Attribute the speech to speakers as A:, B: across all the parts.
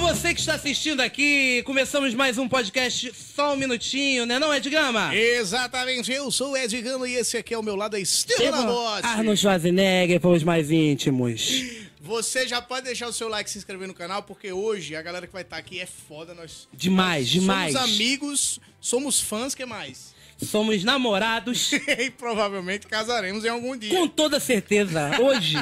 A: você que está assistindo aqui, começamos mais um podcast só um minutinho, né não, Edgama?
B: Exatamente, eu sou o Ed Gama e esse aqui ao meu lado é Estevam Lamote.
A: Arnold Schwarzenegger para os mais íntimos.
B: Você já pode deixar o seu like e se inscrever no canal, porque hoje a galera que vai estar aqui é foda. Nós
A: Demais, demais.
B: somos amigos, somos fãs, que mais?
A: Somos namorados,
B: E provavelmente casaremos em algum dia.
A: com toda certeza, hoje.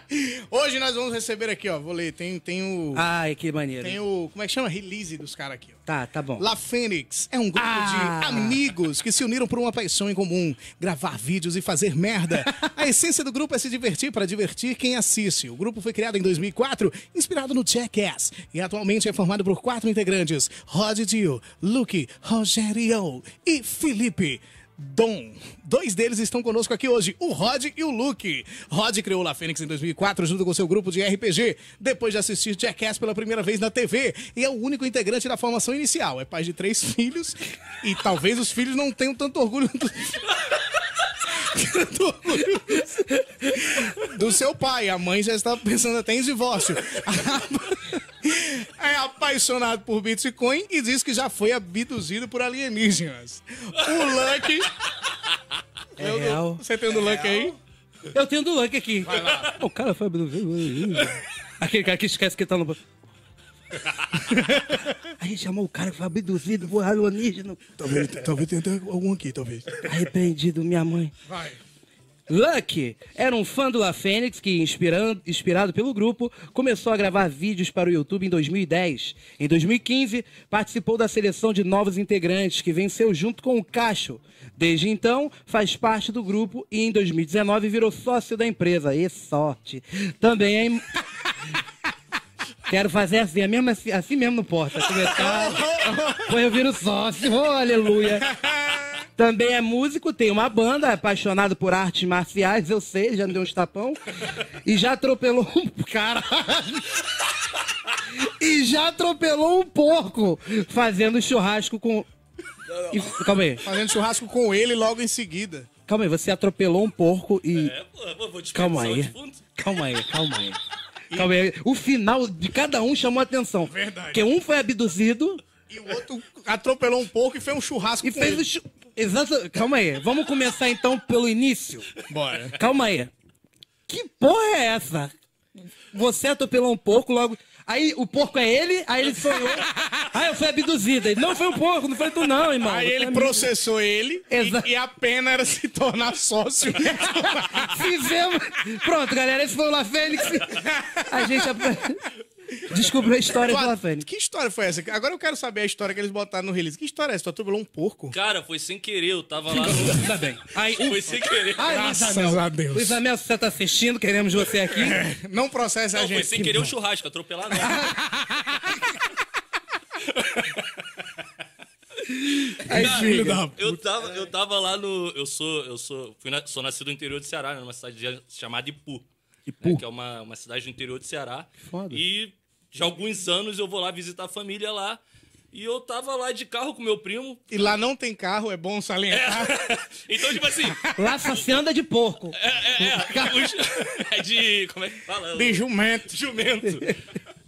B: Hoje nós vamos receber aqui, ó, vou ler, tem, tem o...
A: Ai, que maneiro.
B: Tem o... como é que chama? Release dos caras aqui, ó.
A: Tá, tá bom.
B: La Fênix é um grupo
A: Ah.
B: de amigos que se uniram por uma paixão em comum: gravar vídeos e fazer merda. A essência do grupo é se divertir para divertir quem assiste. O grupo foi criado em 2004, inspirado no Jackass, e atualmente é formado por quatro integrantes: Rod Dio, Luke, Rogério e Felipe. Dom. Dois deles estão conosco aqui hoje, o Rod e o Luke. Rod criou La Fênix em 2004 junto com seu grupo de RPG, depois de assistir Jackass pela primeira vez na TV, e é o único integrante da formação inicial. É pai de três filhos, e talvez os filhos não tenham tanto orgulho do, tanto orgulho do seu pai. A mãe já está pensando até em divórcio. É apaixonado por Bitcoin e diz que já foi abduzido por alienígenas. O Lucky.
A: É
B: Eu não-
A: real.
B: Você tem o do Lucky aí?
A: Eu tenho do Luck aqui. O cara foi. Aquele cara que esquece que tá no. banco. A gente chamou o cara que foi abduzido, voado alienígena.
B: Talvez, talvez tenha até algum aqui, talvez.
A: Arrependido, minha mãe.
B: Vai.
A: Luck era um fã do La Fênix que, inspirando- inspirado pelo grupo, começou a gravar vídeos para o YouTube em 2010. Em 2015, participou da seleção de novos integrantes, que venceu junto com o Cacho. Desde então, faz parte do grupo e em 2019 virou sócio da empresa. E sorte! Também é... im- Quero fazer assim, é mesmo assim, assim mesmo no porta. Começar, depois eu viro sócio, oh, aleluia. Também é músico, tem uma banda, é apaixonado por artes marciais, eu sei, já me deu uns tapão. E já atropelou um. Caralho! E já atropelou um porco fazendo churrasco com. E- Calma aí,
B: Fazendo churrasco com ele logo em seguida.
A: calma aí, você atropelou um porco e.
C: É, pô, eu vou te
A: Calma
C: pensar
A: aí.
C: de fundo.
A: Calma aí, calma aí. Calma aí. O final de cada um chamou a atenção.
B: Verdade.
A: Porque um foi abduzido
B: E o outro atropelou um pouco e fez um churrasco
A: e
B: com
A: fez
B: ele.
A: o. chu- Exato. Calma aí. Vamos começar então pelo início.
B: Bora.
A: Calma aí. Que porra é essa? Você atropelou um porco, logo. Aí o porco é ele, aí ele sonhou. Ah, eu fui abduzida. Ele, Não foi o porco, não foi tu, não, irmão.
B: Aí
A: Você
B: ele
A: é
B: processou ele
A: Exa-
B: e, e a pena era se tornar sócio.
A: Fizemos. Pronto, galera, esse foi o La Fênix. A gente ap- descobriu a história do La Fênix.
B: que história foi essa? Agora eu quero saber a história que eles botaram no release. Que história é essa? Tu atropelou um porco?
C: Cara, foi sem querer, eu tava lá no...
A: Ainda bem. Aí,
C: Foi sem querer.
A: Ai, Luiz
B: Graças
A: Amel.
B: a Deus.
A: Luiz Amel, se você tá assistindo, queremos você aqui.
B: Não processa a
C: Não, foi
B: gente.
C: sem querer o churrasco, atropelado.
B: Aí, filho da...
C: Eu tava, eu tava lá no... Eu sou... Eu sou, fui na- sou nascido no interior do Ceará, né, numa cidade chamada Ipu. Ipu? que é uma, uma cidade do interior do Ceará.
A: foda.
C: E já há alguns anos eu vou lá visitar a família lá. E eu tava lá de carro com meu primo.
B: E lá não tem carro, é bom salientar.
C: Então, tipo assim...
A: Lá só se anda de porco.
C: É, é, é, os- é de... Como é que fala?
B: De jumento.
C: jumento.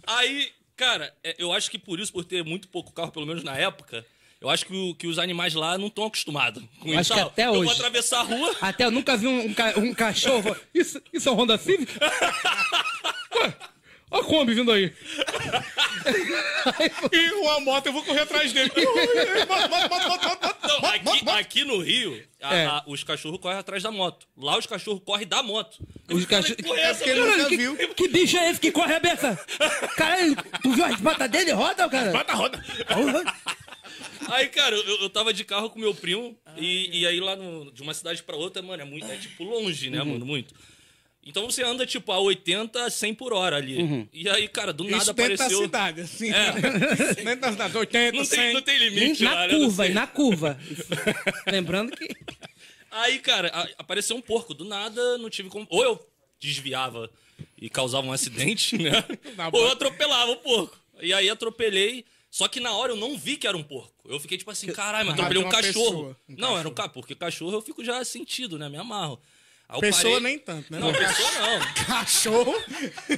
C: Aí, cara, é, eu acho que por isso, por ter muito pouco carro, pelo menos na época, eu acho que, o- que os animais lá não estão acostumados com
A: Acho
C: isso.
A: que
C: Ah,
A: até
C: eu
A: hoje.
C: vou atravessar a rua.
A: Até eu nunca vi um, um ca- um cachorro. Isso, isso é um Honda Civic? Ué, Olha a Kombi vindo aí.
B: E uma moto, eu vou correr atrás dele. Bota, bota, bota, bota, bota.
C: Não, aqui, aqui no Rio, a-
A: É.
C: a- os cachorros correm atrás da moto. Lá os cachorros correm da moto.
A: Os cachorros.
C: Que porra é essa,
B: É porque ele
C: cara?
B: nunca
A: que,
B: viu.
A: que bicho é esse que corre a beça? Caralho, tu viu as patas dele? Roda, cara.
B: Bota a roda.
C: Aí, cara, eu, eu tava de carro com meu primo e, e aí lá no- de uma cidade pra outra, mano, é muito, é tipo longe, né,
A: Uhum.
C: mano, muito. Então você anda tipo a 80, 100 por hora ali.
A: Uhum.
C: E aí, cara, do nada
B: Isso dentro da
C: apareceu.
B: cidade, assim.
C: É.
B: Dentro da cidade, 80,
C: Não tem,
B: 100.
C: não tem limite, lá,
A: Na
C: né? Não
A: curva, e
C: sei.
A: na curva. Isso. Lembrando que.
C: Aí, cara, a- apareceu um porco. Do nada, não tive como. Ou eu desviava e causava um acidente, né?
B: Na
C: Ou eu
B: boa.
C: atropelava o porco. E aí atropelei. Só que na hora eu não vi que era um porco. Eu fiquei tipo assim, caralho, mas atropelei
B: Ah,
C: um
B: tem uma
C: cachorro.
B: pessoa, um
C: não, era um cachorro, porque cachorro eu fico já sentido, né? Me amarro. Aí eu
B: Pessoa
C: parei-
B: nem tanto, né?
C: Não, pessoa não.
B: Cachorro.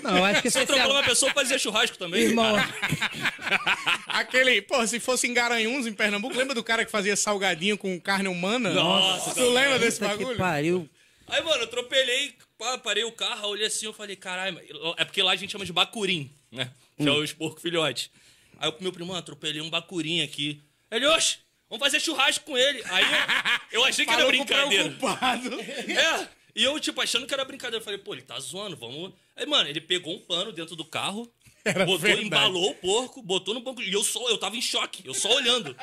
A: Não, eu acho que
C: Se eu
A: esse
C: trocou uma
A: é... assim,
C: pessoa, fazia churrasco também.
A: Irmão,
C: cara.
B: Aquele, pô, se fosse em Garanhuns, em Pernambuco, lembra do cara que fazia salgadinho com carne humana?
C: Nossa,
B: Tu lembra desse
A: puta que
B: bagulho?
A: pariu.
C: Aí, mano, eu atropelei, pá, parei o carro, olhei assim, eu falei, caralho, mas- é porque lá a gente chama de bacurim, né? Que
B: Hum.
C: é os porco filhote. Aí o meu primo, mano, atropelei um bacurim aqui. Ele, oxe, vamos fazer churrasco com ele. Aí eu, eu achei que era
B: Falou com
C: brincadeira.
B: preocupado.
C: É, e eu, tipo, achando que era brincadeira. Eu falei, pô, ele tá zoando, vamos. Aí, mano, ele pegou um pano dentro do carro,
B: Era
C: botou,
B: verdade.
C: embalou o porco, botou no banco. E eu só, eu tava em choque, eu só olhando.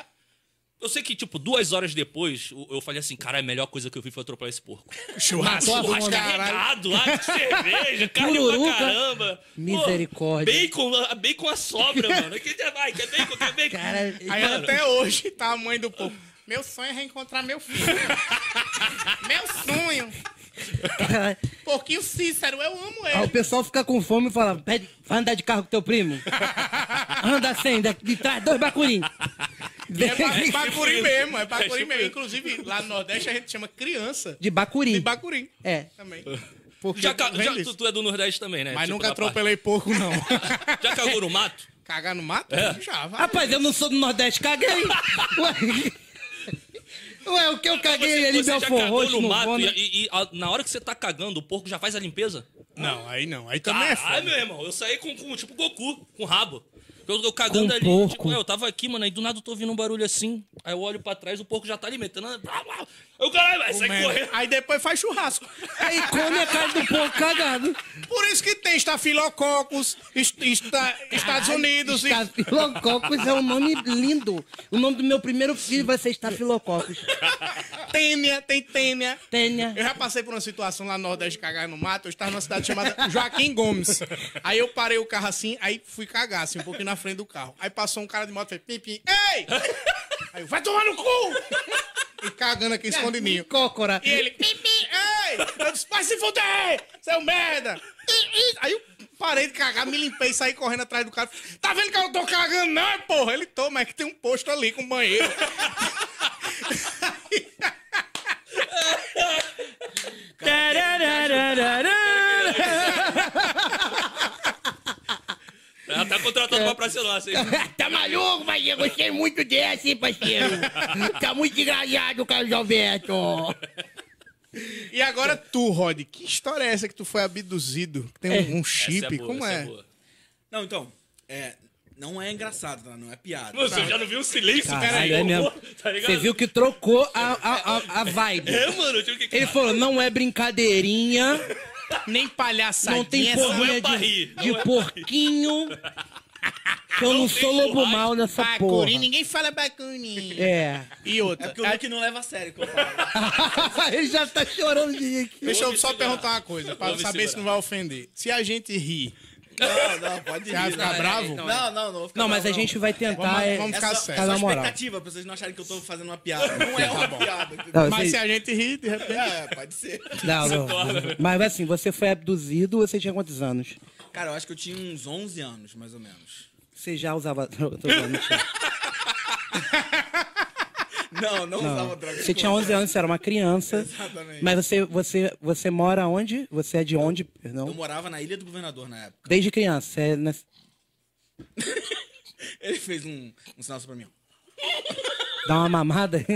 C: Eu sei que, tipo, duas horas depois, eu- eu falei assim, cara, a melhor coisa que eu vi foi atropelar esse porco.
B: Churrasco.
C: Churrasco
B: Caralho.
C: carregado lá, de cerveja, carne
A: Pururuca.
C: pra caramba. Pô,
A: Misericórdia.
C: bacon, ah, bacon à sobra, mano. Que dia vai? Quer bacon? Quer bacon?
A: Cara,
B: Aí
C: Mano.
B: até hoje tá a mãe do povo. Meu sonho é reencontrar meu filho. meu sonho.
A: cara,
B: Porquinho Cícero, eu amo
A: ah, o
B: ele.
A: pessoal fica com fome e fala, pede, vai andar de carro com teu primo. Anda sem, de, de trás, dois bacurinhos.
B: É ba- é bacuri
C: isso.
B: mesmo, é
C: É
B: bacuri
C: tipo
B: mesmo.
C: isso.
B: Inclusive, lá no Nordeste a gente chama criança
A: De bacurim.
B: de bacuri.
A: É.
B: Também.
C: Já, ca-
B: vem
C: já-
B: disso.
C: tu, tu é do Nordeste também, né?
B: Mas
C: Tipo,
B: nunca
C: da parte.
B: atropelei porco, não.
C: Já cagou no mato?
B: Cagar no mato?
C: É.
B: Já, vai.
A: Rapaz, eu não sou do Nordeste, caguei. Ué, Ué, o que eu caguei ali,
C: Tipo assim, você já
A: Belfor
C: cagou
A: Roxo,
C: no
A: no
C: mato
A: Vona.
C: e, e- e a- na hora que você tá cagando, o porco já faz a limpeza?
B: Não, aí não. Aí também é
C: Ai,
B: foda.
C: meu irmão, eu saí com, com tipo Goku, com rabo. Eu, eu cagando
A: Com
C: ali,
A: porco.
C: tipo, é, eu tava aqui, mano, aí do nada eu tô ouvindo um barulho assim. Aí eu olho pra trás, o porco já tá ali metendo. blá, blá. Eu, caralho, vai, sai
B: Merda.
C: correndo.
B: Aí depois faz churrasco.
A: Aí come a carne do porco cagado.
B: Por isso que tem estafilococcus, est esta- Estados Uniunidos. e-
A: Estafilococcus é um nome lindo. O nome do meu primeiro filho vai ser Estafilococcus.
B: Tênia, tem tênia.
A: Tênia.
C: É,
B: Eu já passei por uma situação lá no Nordeste de cagar no mato. Eu estava numa cidade chamada Joaquim Gomes. Aí eu parei o carro assim, aí fui cagar, assim, um pouquinho na frente do carro. Aí passou um cara de moto e fez pim, pim. Ei! Aí eu, vai tomar no cu! E cagando aqui escondidinho.
A: Cócora.
B: E ele, pim, pim, ei! Eu disse, vai se fuder, seu merda! E, e, Aí eu parei de cagar, me limpei, saí correndo atrás do cara. Tá vendo que eu não tô cagando, não, porra? Ele toma, mas é que tem um posto ali com banheiro.
C: Ela tá contratando uma praça nossa, hein?
A: Tá maluco, mas eu gostei muito desse, parceiro. Tá muito engraçado, Carlos Alberto.
B: E agora tu, Rod, que história é essa que tu foi abduzido? Que tem um, um chip?
C: Essa boa,
B: Como
C: essa
B: é?
C: boa.
D: Não, então, é, não é engraçado, tá? não é piada.
C: Mano, você já não viu o silêncio,
A: Caralho,
C: cara?
A: é mesmo.
C: Tá ligado?
A: Você viu que trocou a, a, a, a vibe.
C: É, mano, eu tive que.
A: Ele falou, não é brincadeirinha,
B: Nem palhaçadinha.
A: não tem
B: essa-
C: não é
A: porrinha de,
C: barri, não
A: de
C: é
A: porquinho, que eu não
C: tem
A: sou lobo
C: churrasco.
A: mal nessa porra.
B: Bacuri, ninguém fala bacuri.
A: É.
B: E
D: É
B: outra.
D: porque o Luke não leva a sério o que eu falo.
A: Ele já tá chorando de rir aqui.
B: Deixa
C: vou
B: eu
C: me
B: só
C: segurar.
B: perguntar uma coisa, pra
C: Vou me
B: saber se
C: segurar.
B: não vai ofender. Se a gente ri,
D: Não, não, pode ir.
B: vai ficar
D: não, é,
B: bravo?
D: Não, não, não. vou ficar
A: tá Não, mas a
D: bravo,
A: gente vai tentar.
B: Vamos-
A: é-
B: vamos
D: É
B: ficar
D: só,
B: sério.
D: é
A: Tá
D: só
A: na moral. Tá
D: expectativa, pra vocês não acharem que eu tô fazendo uma piada. Não é uma piada. entendeu?
A: Não,
B: mas se
A: você-
B: a gente ri, de repente.
D: É, pode ser.
A: não, não. Mas assim, você foi abduzido, você tinha quantos anos?
D: Cara, eu acho que eu tinha uns 11 anos, mais ou menos.
A: Você já usava droga? Tô brincando, mentira.
D: Não, não, usava droga.
A: Você tinha 11 anos, você era uma criança.
D: Exatamente.
A: Mas você, você, você mora onde? Você é de onde?
D: Eu
A: Perdão.
D: morava na Ilha do Governador na época.
A: Desde criança. Você é nas-
D: Ele fez um, um sinal só pra mim. ó.
A: dá uma mamada.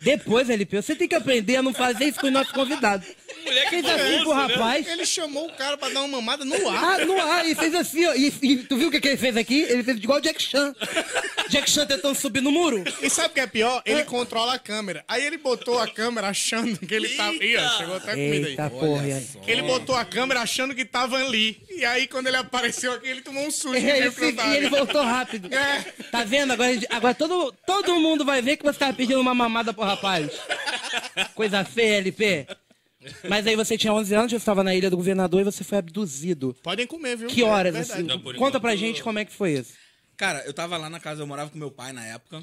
A: Depois, LP, você tem que aprender a não fazer isso com os nossos convidados.
C: Moleque
A: Fez assim pro
C: famoso, né?
A: rapaz.
B: Ele chamou o cara pra dar uma mamada no ar.
A: Ah, no ar, e fez assim, ó. E, e tu viu o que, que ele fez aqui? Ele fez igual o Jack Chan. Jack Chan tentando subir no muro.
B: E sabe o que é pior? Ele controla a câmera. Aí ele botou a câmera achando que ele tava. Ih, ó, chegou até comida aí.
A: Eita porra, e aí?
B: Ele botou a câmera achando que tava ali. E aí, quando ele apareceu aqui, ele tomou um susto.
A: Ele
B: viu que
A: se-
B: não tava.
A: É e ele voltou rápido.
B: É.
A: Tá vendo? Agora, agora todo, todo mundo vai ver que você tava pedindo uma mamada pro rapaz. Coisa feia, LP. Mas aí você tinha 11 anos, você estava na ilha do governador e você foi abduzido.
B: Podem comer, viu?
A: Que horas?
B: É verdade.
A: assim?
C: Não, por
A: Conta pra
C: enquanto-
A: gente como é que foi isso.
D: Cara, eu tava lá na casa, eu morava com meu pai na época.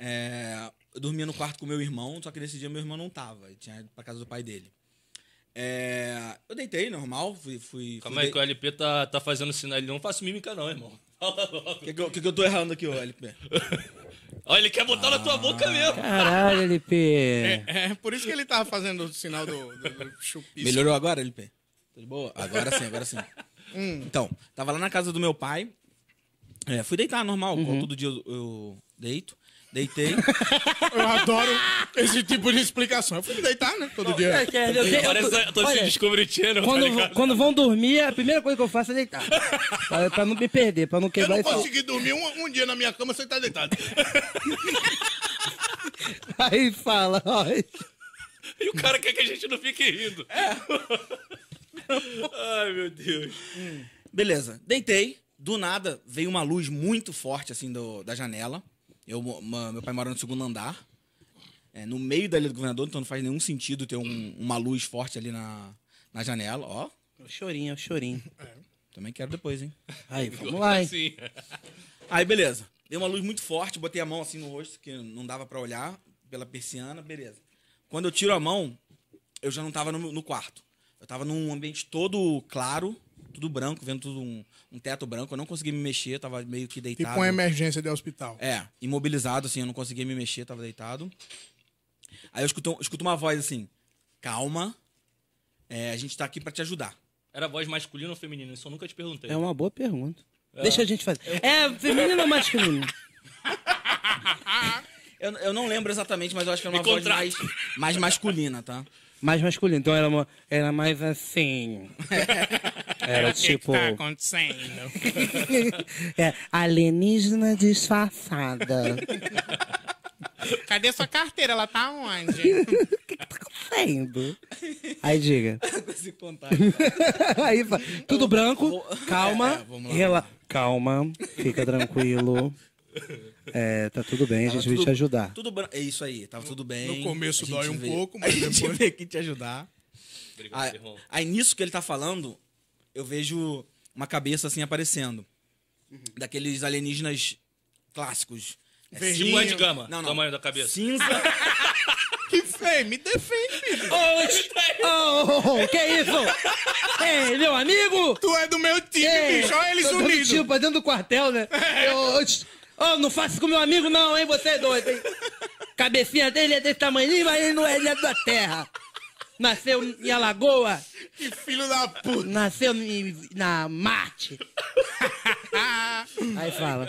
D: É, eu dormia no quarto com meu irmão, só que nesse dia meu irmão não tava. Ele tinha ido pra casa do pai dele. É, eu deitei, normal, fui... fui
C: Calma
D: fui
C: aí que o LP tá, tá fazendo sinal. Ele não faz mímica, não, irmão. Fala logo.
D: O que, que eu- que que eu tô errando aqui, ô LP?
C: Olha, ele quer botar na
A: Ah,
C: tua boca mesmo.
A: Caralho, LP. assim?
E: É, por isso que ele tava fazendo o sinal do, do, do chupisco.
D: Melhorou agora, LP? Tudo boa? Agora sim, agora sim.
C: Hum.
D: Então, tava lá na casa do meu pai. É, fui deitar normal, como todo dia eu, eu deito. Deitei.
E: Eu adoro esse tipo de explicação. Eu fui me deitar, né? Todo
B: é,
E: dia.
A: Eu dei- eu-
C: Parece a- tô se
A: olha,
C: Discovery Channel, tá
A: quando,
C: ligado?
A: quando vão dormir, a primeira coisa que eu faço é deitar. pra, pra não me perder, pra não
E: Eu
A: quebrar
E: não
A: esse...
E: consegui dormir um, um dia na minha cama sem estar deitado.
A: Aí fala, ó.
C: E o cara quer que a gente não fique rindo.
A: É.
C: Ai, meu Deus.
D: Beleza, deitei. Do nada veio uma luz muito forte assim do- da janela. Eu, mo- ma- meu pai mora no segundo andar, é, no meio da ilha do governador, então não faz nenhum sentido ter um- uma luz forte ali na, na janela. Ó,
A: Chorinho, é chorinho.
D: também quero depois, hein?
A: Aí, vamos lá, hein?
C: Assim.
D: Aí, beleza. Deu uma luz muito forte, botei a mão assim no rosto, que não dava pra olhar, pela persiana, beleza. Quando eu tiro a mão, eu já não tava no, no quarto. Eu tava num ambiente todo claro, tudo branco, vendo tudo um, um teto branco. Eu não conseguia me mexer, tava meio que deitado.
E: Tipo uma emergência de hospital.
D: É, imobilizado, assim, eu não conseguia me mexer, tava deitado. Aí eu escuto, escuto uma voz assim: calma, é, a gente tá aqui pra te ajudar.
C: Era voz masculina ou feminina? Isso eu nunca te perguntei.
A: É uma boa pergunta. Deixa a gente fazer. É feminino ou masculino?
D: Eu, eu não lembro exatamente, mas eu acho que era uma
C: Me
D: voz
C: contrata.
D: mais, mais masculina, tá?
A: Mais masculino. Então era, uma- era mais assim. Era tipo.
E: tá acontecendo?
A: é, alienígena disfarçada.
E: Cadê sua carteira? Ela tá onde?
A: O que, que tá acontecendo? Aí diga.
D: Com esse contato.
A: Aí fala, tudo branco, calma,
D: É, vamos lá.
A: rela- calma, fica tranquilo. É, tá tudo bem, a gente
D: Tava
A: veio
D: tudo-
A: te ajudar.
D: Tudo bran- É isso aí, tava tudo bem.
E: No começo
D: A gente
E: dói um
D: veio-
E: pouco,
D: a
E: mas
D: gente
E: depois-
D: veio aqui te ajudar.
A: Ah,
C: Obrigado,
D: Aí,
C: irmão.
D: aí nisso que ele tá falando, eu vejo uma cabeça assim aparecendo.
E: Uhum.
D: Daqueles alienígenas clássicos. É
E: Verdinho.
D: cinza-
C: Tipo de gama,
D: Não, não.
C: tamanho da cabeça.
D: Cinza.
E: que feio, me defende, filho.
A: Oh, oh, oh, que isso? Ei, meu amigo!
E: Tu é do meu time,
A: Ei,
E: bicho. Olha eles
A: tô dando
E: unidos. É.
A: tiro pra dentro do quartel, né? Ô, ô, tch, ô, não faça isso com meu amigo, não, hein? Você é doido, hein? Cabecinha dele é desse tamanho, mas ele não é, ele é da terra. Nasceu em Alagoa,
E: Que filho da puta.
A: nasceu em- na Marte. Aí fala.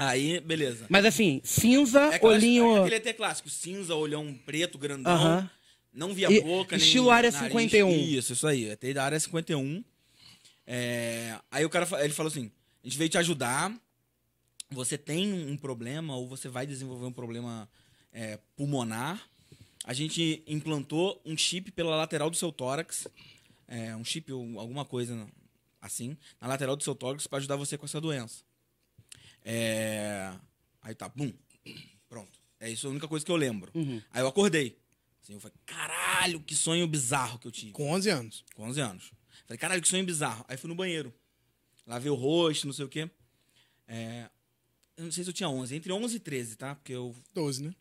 D: Aí, beleza.
A: Mas assim, cinza,
D: É clássico,
A: olhinho.
D: Aquele até clássico. Cinza, olhão preto,
E: é-
D: grandão.
A: Aham.
D: Não via
A: E-
D: boca, nem
A: estilo Área
D: nariz.
A: 51.
D: Isso, isso aí. É Até da área 51. É, Aí o cara fa- ele falou assim: a gente veio te ajudar. Você tem um problema ou você vai desenvolver um problema é, pulmonar. A gente implantou um chip pela lateral do seu tórax. É, um chip ou alguma coisa assim, na lateral do seu tórax pra ajudar você com essa doença. É... Aí tá, bum. Pronto. É isso a única coisa que eu lembro. Aí eu acordei. Assim, eu falei, caralho, que sonho bizarro que eu tive.
E: Com 11 anos.
D: Com 11 anos. Falei, caralho, que sonho bizarro. Aí fui no banheiro. Lavei o rosto, não sei o quê. É... Eu não sei se eu tinha 11. Entre 11 e 13, tá? Porque eu...
E: 12, né?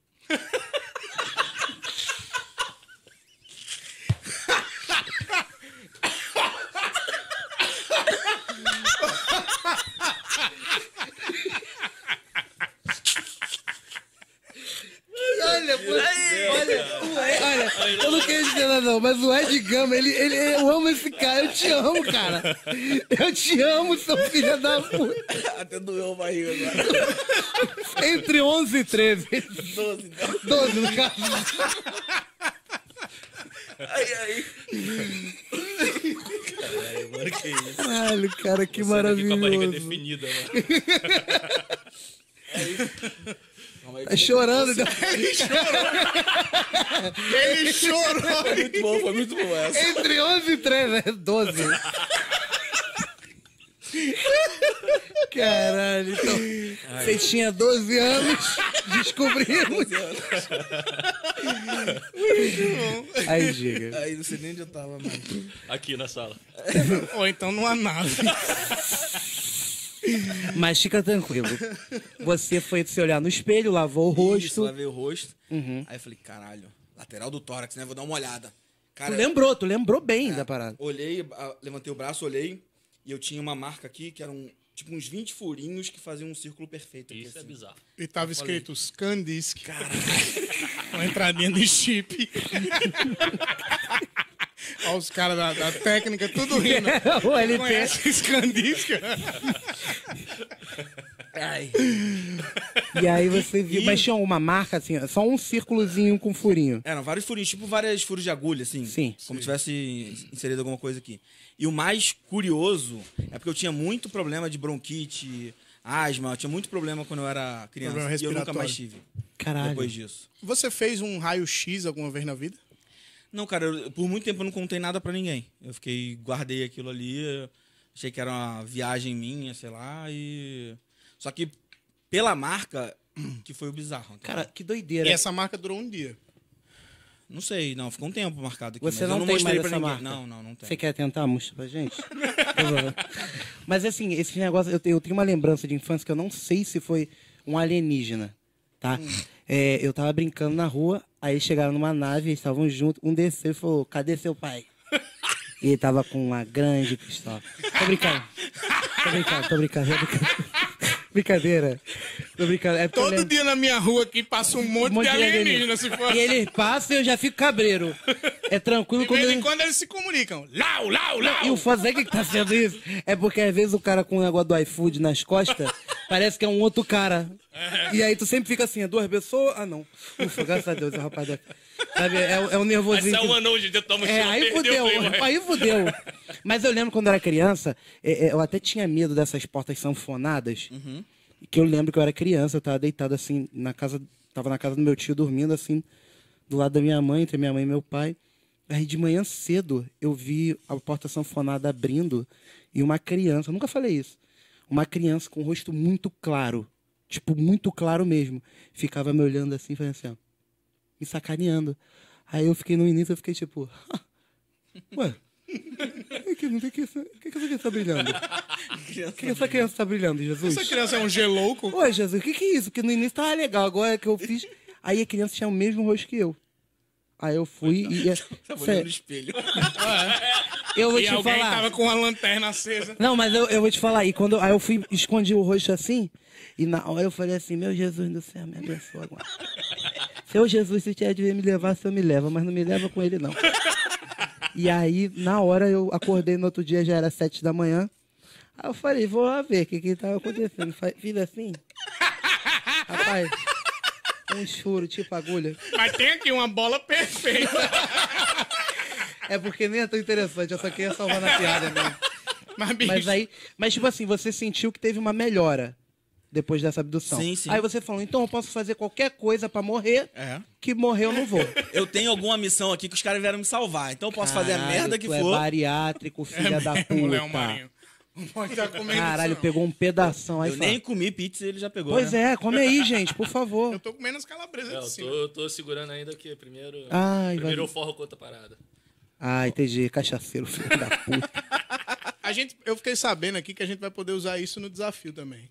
A: Olha, pô, olha, o Ed, olha, eu não queria dizer nada não, mas o Ed Gama, ele, ele, eu amo esse cara, eu te amo, cara. Eu te amo, seu filho da puta.
D: Até doeu a barriga agora.
A: Entre 11 e 13.
D: 12, então.
A: 12, no caso.
D: Ai, ai.
A: Caralho, cara, que
C: Aqui com a barriga
A: maravilhoso.
C: definida, né?
D: Calma aí.
A: Tá chorando, né?
E: Ele chorou.
D: Foi muito bom, foi muito bom essa.
A: entre 11 e 13, é 12. Caralho, então, você tinha 12 anos, descobrimos. Aí, diga.
D: Aí não sei nem onde eu tava, mano.
C: Aqui na sala.
E: Ou então numa nave.
A: Mas fica tranquilo. Você foi se olhar no espelho, lavou o rosto.
D: Isso, lavei o rosto. Aí eu falei, caralho, lateral do tórax, né? Vou dar uma olhada.
A: Tu
D: Cara,
A: lembrou, tu lembrou bem da parada.
D: olhei, a- levantei o braço, olhei, e eu tinha uma marca aqui que era um, tipo uns 20 furinhos que faziam um círculo perfeito. aqui,
C: Isso é
D: assim.
C: bizarro.
B: E tava escrito Scandisk. Uma entradinha de chip. Olha os caras da, da técnica, tudo rindo.
A: o LP.
B: Conhece Scandisk?
D: Ai,
A: E aí você viu. Mas tinha uma marca assim, ó, só um círculozinho com furinho.
D: Eram vários furinhos, tipo vários furos de agulha, assim.
A: Sim.
D: Como se tivesse inserido alguma coisa aqui. E o mais curioso é porque eu tinha muito problema de bronquite, asma, eu tinha muito problema quando eu era criança.
B: Problema
D: E eu nunca
B: respiratório.
D: mais tive.
A: Caralho.
D: Depois disso.
B: Você fez um raio-x alguma vez na vida?
D: Não, cara, eu- por muito tempo eu não contei nada pra ninguém. Eu fiquei, guardei aquilo ali, eu achei que era uma viagem minha, sei lá, e. Só que pela marca, que foi o bizarro. entendeu?
A: Cara, que
B: E
A: doideira.
B: essa marca durou um dia.
D: Não sei, não, ficou um tempo marcado aqui.
A: Você
D: mas
A: não,
D: eu não
A: tem mais
D: mostrei pra
A: essa
D: ninguém.
A: marca?
D: Não, não, não tem.
A: Você quer tentar? Mostra pra gente. Por favor. Mas assim, esse negócio... Eu tenho, eu tenho uma lembrança de infância que eu não sei se foi um alienígena, tá? É, eu tava brincando na rua, aí chegaram numa nave, eles estavam juntos, um desceu e falou, cadê seu pai? E ele tava com uma grande pistola. Tô brincando. Tô brincando, tô brincando. Tô brincando. Brincadeira. Tô brincando. É porque eu
B: Todo
A: lembro-
B: dia na minha rua aqui passa um monte,
A: um monte
B: de alienígena, se for.
A: E eles passam e eu já fico cabreiro. É tranquilo
B: De
A: quando
B: vez
A: ele...
B: em quando eles se comunicam. Lau, lau, lau!
A: E o Fazek que tá sendo isso é porque às vezes o cara com o negócio do iFood nas costas parece que é um outro cara. E aí tu sempre fica assim, é duas pessoas? Ah, não. Ufa, graças a Deus, é o rapaz daqui. Sabe, é, o- é um
C: Aí
A: nervosinho.
C: saiu
A: que-
C: um anão de dentro da mochila.
A: é, aí
C: perdeu
A: fudeu,
C: o primo, é.
A: aí fudeu. Mas eu lembro quando eu era criança, é, é, eu até tinha medo dessas portas sanfonadas. Que eu lembro que eu era criança, eu tava deitado assim na casa, tava na casa do meu tio dormindo assim, do lado da minha mãe, entre minha mãe e meu pai. Aí de manhã cedo eu vi a porta sanfonada abrindo e uma criança, eu nunca falei isso. Uma criança com o rosto muito claro, tipo muito claro mesmo, ficava me olhando assim, fazendo assim, ó me sacaneando. Aí eu fiquei no início, eu fiquei tipo, ué, é que, não tem que, essa- por que, que essa criança tá brilhando? Por que, que essa criança tá brilhando,
B: Essa
A: Jesus?
B: criança é um gelouco.
A: Ué, Jesus, o que, que é isso? Porque no início tava legal, agora é que eu fiz. Aí a criança tinha o mesmo rosto que eu. Aí eu fui e.
D: Tava
A: Cê-
D: olhando no espelho.
A: eu vou
B: E
A: te
B: alguém tá
A: falar.
B: tava com a lanterna acesa.
A: Não, mas eu, eu vou te falar. E quando aí eu fui escondi o rosto assim, e na hora eu falei assim, meu Jesus do céu, me abençoa agora. Seu Jesus, se tiver de me levar, o senhor me leva, mas não me leva com ele, não. E aí, na hora, eu acordei no outro dia, já era sete da manhã. Aí eu falei, vou lá ver o que que tava acontecendo. Fa- Fiz assim. Rapaz, um choro, tipo agulha.
B: Mas tem aqui uma bola perfeita.
A: É porque nem é tão interessante, eu só queria salvar na piada mesmo.
B: Mas, bicho,
A: Mas aí, mas tipo assim, você sentiu que teve uma melhora depois dessa abdução.
D: Sim, sim.
A: Aí você falou, então eu posso fazer qualquer coisa pra morrer,
D: É.
A: que morrer eu não vou.
D: Eu tenho alguma missão aqui que os caras vieram me salvar. Então eu posso fazer a
A: Caralho,
D: merda que
A: tu
D: for.
A: é bariátrico, filha da
B: mesmo, Léo
A: puta.
B: é um Marinho. Não pode estar comendo
A: Caralho,
B: isso, não.
A: pegou um pedação aí
D: eu
A: fala,
D: nem comi pizza e ele já pegou.
A: Pois
D: né?
A: é, come aí, gente, por favor.
B: Eu tô comendo as calabresas
C: É,
B: de
C: eu
B: cima.
C: tô, eu tô segurando ainda que primeiro.
A: Ai,
C: primeiro
A: vai-
C: eu forro com outra parada.
A: Ah, entendi, cachaceiro, filho da puta.
B: A gente, eu fiquei sabendo aqui que a gente vai poder usar isso no desafio também.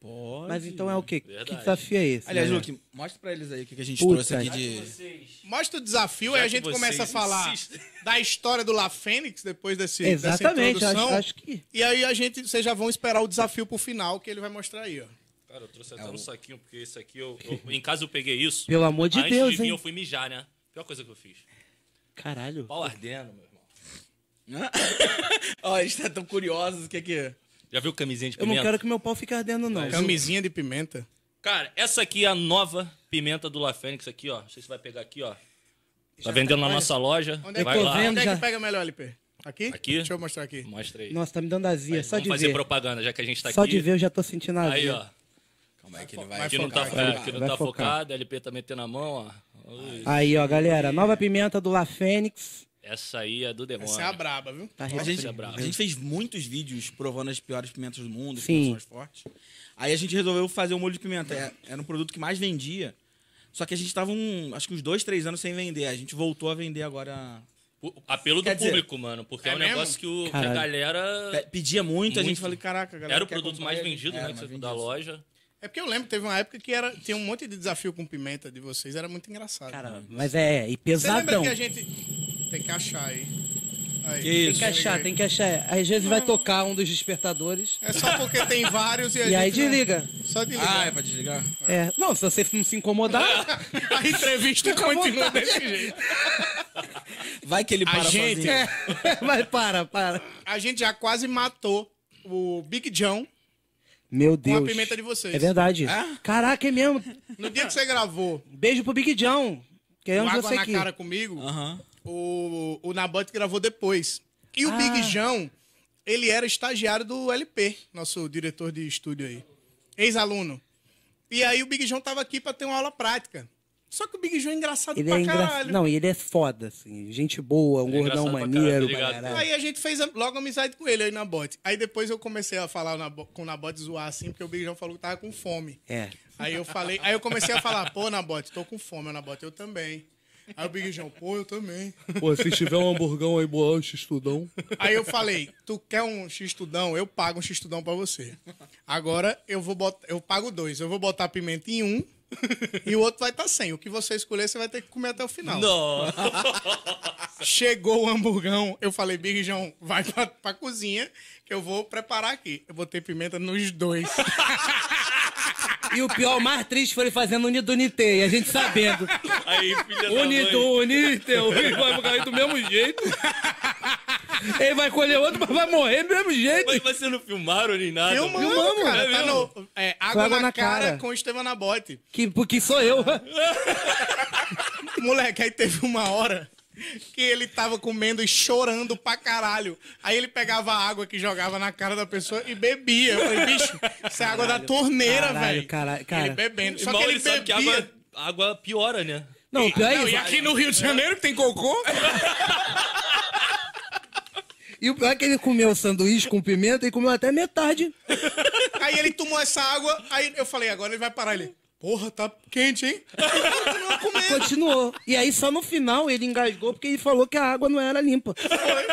D: Pode.
A: Mas então é o quê?
C: Verdade.
A: Que desafio é esse?
D: Aliás,
A: né?
D: Luke, mostra pra eles aí o que que a gente
A: Puta
D: trouxe aqui
A: que-
D: de.
B: Mostra o desafio, aí a
C: que
B: gente
C: vocês
B: começa a falar
C: insistem.
B: da história do La Fênix depois desse,
A: Exatamente,
B: dessa
A: acho,
B: introdução.
A: acho que...
B: E aí a gente, vocês já vão esperar o desafio pro final que ele vai mostrar aí, ó.
C: Cara, eu trouxe até um saquinho, porque esse aqui eu, eu- Em casa eu peguei isso.
A: É Pelo amor de
C: Antes
A: Deus,
C: de vir,
A: hein?
C: eu fui mijar, né? Pior coisa que eu fiz.
A: Caralho.
C: Pau ardendo, meu irmão.
D: Ó, eles estão tão curiosos o que é que.
C: Já viu camisinha de
A: Eu
C: pimenta?
A: não quero que meu pau fique ardendo, não.
B: Camisinha de pimenta.
C: Cara, essa aqui é a nova pimenta do La Fênix aqui, ó. Não sei se vai pegar aqui, ó. Tá vendendo na nossa loja.
B: Onde é
C: vai
B: que,
C: lá.
A: vendo?
B: Onde é
A: já.
B: que pega melhor, LP? Aqui?
C: Aqui?
B: Deixa eu mostrar aqui.
C: Mostra aí.
A: Nossa, tá me dando azia, só
C: Vamos
A: de
C: fazer
A: ver.
C: propaganda, já que a gente tá
A: Só
C: aqui.
A: de ver né? eu já tô sentindo azia.
C: Aí, ó.
D: Calma aí que ele vai.
B: vai
C: Aqui não tá,
B: focar,
C: é, aqui não
A: vai
C: tá
A: focar.
C: focado, LP tá metendo a mão, ó. Ui,
A: Aí, ó, galera, nova pimenta do La Fênix.
C: Essa aí é do demônio.
B: Essa é a braba, viu?
A: Tá
D: A gente,
A: refri-
D: a gente fez muitos vídeos provando as piores pimentas do mundo, as
A: Sim.
D: pimentas mais fortes. Aí a gente resolveu fazer o molho de pimenta. É- Era um produto que mais vendia. Só que a gente tava um, acho que uns dois, três anos sem vender. A gente voltou a vender agora.
C: O- Apelo
D: Quer
C: do
D: dizer-
C: público, mano, porque é,
B: É
C: um
B: mesmo?
C: negócio que, o- que a
A: Caralho.
C: galera.
D: Pe- Pedia muito, a gente
C: Muito.
D: falou, caraca, a galera.
C: Era o
D: quer
C: produto
D: comprar
C: mais
D: e a gente-
C: vendido, né?
D: era mais
C: que você-
D: vendido.
C: Da loja.
B: É porque eu lembro, teve uma época que era, tinha um monte de desafio com pimenta de vocês, era muito engraçado.
A: Cara, mas é, e
B: Você lembra
A: pesadão.
B: que a gente. Tem que achar aí. Aí.
D: Que
A: Tem
D: isso.
A: que achar, tem que achar. Às vezes vai tocar um dos despertadores.
B: É só porque tem vários e a
A: E aí
B: gente não-
A: desliga.
B: Só desliga.
D: Ah, é pra desligar?
A: É. Não, se você não se incomodar,
C: é.
E: A entrevista continua desse jeito.
D: Vai que ele para
E: gente-
A: é-
D: sozinho.
A: vai, para, para.
B: A gente já quase matou o Big John
A: Meu Deus.
B: com a pimenta de vocês.
A: É verdade.
D: É?
A: Caraca, é mesmo.
B: No dia que você gravou
A: Beijo pro Big John.
B: o
A: Queremos
B: Água
A: Então você Ah.
B: na
A: aqui.
B: Cara comigo,
D: Aham.
B: o, o Nabot gravou depois. E o
A: Ah.
B: Big John, ele era estagiário do LP, nosso diretor de estúdio aí. Ex-aluno. E aí o Big John tava aqui pra ter uma aula prática. Só que o Big John é engraçado
A: Ele
B: pra
A: é engraçado.
B: caralho.
A: Não, e ele é foda, assim. Gente boa, um
C: é
A: gordão
C: engraçado pra
A: maneiro.
C: caralho, tá ligado?
A: caralho.
B: Aí a gente fez am- logo amizade com ele aí na bot. Aí depois eu comecei a falar na bo- com o Nabote zoar assim, porque o Big John falou que tava com fome.
A: É.
B: Aí eu falei, aí eu comecei a falar, pô, Nabote, tô com fome, Nabote, eu também. Aí o Big John, pô, eu também.
A: Pô, se tiver um hamburgão aí boa, um estudão.
B: Aí eu falei, tu quer um x-tudão? Eu pago um x-tudão pra você. Agora eu vou botar, eu pago dois. Eu vou botar pimenta em um e o outro vai estar sem. O que você escolher, você vai ter que comer até o final.
C: Não.
B: Chegou o hamburgão, eu falei, Big John, vai pra, pra cozinha que eu vou preparar aqui. Eu botei pimenta nos dois.
A: E o pior, o mais triste foi ele fazendo Unido Unite, e a gente sabendo.
C: Aí,
A: Tá
C: filha da mãe.
A: Unido, Unite, ele vai morrer do mesmo jeito. Ele vai colher outro, mas vai morrer do mesmo jeito.
C: Mas, mas vocês não filmaram nem nada.
B: Eu
C: mano.
B: mano, cara.
C: É
B: tá
C: mesmo?
B: no, é, água,
A: Água
B: na,
A: na
B: cara,
A: Cara.
B: com o Estevam Nabote.
A: Que, porque sou eu.
B: Moleque, aí teve uma hora que ele tava comendo e chorando pra caralho. Aí ele pegava a água que jogava na cara da pessoa e bebia. Eu falei, bicho, isso é água da torneira,
A: caralho,
B: velho.
A: caralho, cara.
B: Ele bebendo. Só
C: Mal
B: que ele,
C: ele sabe que
B: bebia.
C: a água, a água piora, né?
A: Não, o pior é
B: Não,
A: isso.
B: e aqui no Rio de Janeiro que tem cocô?
A: E o pior é que ele comeu sanduíche com pimenta e comeu até metade.
B: Aí ele tomou essa água, aí eu falei, agora ele vai parar. Ele, porra, tá quente, hein? Continua comendo.
A: Continuou. E aí só no final ele engasgou porque ele falou que a água não era limpa.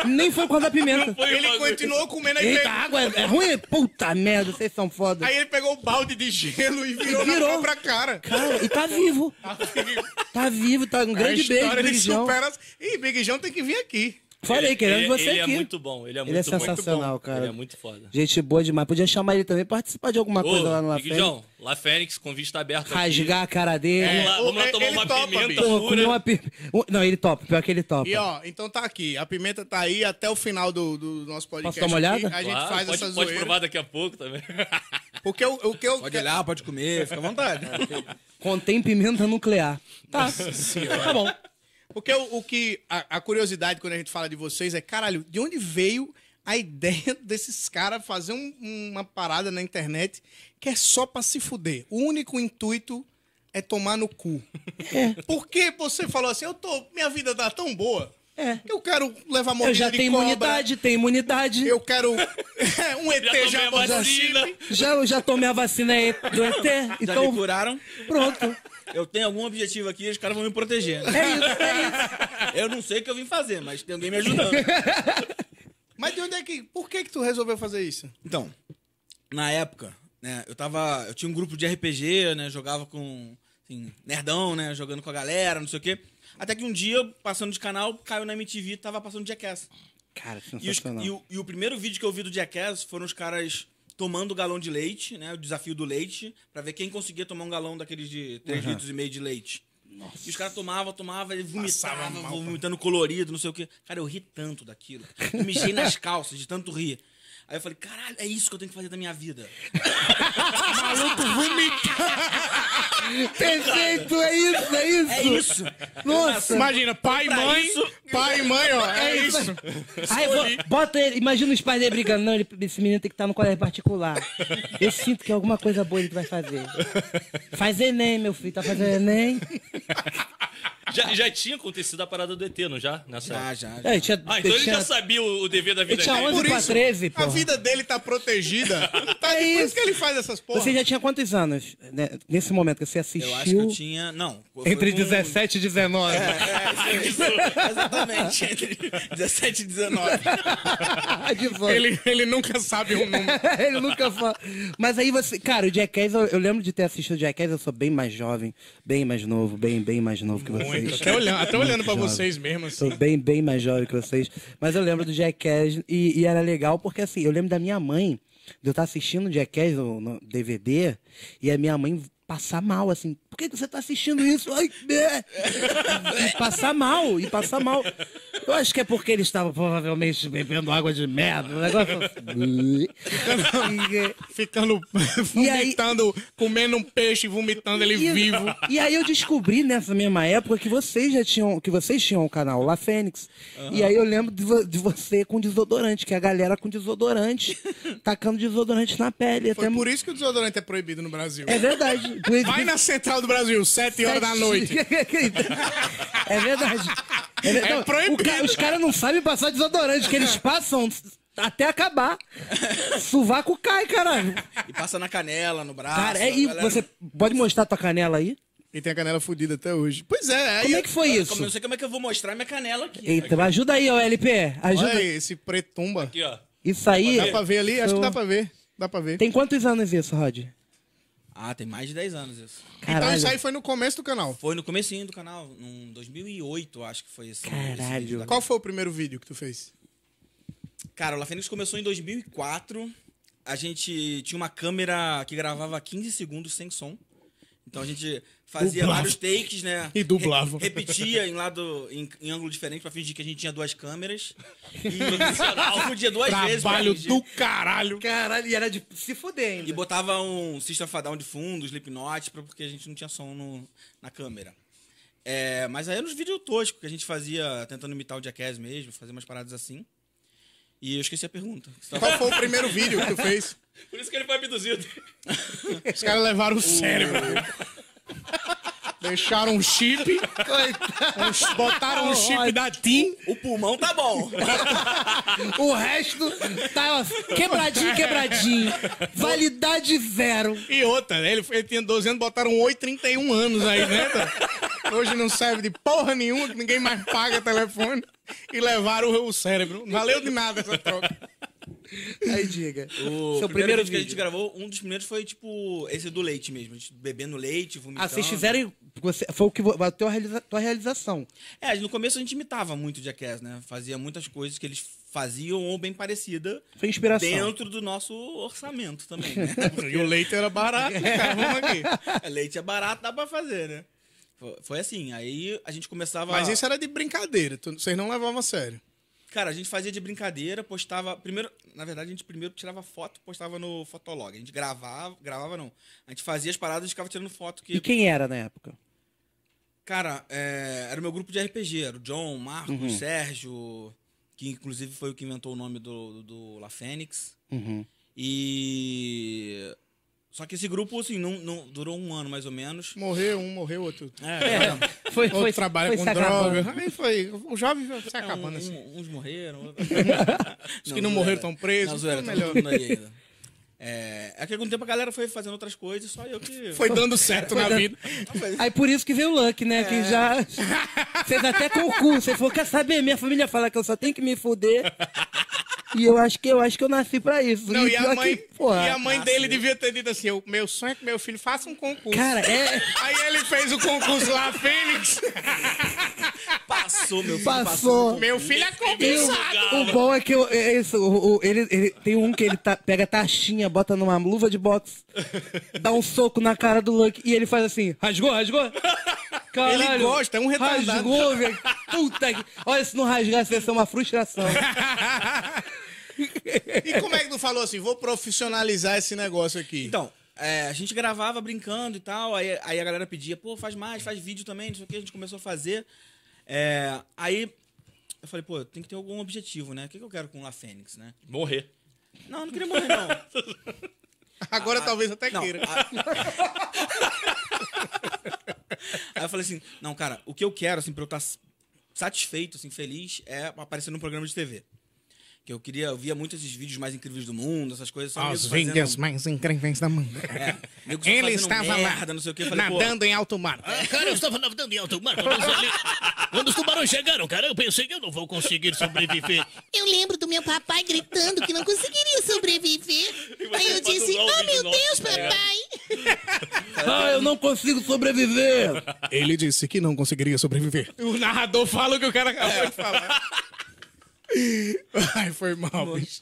A: Nem foi com a da pimenta.
C: Foi
B: Ele
C: uma-
B: continuou comendo, aí,
A: Eita,
B: pegou,
A: a água é, é ruim? Puta merda, vocês são foda.
B: aí ele pegou o balde de gelo e virou,
A: Virou.
B: na própria cara.
A: Cara, e tá vivo. Tá vivo, tá um grande
B: a
A: beijo,
B: história ele
A: Big John.
B: supera. Ih, Big John tem que vir aqui.
A: Falei, queremos você
C: ele
A: aqui.
C: é muito bom, ele é
A: Ele
C: muito
A: é sensacional,
C: muito bom.
A: cara.
C: Ele é muito foda.
A: Gente boa demais. Podia chamar ele também, participar de alguma coisa lá no La
C: Big
A: Fênix.
C: John, La Fênix, convite está aberto
A: Rasgar a cara dele.
C: aqui. Vamos lá, vamos lá
B: É, Ele
C: tomar uma
B: topa,
C: pimenta
B: bicho.
A: Porra, comer
C: pura.
A: uma pi- um- Não, ele topa. Pior que ele topa.
B: E ó, então tá aqui. A pimenta tá aí até o final do, do nosso podcast.
A: dar uma
B: aqui.
A: olhada?
B: A gente
C: Claro,
B: faz
C: pode,
B: essa
C: pode
B: zoeira.
C: provar daqui a pouco também.
B: Porque o, o que eu.
D: Pode olhar, pode comer, fica à vontade.
A: Contém pimenta nuclear. Tá. tá bom.
B: Porque o, o que. A, a curiosidade quando a gente fala de vocês é, caralho, de onde veio a ideia desses caras fazer um- uma parada na internet que é só pra se fuder? O único intuito é tomar no cu. Por que você falou assim, eu tô. Minha vida tá tão boa.
A: É.
B: Eu quero levar mordida
A: Eu já
B: de
A: tenho
B: cobra,
A: imunidade, tenho imunidade.
B: Eu quero um
C: Já
B: ET
C: tomei
B: já assim.
C: a vacina.
A: Já, eu já tomei a vacina aí do ET.
D: Já
A: Então,
D: me curaram.
A: pronto.
D: Eu tenho algum objetivo aqui, os caras vão me proteger. né?
A: É isso, é isso.
D: Eu não sei o que eu vim fazer, mas tem alguém me ajudando.
B: Mas de onde é que. Por que que tu resolveu fazer isso?
D: Então, na época, né, eu tava. Eu tinha um grupo de RPG, né? Jogava com. Assim, nerdão, né? Jogando com a galera, não sei o quê. Até que um dia, passando de canal, caiu na MTV e tava passando Jackass.
A: Cara,
D: E, os-
A: sensacional.
D: e o, e o primeiro vídeo que eu vi do Jackass foram os caras tomando o galão de leite, né? O desafio do leite, pra ver quem conseguia tomar um galão daqueles de 3 litros e meio de leite. E os caras tomavam, tomavam, e vomitavam, vomitando colorido, não sei o quê. Cara, eu ri tanto daquilo. Eu mijei nas calças de tanto rir. Aí eu falei, caralho, é isso que eu tenho que fazer da minha vida.
A: Perfeito, é isso, é isso.
D: É isso!
A: Nossa.
B: Imagina, pai e
D: Pra
B: mãe.
D: isso-
B: Pai e mãe, ó. É isso.
A: Aí, bo- bota ele, imagina os pais dele brigando. Não, ele- esse menino tem que estar no colégio particular. Eu sinto que alguma coisa boa ele vai fazer. Faz Enem, meu filho, tá fazendo Enem.
C: já, já tinha acontecido a parada do ET, não já? Nessa
D: Já,
C: época?
D: já. já.
A: É, tinha,
C: Ah, então ele
A: tinha,
C: já né? sabia o, o dever da vida
A: ele tinha
C: dele.
A: 11
B: Por
A: pra
B: isso,
A: 13, pô.
B: A vida dele tá protegida. Tá,
A: É
B: é por
A: isso.
B: isso que ele faz essas porra.
A: Você já tinha quantos anos né, nesse momento que você assistiu?
D: Eu acho que eu tinha. Não. foi com-
A: e 19.
D: Exatamente, entre 17 e 19.
B: Ele, ele nunca sabe o número.
A: Ele nunca fala. Mas aí você. Cara, o Jackass, eu, eu lembro de ter assistido o Jackass, eu sou bem mais jovem, bem mais novo, bem, bem mais novo que você. vocês.
B: Até olhando, até olhando pra
A: Jovem.
B: vocês mesmo, assim.
A: Sou bem, bem mais jovem que vocês. Mas eu lembro do Jackass e, e era legal porque assim, eu lembro da minha mãe, de eu estar assistindo o Jackass no, no DVD e a minha mãe passar mal, assim, por que, que você tá assistindo isso? Ai, bé! E passar mal, e passar mal. Eu acho que é porque eles estavam provavelmente bebendo água de merda, o negócio... assim. E-
B: Ficando,
A: E aí-
B: vomitando, comendo um peixe, vomitando ele
A: e,
B: vivo.
A: E aí eu descobri né, nessa mesma época que vocês já tinham, que vocês tinham o canal La Fênix. E aí eu lembro de, vo- de você com desodorante, que é a galera com desodorante, tacando desodorante na pele.
B: Foi
A: até
B: por isso que o desodorante é proibido no Brasil.
A: É verdade.
B: Vai na Central do Brasil, 7 horas da noite.
A: é verdade. É, ver-
B: É
A: não,
B: proibido.
A: o ca- os caras não sabem passar desodorante, que eles passam até acabar. Sovaco cai, caralho.
D: E passa na canela, no braço.
A: Cara,
D: a
A: é, e
D: galera-
A: você pode mostrar tua canela aí?
B: E tem a canela fudida até hoje. Pois é, aí
A: Como é que foi
D: Como, eu
A: isso?
D: não sei como é que eu vou mostrar minha canela aqui.
A: Eita, mas ajuda aí, ó, LP. Ajuda.
B: Olha aí, esse pretumba.
C: Aqui, ó.
A: Isso aí.
B: Dá pra ver ali? Acho que dá pra ver. Dá pra ver.
A: Tem quantos anos isso, Rod?
D: Ah, tem mais de 10 anos isso.
B: Então
A: Caralho.
B: isso aí foi no começo do canal.
D: Foi no comecinho do canal, em 2008, acho que foi esse. esse vídeo
A: Caralho.
D: da-
B: Qual foi o primeiro vídeo que tu fez?
D: Cara, o La Fênix começou em 2004. A gente tinha uma câmera que gravava 15 segundos sem som. Então a gente fazia
B: Dublava.
D: vários takes, né?
B: E dublava.
D: Re- repetia em lado em, em ângulo diferente pra fingir que a gente tinha duas câmeras. E podia duas vezes. pra
B: Trabalho
D: fingir.
B: do caralho.
A: Caralho, e era de se fuder
D: E
A: ainda.
D: botava um System of a Down de fundo, Slipknot, pra- porque a gente não tinha som no- na câmera. É, mas aí eram uns vídeos toscos que a gente fazia tentando imitar o Jackass mesmo, fazer umas paradas assim. E eu esqueci a pergunta. Você tava-
B: Qual foi o primeiro vídeo que tu fez?
C: Por isso que ele foi abduzido.
B: Os caras levaram o cérebro. Deixaram um chip. uns- Botaram um chip da TIM.
D: O pulmão tá bom.
A: O resto tá ó, quebradinho, quebradinho. Validade zero.
B: E outra, né? ele, ele tinha 12 anos, botaram um 8, 31 anos aí dentro. Hoje não serve de porra nenhuma, que ninguém mais paga telefone. E levaram o, o cérebro. Valeu de nada essa troca.
A: Aí diga.
D: O
A: Seu
D: primeiro,
A: primeiro
D: vídeo que a gente
A: vídeo.
D: gravou, um dos primeiros foi tipo esse do leite mesmo. A gente bebendo leite, vomitando.
A: Ah, vocês fizeram. Você, foi o que vo- a tua, realiza- tua realização.
D: É, no começo a gente imitava muito o Jackass, né? Fazia muitas coisas que eles faziam ou bem parecida
A: Foi inspiração.
D: dentro do nosso orçamento também, né?
B: E o leite era barato, cara. Vamos aqui.
D: Leite é barato, dá pra fazer, né? Fo- Foi assim, aí a gente começava.
B: Mas isso é era de brincadeira, tu- vocês não levavam a sério.
D: Cara, a gente fazia de brincadeira, postava. Primeiro, na verdade, a gente primeiro tirava foto, postava no Fotolog. A gente gravava, gravava não. A gente fazia as paradas e ficava tirando foto que.
A: E quem era na época?
D: Cara, é, era o meu grupo de RPG. Era o John, Marcos,
B: Uhum.
D: Sérgio, que inclusive foi o que inventou o nome do, do, do La Fênix. E. Só que esse grupo, assim, não, não- durou um ano mais ou menos.
B: Morreu um, morreu outro.
D: É,
A: Foi,
B: Outro trabalha
A: foi
B: com
A: se acabando.
B: droga. Aí foi. O jovem foi se acabando
D: um-
B: assim.
D: um- uns morreram.
B: Os que não morreram tão presos.
D: Não, zoeira,
B: Tá
D: tá
B: melhor.
D: todo mundo aí ainda. É, é que há algum tempo a galera foi fazendo outras coisas, só eu que.
B: Foi dando certo na vida.
A: Aí por isso que veio o Luck, né? Que já
B: É.
A: fez até concurso. Ele falou, quer saber? Minha família fala que eu só tenho que me fuder. E eu acho que eu acho que eu nasci pra isso.
B: Não, e
A: pior
B: a mãe,
A: que, porra,
B: e a mãe dele devia ter dito assim: "Eu- meu sonho é que meu filho faça um concurso.
A: Cara, é.
B: Aí ele fez o concurso lá, Fênix.
D: Passou, meu filho.
A: Passou.
B: Meu filho é
A: E o-
B: compensado.
A: o bom é que eu- é isso, o- o- ele, ele- tem um que ele tá- pega taxinha, bota numa luva de boxe, dá um soco na cara do Luck e ele faz assim, rasgou, rasgou? Caralho,
B: Ele gosta, é um retardado.
A: Rasgou, velho. Puta que... Olha, se não rasgar, vai ser uma frustração.
B: E como é que tu falou assim? Vou profissionalizar esse negócio aqui.
D: Então, é, a gente gravava brincando e tal, aí, aí a galera pedia, pô, faz mais, faz vídeo também, não sei o que, a gente começou a fazer. É, aí eu falei, pô, tem que ter algum objetivo, né? O que, que eu quero com o La Fênix, né?
C: Morrer.
D: Não, eu não queria morrer, não.
B: Agora talvez até
D: Não,
B: queira.
D: a- Aí eu falei assim, não, cara, o que eu quero, assim, pra eu estar satisfeito, assim, feliz, é aparecer num programa de TV. Que eu queria, eu via muito esses vídeos mais incríveis do mundo, essas coisas. só nego fazendo- um,
B: mais incríveis da mão.
D: É, nego só fazendo merda, não sei o que, eu falei, pô,
B: em alto mar.
F: Ah, Cara, eu estava nadando em alto mar quando os, ali- quando os tubarões chegaram, cara. Eu pensei que eu não vou conseguir sobreviver.
G: Eu lembro do meu papai gritando que não conseguiria sobreviver.
C: E você
G: Aí eu
C: faz um
G: disse:
C: igual o
G: Oh
C: vídeo
G: meu
C: nosso,
G: Deus,
C: tá ligado?
G: papai!
A: Ah, eu não consigo sobreviver!
E: Ele disse que não conseguiria sobreviver.
B: O narrador fala o que o cara acabou de falar.
E: Ai, foi mal, bicho.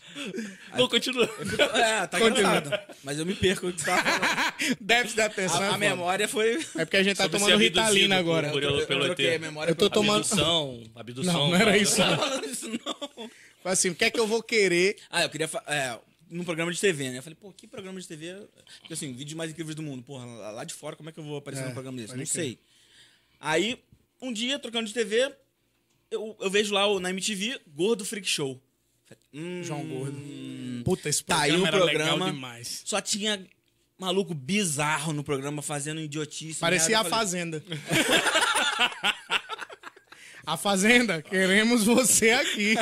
C: Não, continua.
D: É, tá engraçado. Mas eu me perco. do que tava falando.
B: Déficit da atenção. é
D: A, a
B: foda.
D: memória foi.
B: É porque a gente tá
C: Sobre
B: tomando
C: ser abduzido
B: Ritalina
C: por-
B: agora.
C: por- Pelo-
D: eu
C: pelo
D: troquei
C: ET.
D: a memória
B: Eu tô
D: pela-
B: tomando-
C: Abdução, abdução.
B: Não, não era isso.
D: Não tava falando isso, não.
B: Assim, o que é que eu vou querer?
D: Ah, eu queria. fa- É, num programa de TV, né? Eu falei, pô, que programa de TV? Porque assim, vídeos mais incríveis do mundo. Porra, lá lá de fora, como é que eu vou aparecer num programa desse? Não sei. Aí, um dia, trocando de TV, eu, eu vejo lá o- na MTV Gordo Freak Show. Falei, hum,
B: João Gordo. Puta, esse
D: Tá aí
B: programa
D: o
B: era legal
D: programa.
B: demais.
D: Só tinha maluco bizarro no programa fazendo idiotice.
B: Parecia a
D: merda. Eu falei,
B: Fazenda. a Fazenda, queremos você aqui.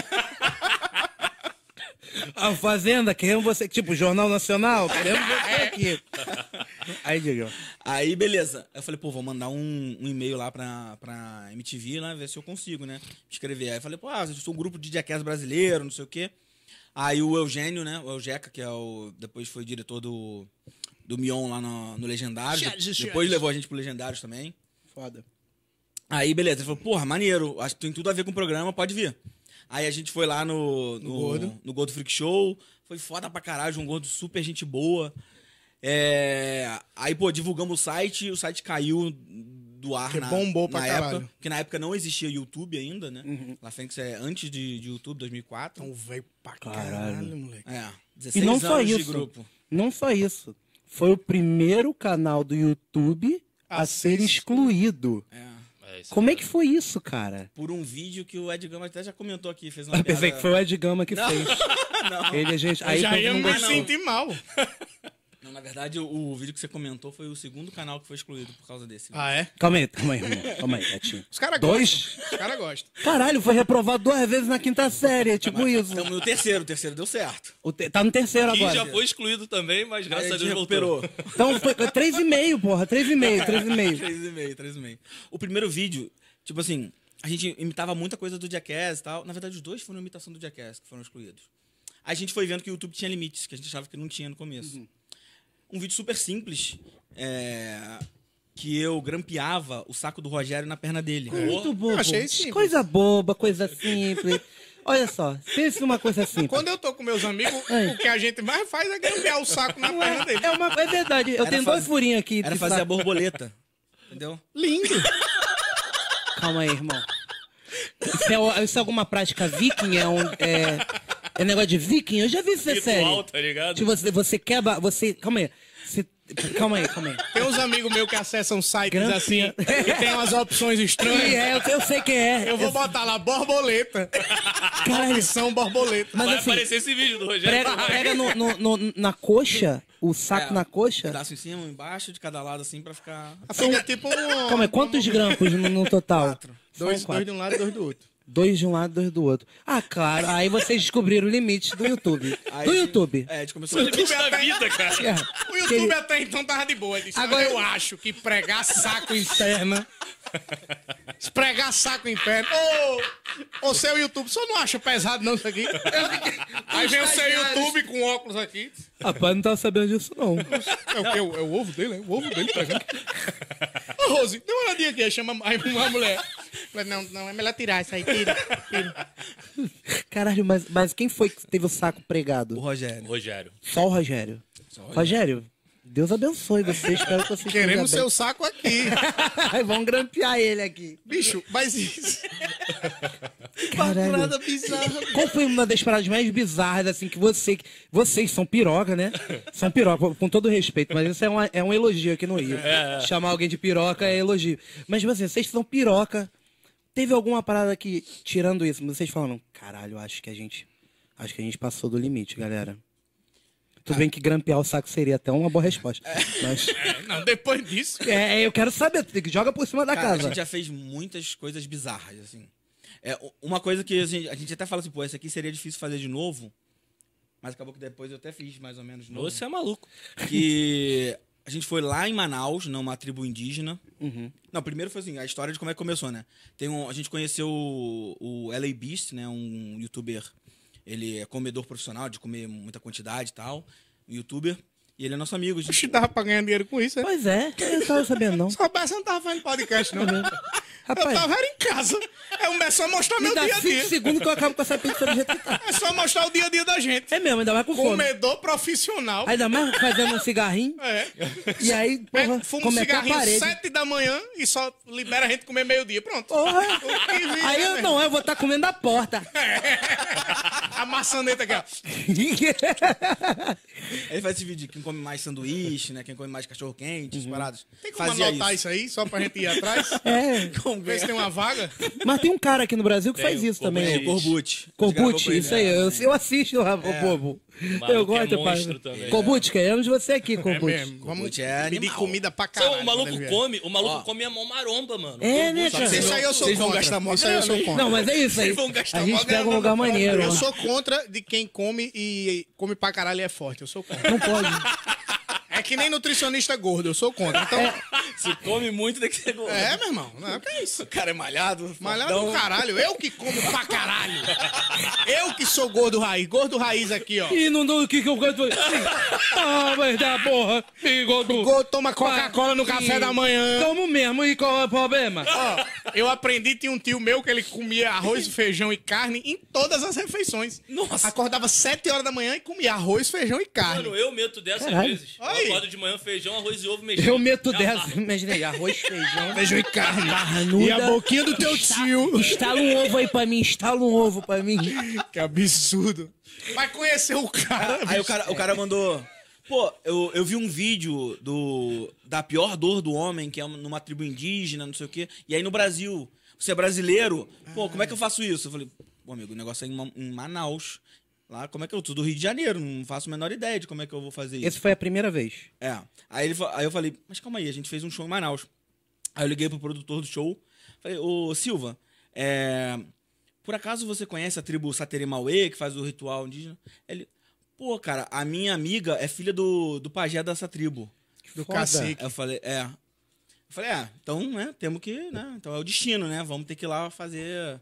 A: A Fazenda, queremos você. Tipo, Jornal Nacional, queremos você aqui. Aí, Diego.
D: Aí, beleza. Eu falei, pô, vou mandar um, um e-mail lá pra, pra MTV, lá, ver se eu consigo, né? Escrever. Aí eu falei, pô, ah, eu sou um grupo de jackass brasileiro, não sei o quê. Aí o Eugênio, né? O Eugeca, que é o. Depois foi diretor do. Do Mion lá no, no Legendário. Depois levou a gente pro Legendários também.
A: Foda.
D: Aí, beleza. Ele falou, porra, maneiro. Acho que tem tudo a ver com o programa, pode vir. Aí a gente foi lá no, no,
B: Gordo.
D: no Gordo Freak Show. Foi foda pra caralho, um gordo super gente boa. É, Aí, pô, divulgamos o site, o site caiu do ar
B: Que
D: na,
B: bombou pra
D: na
B: caralho.
D: época. Porque na época não existia YouTube ainda, né?
A: Uhum.
D: La Fênix é antes de, de YouTube, 2004.
B: Então veio pra caralho,
A: Caralho.
B: moleque.
D: É, 16
A: E não
D: anos
A: só
D: de
A: isso.
D: grupo.
A: Não só isso. Foi o primeiro canal do YouTube a ser excluído.
D: É,
C: É, isso
A: Como é que foi isso, cara?
D: por um vídeo que o Ed Gama até já comentou aqui, fez uma
A: Eu pensei
D: piada-
A: que foi o Ed Gama que
D: Não.
A: fez.
D: Não.
A: Ele, gente,
B: Eu
A: aí
B: já
A: todo
B: ia
A: mundo
B: me
A: gostou.
B: sentir mal.
D: Não, na verdade, o, o vídeo que você comentou foi o segundo canal que foi excluído por causa desse.
B: Ah, é?
A: Calma aí, calma aí, irmão. Calma aí, gatinho.
B: Os caras
A: Dois?
B: gostam. Os caras gostam.
A: Caralho, foi reprovado duas vezes na quinta série. é Tipo isso.
D: Estamos no terceiro, Então, o terceiro deu certo.
A: O te- Tá no terceiro
C: E já
A: agora.
C: foi excluído também, mas
D: Aí
C: graças
D: a
C: a
D: gente
C: Deus voltou.
D: recuperou.
A: Então foi foi três e meio, porra. Três e meio, três e meio.
D: Três e meio, três e meio. O primeiro vídeo, tipo assim, a gente imitava muita coisa do Jackass e tal. Na verdade, os dois foram imitação do Jackass que foram excluídos. A gente foi vendo que o YouTube tinha limites, que a gente achava que não tinha no começo. Um vídeo super simples, é, que eu grampeava o saco do Rogério na perna dele.
A: Muito bobo.
B: Eu achei simples.
A: Coisa boba, coisa simples. Olha só, pense numa coisa simples.
B: Quando eu tô com meus amigos, o que a gente mais faz é grampear o saco na perna dele.
A: É, uma, é verdade, eu
D: Era
A: tenho dois
D: faz-
A: furinhos aqui.
D: Era
A: de
D: fazer a
A: saco.
D: borboleta. Entendeu? Um
B: Lindo.
A: Calma aí, irmão. Isso é, o- isso é alguma prática viking? É, um, é, é negócio de viking? Eu já vi isso, é sério.
C: Ritual, tá ligado?
A: Se você, você quebra, você... Calma aí. Se- calma aí, calma aí.
B: Tem uns amigos meus que acessam sites
A: Grampinha.
B: assim, que tem umas opções
A: E
B: estranhas.
A: é, eu, eu sei quem é.
B: Eu vou botar lá borboleta.
A: Caralho.
B: Opção borboleta.
A: Mas
C: Vai
A: assim,
C: aparecer esse vídeo do Rogério.
A: prega, prega no- no- no- na coxa, o saco
D: É,
A: na
D: Um
A: coxa.
D: braço em cima, um embaixo, de cada lado, assim, pra ficar.
B: Fica tipo um...
A: Calma aí, quantos grampos no, no total? Quatro.
B: Dois, dois de um lado e dois do outro.
A: Dois de um lado, dois do outro. Ah, claro. Aí vocês descobriram o limite do YouTube.
D: Aí
A: do
D: a gente-
A: YouTube.
D: É, a gente começou
C: Foi o limite da vida, cara.
A: É.
B: O YouTube
A: Que-
B: até então tava de boa. Ele Disse,
A: Agora-
B: Agora eu acho que pregar saco em perna. Espregar saco em perna. Ô, ô seu YouTube, só não acha pesado não isso aqui? Aí vem o seu YouTube com óculos aqui.
A: Rapaz, Ah, não tava sabendo disso, não.
B: É o, é o- é o ovo dele, é o ovo dele pregando. Ô, Rose, dê uma olhadinha aqui. Aí chama aí uma mulher. Fala, Não, não, é melhor tirar isso aí. Tira, tira.
A: Caralho, mas, mas quem foi que teve o saco
D: O
A: pregado?
D: Rogério.
C: Rogério.
A: Só o Rogério. Rogério, Deus abençoe você. Espero que você esteja
B: Queremos
A: bem.
B: seu saco aqui.
A: Ai, Vamos grampear ele aqui.
B: Bicho, mas isso...
A: Caralho.
B: bizarra.
A: Qual foi uma das paradas mais bizarras, assim, que você... Vocês são piroca, né? São piroca, com todo respeito, mas isso é, uma- é um elogio aqui no Rio.
D: É,
A: Chamar alguém de piroca é elogio. Mas você, vocês são piroca. Teve alguma parada que, tirando isso, vocês falaram, caralho, acho que a gente... Acho que a gente passou do limite, galera. Tudo bem que grampear o saco seria até uma boa resposta. Mas...
B: Não, depois disso...
A: É, é, eu quero saber, joga por cima da
D: Cara, a
A: casa.
D: gente já fez muitas coisas bizarras, assim. É, u- uma coisa que assim, a gente até fala assim, pô, esse aqui seria difícil fazer de novo, mas acabou que depois eu até fiz mais ou menos de novo.
C: Você é maluco.
D: Que a gente foi lá em Manaus, numa tribo indígena. Não, primeiro foi assim, a história de como é que começou, né? Tem um, a gente conheceu o, o LA Beast, né? Um youtuber. Ele é comedor profissional, de comer muita quantidade e tal. Um youtuber. E ele é nosso amigo. gente.
B: Oxi, dava pra ganhar dinheiro com isso, né?
A: Pois é, eu não tava sabendo, não.
B: Se soubesse, eu não tava fazendo podcast, não. né? eu
A: Rapaz.
B: tava era em casa. É só mostrar
A: Me
B: meu
A: dá
B: dia a
A: 5
B: dia.
A: segundos que eu acabo com essa pizza do jeito que tá.
B: É só mostrar o dia a dia da gente.
A: É mesmo, ainda mais com fome.
B: Comedor profissional.
A: Ainda mais fazendo um cigarrinho.
B: É.
A: E aí, porra,
B: Pega, fuma um
A: come até é a
B: cigarrinho
A: parede.
B: sete da manhã e só libera a gente comer meio-dia. Pronto.
A: Porra.
B: O que vira,
A: Aí eu
B: né? É.
A: não, eu vou estar comendo da porta.
B: A maçaneta aqui, ó.
D: Aí Ele faz esse vídeo de quem come mais sanduíche, né? Quem come mais cachorro quente, as paradas.
B: Tem como anotar isso. aí, só pra gente ir atrás?
A: É.
B: Ver se tem uma vaga.
A: Mas tem um cara aqui no Brasil que
C: Tem,
A: faz isso
C: o Corbucci.
A: também.
D: É, Corbucci. é
A: Corbucci, isso aí,
D: né?
A: eu, eu assisto lá, o bobo.
C: Maluco
A: Eu
C: é
A: gosto,
C: monstro
A: pai.
C: também,
A: Corbucci, queremos você aqui,
B: É
A: Corbucci.
B: mesmo. Vamos
D: Kombucha é
B: pedir
D: animal.
B: comida pra
C: Sabe,
B: caralho. né, quando
C: o um maluco
B: ele vier.
C: come, o maluco come a mão maromba, mano.
A: É, né, cara?
B: Isso aí eu sou
D: Vocês vão
B: contra.
D: gastar mó
B: Isso aí eu sou contra.
A: Não, mas é isso aí.
D: Vocês vão gastar
A: A
D: mó
B: Então,
A: gente pega um
D: grana
A: lugar maneiro.
B: Eu
A: ó.
B: sou contra de quem come e come pra caralho e é forte. Eu sou contra.
A: Não pode.
B: É que nem nutricionista gordo, eu sou contra. Então,
D: Se come muito, tem que ser gordo. Então-
B: é, meu irmão. Né? Que é isso?
D: O cara é malhado.
B: Malhado do caralho. Eu que como pra caralho. Eu que sou gordo raiz. Gordo raiz aqui, ó.
A: E não dou o que que eu canto. Ah, mas da porra. Igual do...
B: Gordo toma Coca-Cola no café da manhã.
A: Tamo mesmo, e qual é o problema?
B: Ó, eu aprendi, tinha um tio meu que ele comia arroz, feijão e carne em todas as refeições.
D: Nossa.
B: Acordava 7 horas da manhã e comia arroz, feijão e carne.
C: Mano, eu meto dessa às
A: Caralho.
C: vezes. Eu
B: Aí.
C: acordo de manhã, feijão, arroz e ovo mexido.
A: Eu meto
C: Já
A: dessa.
C: marco.
A: Imaginei, arroz, feijão.
B: Feijão e carne.
A: Carnuda.
B: E a boquinha do teu tio.
A: Instala um ovo aí pra mim, instala um ovo pra mim.
B: Que absurdo. Vai conhecer o cara.
D: Aí o cara, o cara mandou. Pô, eu, eu vi um vídeo do da pior dor do homem, que é numa tribo indígena, não sei o quê. E aí no Brasil, você é brasileiro, pô, como é que eu faço isso? Eu falei, pô, amigo, o negócio é em, Ma- em Manaus. Lá, como é que eu. Tudo do Rio de Janeiro, não faço a menor ideia de como é que eu vou fazer isso.
A: Essa foi a primeira vez.
D: É. Aí, ele, fa- aí eu falei, mas calma aí, a gente fez um show em Manaus. Aí eu liguei pro produtor do show. Falei, ô Silva, é, por acaso você conhece a tribo Saterimauê, que faz o ritual indígena? Ele, pô, cara, a minha amiga é filha do, do pajé dessa tribo.
B: Do
A: Foda.
B: cacique.
D: Aí eu falei, é. Eu falei, é, então, né, temos que, né, então é o destino, né, vamos ter que ir lá fazer...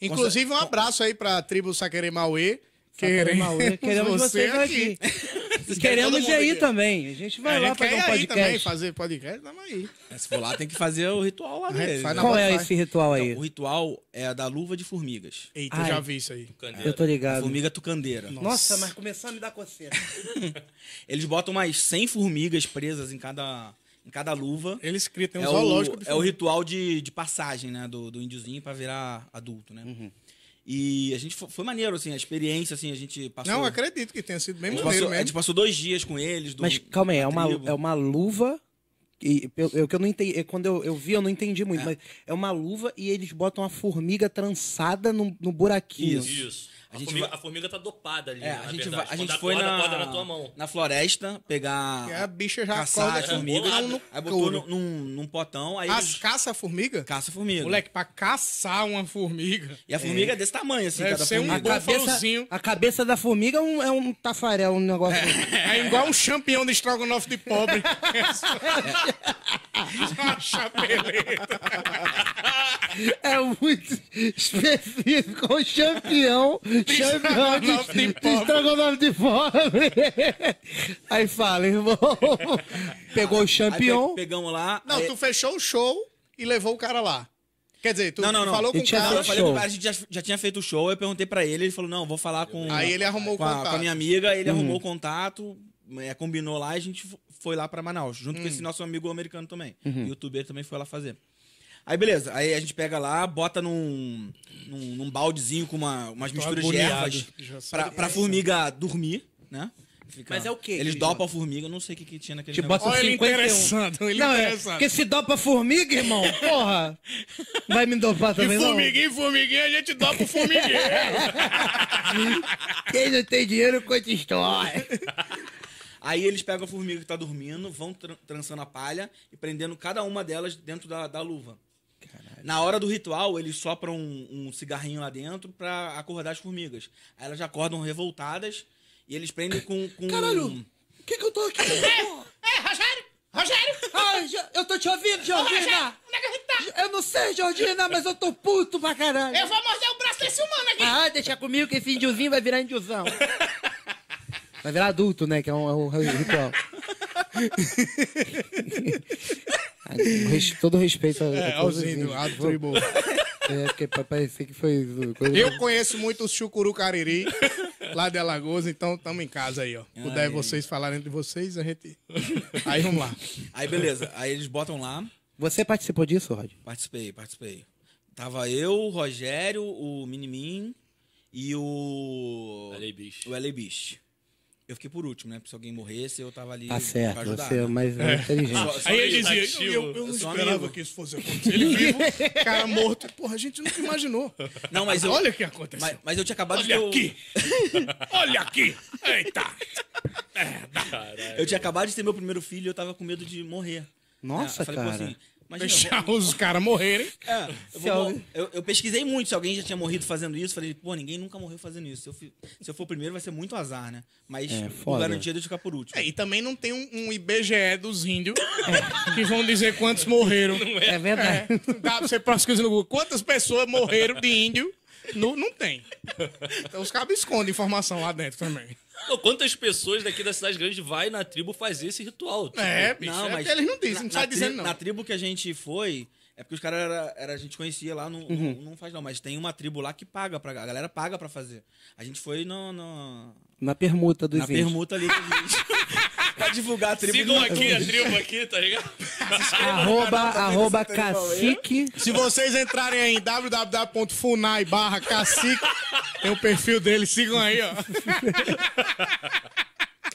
B: Inclusive, um abraço aí pra tribo Saquerê Mauê.
A: Saquerê Mauê, Queremos
B: você
A: vocês aqui. Queremos ir aí também. A gente vai
B: É,
A: lá
B: quer
A: fazer um
B: ir aí também,
A: podcast.
B: fazer podcast, tamo aí.
D: É, se for lá, tem que fazer o ritual lá
B: gente
D: dele.
B: faz
D: né?
B: na-
A: Qual é
B: Vai.
A: esse ritual aí?
D: Então, o ritual é da luva de formigas.
B: Eita,
A: Ai.
B: eu já vi isso aí.
C: Candeia.
A: Eu tô
B: É.
A: ligado.
D: Formiga tucandeira.
A: Nossa, mas começou a me dar coceira.
D: Eles botam umas 100 formigas presas em cada, em cada luva.
B: Eles criam, tem um
D: é,
B: zoológico
D: o,
B: de
D: é o ritual de, de passagem, né? Do, do índiozinho pra virar adulto, né?
A: Uhum.
D: E a gente fo- foi, maneiro, assim, a experiência, assim, a gente passou.
B: Não, acredito que tenha sido bem
D: a gente,
B: maneiro
D: passou, a gente
B: mesmo.
D: passou dois dias com eles. do-
A: Mas calma aí, é
D: da
A: uma,
D: tribo.
A: é uma luva. E, eu, eu que eu não entendi. eu- Quando eu, eu vi, eu não entendi muito, mas é uma luva e eles botam a formiga trançada no, no buraquinho.
C: Isso. A,
D: A gente
C: formiga,
D: vai-
C: a formiga tá dopada ali,
D: É,
C: na
D: a gente, vai-
C: verdade.
D: a gente
C: Quando
D: foi
C: acorda,
D: na,
C: acorda na tua mão.
D: na floresta pegar.
B: E É a bicha já
D: caçar
B: acorda
D: as
B: com
D: formigas.
B: bolado no
D: Aí botou
B: couro.
D: num, num, num potão, aí
B: As
D: eles
B: caça-formiga?
D: caça a formiga.
B: Moleque, pra caçar uma formiga.
D: E a formiga é desse tamanho, assim,
B: Deve
D: cada
B: ser um
A: A
D: formiga.
B: bom
A: cabeça,
B: farofinho.
A: a cabeça da formiga é um, é um tafarel, um negócio.
B: É igual um champião de estrogonofe de pobre. Só uma chapeleta.
A: É muito específico. Um champião. champião
B: estrogonofe de
A: de, de
B: pobre.
A: estrogonofe de pobre. Aí fala, irmão. Pegou o
D: Aí pe-
A: champião.
D: pegamos lá.
B: Não,
D: aí-
B: tu fechou o show e levou o cara lá. Quer dizer, tu
D: Não, não, não.
B: falou com
A: Eu
B: o
A: tinha
B: cara.
D: Não, eu
A: feito-
D: falei
A: show.
D: pro cara, a gente já, já tinha feito o show, eu perguntei pra ele, ele falou, não, vou falar com,
B: Aí ele arrumou o
D: com, a, com a
B: contato.
D: minha amiga,
A: Uhum.
D: ele arrumou o contato, é, combinou lá e a gente fo- foi lá pra Manaus, junto
B: Hum.
D: com esse nosso amigo americano também,
A: Uhum.
D: youtuber também foi lá fazer. Aí beleza, aí a gente pega lá, bota num, num, num baldezinho com uma, umas misturas de
B: agoniado.
D: ervas
B: Já sei É
D: pra, pra formiga dormir, né? Fica-
A: Mas é o quê Tipo,
D: Eles
A: que
D: dopam a formiga, eu não sei o que, que tinha naquele
A: Te bota
B: Olha ele
A: 51.
B: interessado, ele tá
A: não,
B: interessado.
A: É, porque se dopa formiga, irmão, porra. Vai me dopar também,
B: E
A: não?
B: formiguinho, formiguinho, a gente dá pro formiguinho.
A: Quem não tem dinheiro, conta história.
D: Aí eles pegam a formiga que tá dormindo, vão tran- trançando a palha e prendendo cada uma delas dentro da, da luva. Na hora do ritual, eles sopram um, um cigarrinho lá dentro pra acordar as formigas. Aí elas já acordam revoltadas e eles prendem com. com...
A: Caralho. O que que eu tô aqui?
B: É, Rogério! Rogério!
A: Ai, Jo- eu tô te ouvindo, Georgina.
B: Onde é que a gente tá?
A: Eu não sei, Georgina, mas eu tô puto pra caralho.
B: vou morder o braço desse humano aqui.
A: Ah, deixa comigo que esse índiozinho vai virar índiozão. Vai virar adulto, né? Que é um, é um ritual. um Res- Todo respeito a, a
B: É,
A: todos
B: aos
A: os
B: índios,
A: índios.
B: a tribo.
A: É, porque pra parecer que foi. Coisa
B: Eu conheço muito os chucuru cariri lá de Alagoas, então estamos em casa aí, ó. Puder vocês falarem entre vocês, a gente. Aí vamos lá.
D: Aí, beleza. Aí eles botam lá.
A: Você participou disso, Rod?
D: Participei, participei. Tava eu, o Rogério, o Minimin e o.
C: Olha aí, bicho.
D: O LA Bish. Eu fiquei por último, né? Porque se alguém morresse, eu tava ali
A: Tá certo,
D: pra ajudar.
A: você é
D: né?
A: mais inteligente.
D: Só- só
C: Aí
D: eu-
C: ele tá dizia,
B: Eu, eu, não
D: Eu sou um
B: esperava
D: amigo.
B: que isso fosse acontecer. Ele vivo, cara morto. Porra, a gente nunca imaginou.
D: Não, mas eu.
B: Olha o que aconteceu.
D: Mas, mas eu tinha acabado de. ter
F: Olha
D: o-
F: aqui! Olha aqui! Eita!
D: Eu tinha acabado de ter meu primeiro filho e eu tava com medo de morrer.
A: Nossa,
D: Eu falei, pô,
A: cara.
D: assim, imagina,
B: Deixar os caras morrerem.
D: É, eu,
A: Se
D: vou-
A: alguém-
D: eu- eu pesquisei muito se alguém já tinha morrido fazendo isso. Falei, pô, ninguém nunca morreu fazendo isso. Se eu, fi- se eu for o primeiro, vai ser muito azar, né? Mas
A: É,
D: o
A: foda.
D: garantido é de ficar por último.
B: É, e também não tem um, um IBGE dos índios É, que vão dizer quantos morreram.
A: É verdade.
B: Dá pra você pesquisar no Google quantas pessoas morreram de índio. Não, não tem. Então os cabos escondem informação lá dentro também.
C: Pô, quantas pessoas daqui da cidade grande vai na tribo fazer esse ritual? Tipo,
B: É, bicho. é porque eles não dizem, não
D: na-
B: sai
D: na tri-
B: dizendo não.
D: Na tribo que a gente foi, é porque os caras era, era- a gente conhecia lá, não, não, não faz não, mas tem uma tribo lá que paga, pra, a galera paga pra fazer. A gente foi no, no-
A: Na permuta dos
D: na
A: índios.
D: permuta ali pra divulgar a tribo.
C: Sigam
D: do-
C: aqui a tribo aqui, tá ligado?
A: Arroba, arroba cacique.
B: Se vocês entrarem aí em www.funai barra cacique, tem o perfil dele, sigam aí, ó.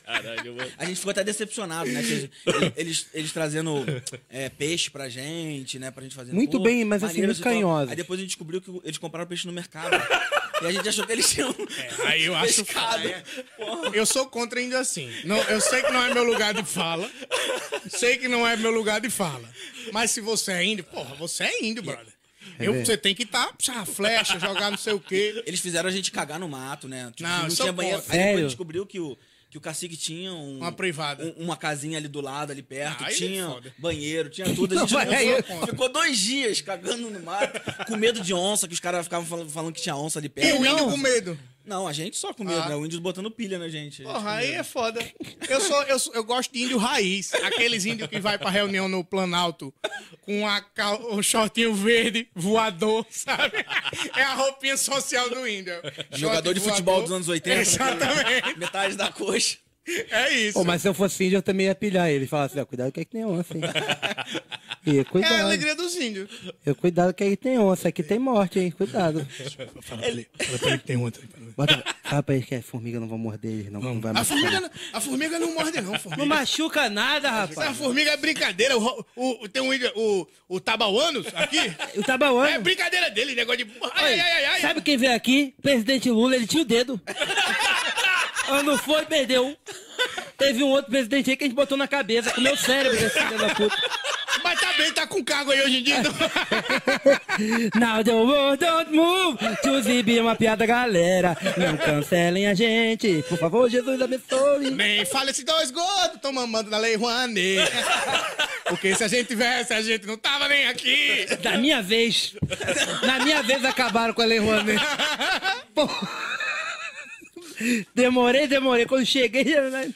C: Caralho, mano.
D: A gente ficou até decepcionado, né? que eles, eles, eles trazendo é, peixe pra gente, né? Pra gente fazer.
A: Muito
D: pô,
A: bem, mas assim,
D: maneiro
A: muito
D: e tal.
A: canhosos.
D: Aí depois a gente descobriu que eles compraram peixe no mercado. e a gente achou que eles tinham.
B: É, Aí eu acho é.
D: pescado.
B: Eu sou contra índio assim. Não, eu sei que não é meu lugar de fala. Sei que não é meu lugar de fala. Mas se você é índio, porra, você é índio, brother. Eu, você tem que estar, tá, flecha, jogar não sei o quê.
D: Eles fizeram a gente cagar no mato, né? Tipo,
B: Não,
D: não,
B: isso é
D: tinha
B: eu
D: banheiro.
B: posso.
D: Aí depois a
A: Sério?
D: gente descobriu que o, que o cacique tinha um-
B: Uma privada.
D: um- uma casinha ali do lado, ali perto.
B: Ah, aí é
D: tinha
B: foda.
D: banheiro, tinha tudo. A gente
A: Não, mas aí- é
D: ficou, ficou dois dias cagando no mato, com medo de onça, que os caras ficavam falando, falando que tinha onça ali
B: E
D: perto.
B: o índio com medo.
D: Não, a gente só com medo,
B: Ah.
D: né? O índio botando pilha na gente. A gente
B: Porra, aí é foda. Eu, sou, eu, sou- eu gosto de índio raiz. Aqueles índios que vai pra reunião no Planalto com a, cal- o shortinho verde, voador, sabe? É a roupinha social do índio. Short
D: É Jogador de futebol
B: voador.
D: dos anos né? 80,
B: Exatamente.
D: metade da coxa.
B: É isso.
A: Pô, mas se eu fosse índio, eu também ia pilhar ele. Falar assim, ó, cuidado que aqui tem onça, hein? E
B: É a
A: cuidado,
B: alegria dos índios.
A: eu, cuidado que aí tem onça, aqui tem morte, hein? Cuidado.
B: Fala pra ele, fala pra ele que tem outra. aí, fala pra ele.
A: Bota, fala pra eles que a formiga não vai morder eles, não. Não vai
B: A
A: machucar.
B: formiga, não, a formiga não morde, não, formiga.
A: Não machuca nada, rapaz.
B: A formiga é brincadeira. O, ro- o- o- tem um índio, o, o Tabauanos aqui.
A: O
B: É
A: Tabauano.
B: brincadeira dele, negócio de. Ai, ai, ai, ai.
A: Sabe quem veio aqui? Presidente Lula, ele tinha o dedo. Quando foi, perdeu. Teve um outro presidente aí que a gente botou na cabeça, comeu o cérebro desse filho da puta.
B: Mas tá bem, tá com cargo aí hoje em dia. Então...
A: Now the world don't move to the beat, é uma piada, galera. Não cancelem a gente. Por favor, Jesus abençoe.
B: Nem fala esses dois gordos, tão mamando na Lei Rouanet. Porque se a gente tivesse, a gente não tava nem aqui.
A: Da minha vez. Na minha vez acabaram com a Lei Rouanet. Pô. Demorei, demorei. Quando cheguei... né?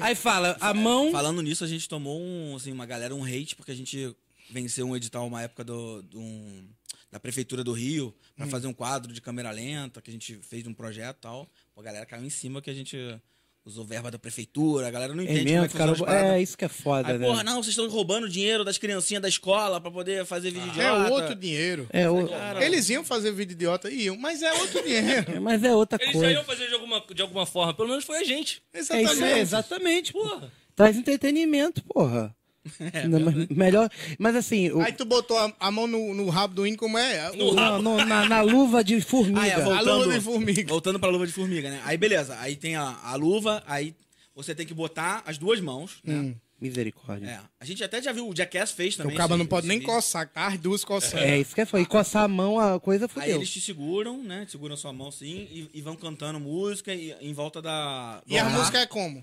A: Aí fala, a mão...
D: Falando nisso, a gente tomou um, assim, uma galera, um hate, porque a gente venceu um edital uma época do, de um- da Prefeitura do Rio
B: Hum.
D: pra fazer um quadro de câmera lenta, que a gente fez de um projeto e tal. Pô, a galera caiu em cima que a gente usou verba da prefeitura, a galera não
A: É
D: entende como é
A: mesmo,
D: que funciona
A: cara.
D: as paradas.
A: É, isso que é foda,
D: Aí,
A: né?
D: porra, não, vocês estão roubando dinheiro das criancinhas da escola pra poder fazer vídeo de
B: É
D: lata.
B: outro dinheiro.
A: É, o-
B: Eles iam fazer vídeo idiota, iam, mas é outro dinheiro.
A: mas é outra
C: Eles já
A: coisa.
C: iam fazer de alguma, de alguma forma. Pelo menos foi a gente.
A: É
B: Exatamente.
A: isso aí, exatamente. pô.
C: Porra.
A: Traz entretenimento, porra. Não, mas- melhor. Mas assim, o-
B: Aí tu botou a, a mão no, no rabo do índio, como é? O-
A: não, não, na, na luva de formiga.
D: Ah, é,
B: A
D: voltando,
B: luva de formiga.
D: Voltando pra luva de formiga, né? Aí beleza, aí tem a, a luva, aí você tem que botar as duas mãos, né?
A: Misericórdia.
D: É. A gente até já viu, o Jackass fez
B: Hum.
D: também. assim,
B: O caba
D: esse-
B: não pode
D: esse
B: nem
D: vídeo.
B: coçar, tá? As duas coçando.
A: É. isso que é foda. E coçar a mão, a coisa
D: Aí
A: fudeu.
D: eles te seguram, né? Te Seguram sua mão sim e, e vão cantando música e- em volta da.
B: E a
D: do mar.
B: música é como?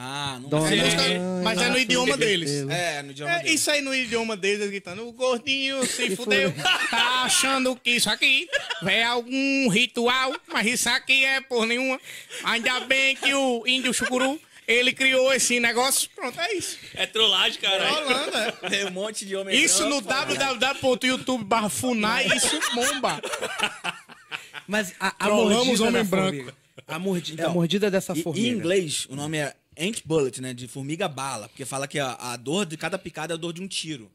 D: Ah, não
A: Dona-
B: A
D: sei.
B: música- mas é no idioma deles.
D: É, no idioma
B: É
D: dele.
B: isso aí no idioma deles, eles gritando, o gordinho se fudeu, tá achando que isso aqui é algum ritual, mas isso aqui é por nenhuma. Ainda bem que o índio chucuru Ele criou esse negócio. Pronto, é isso.
C: É trollagem, caralho.
B: Holanda.
D: Tem um monte de homem
B: Isso no É
D: branco, né?
B: www.youtube.funai, isso bomba.
A: Mas a, a
B: Trollamos
A: mordida
B: homem
A: da
B: branco.
A: formiga. A, mordi-
D: Então,
A: a mordida dessa
D: E-
A: formiga.
D: Em inglês, o nome é ant bullet, né? De formiga bala. Porque fala que a, a dor de cada picada é a dor de um tiro.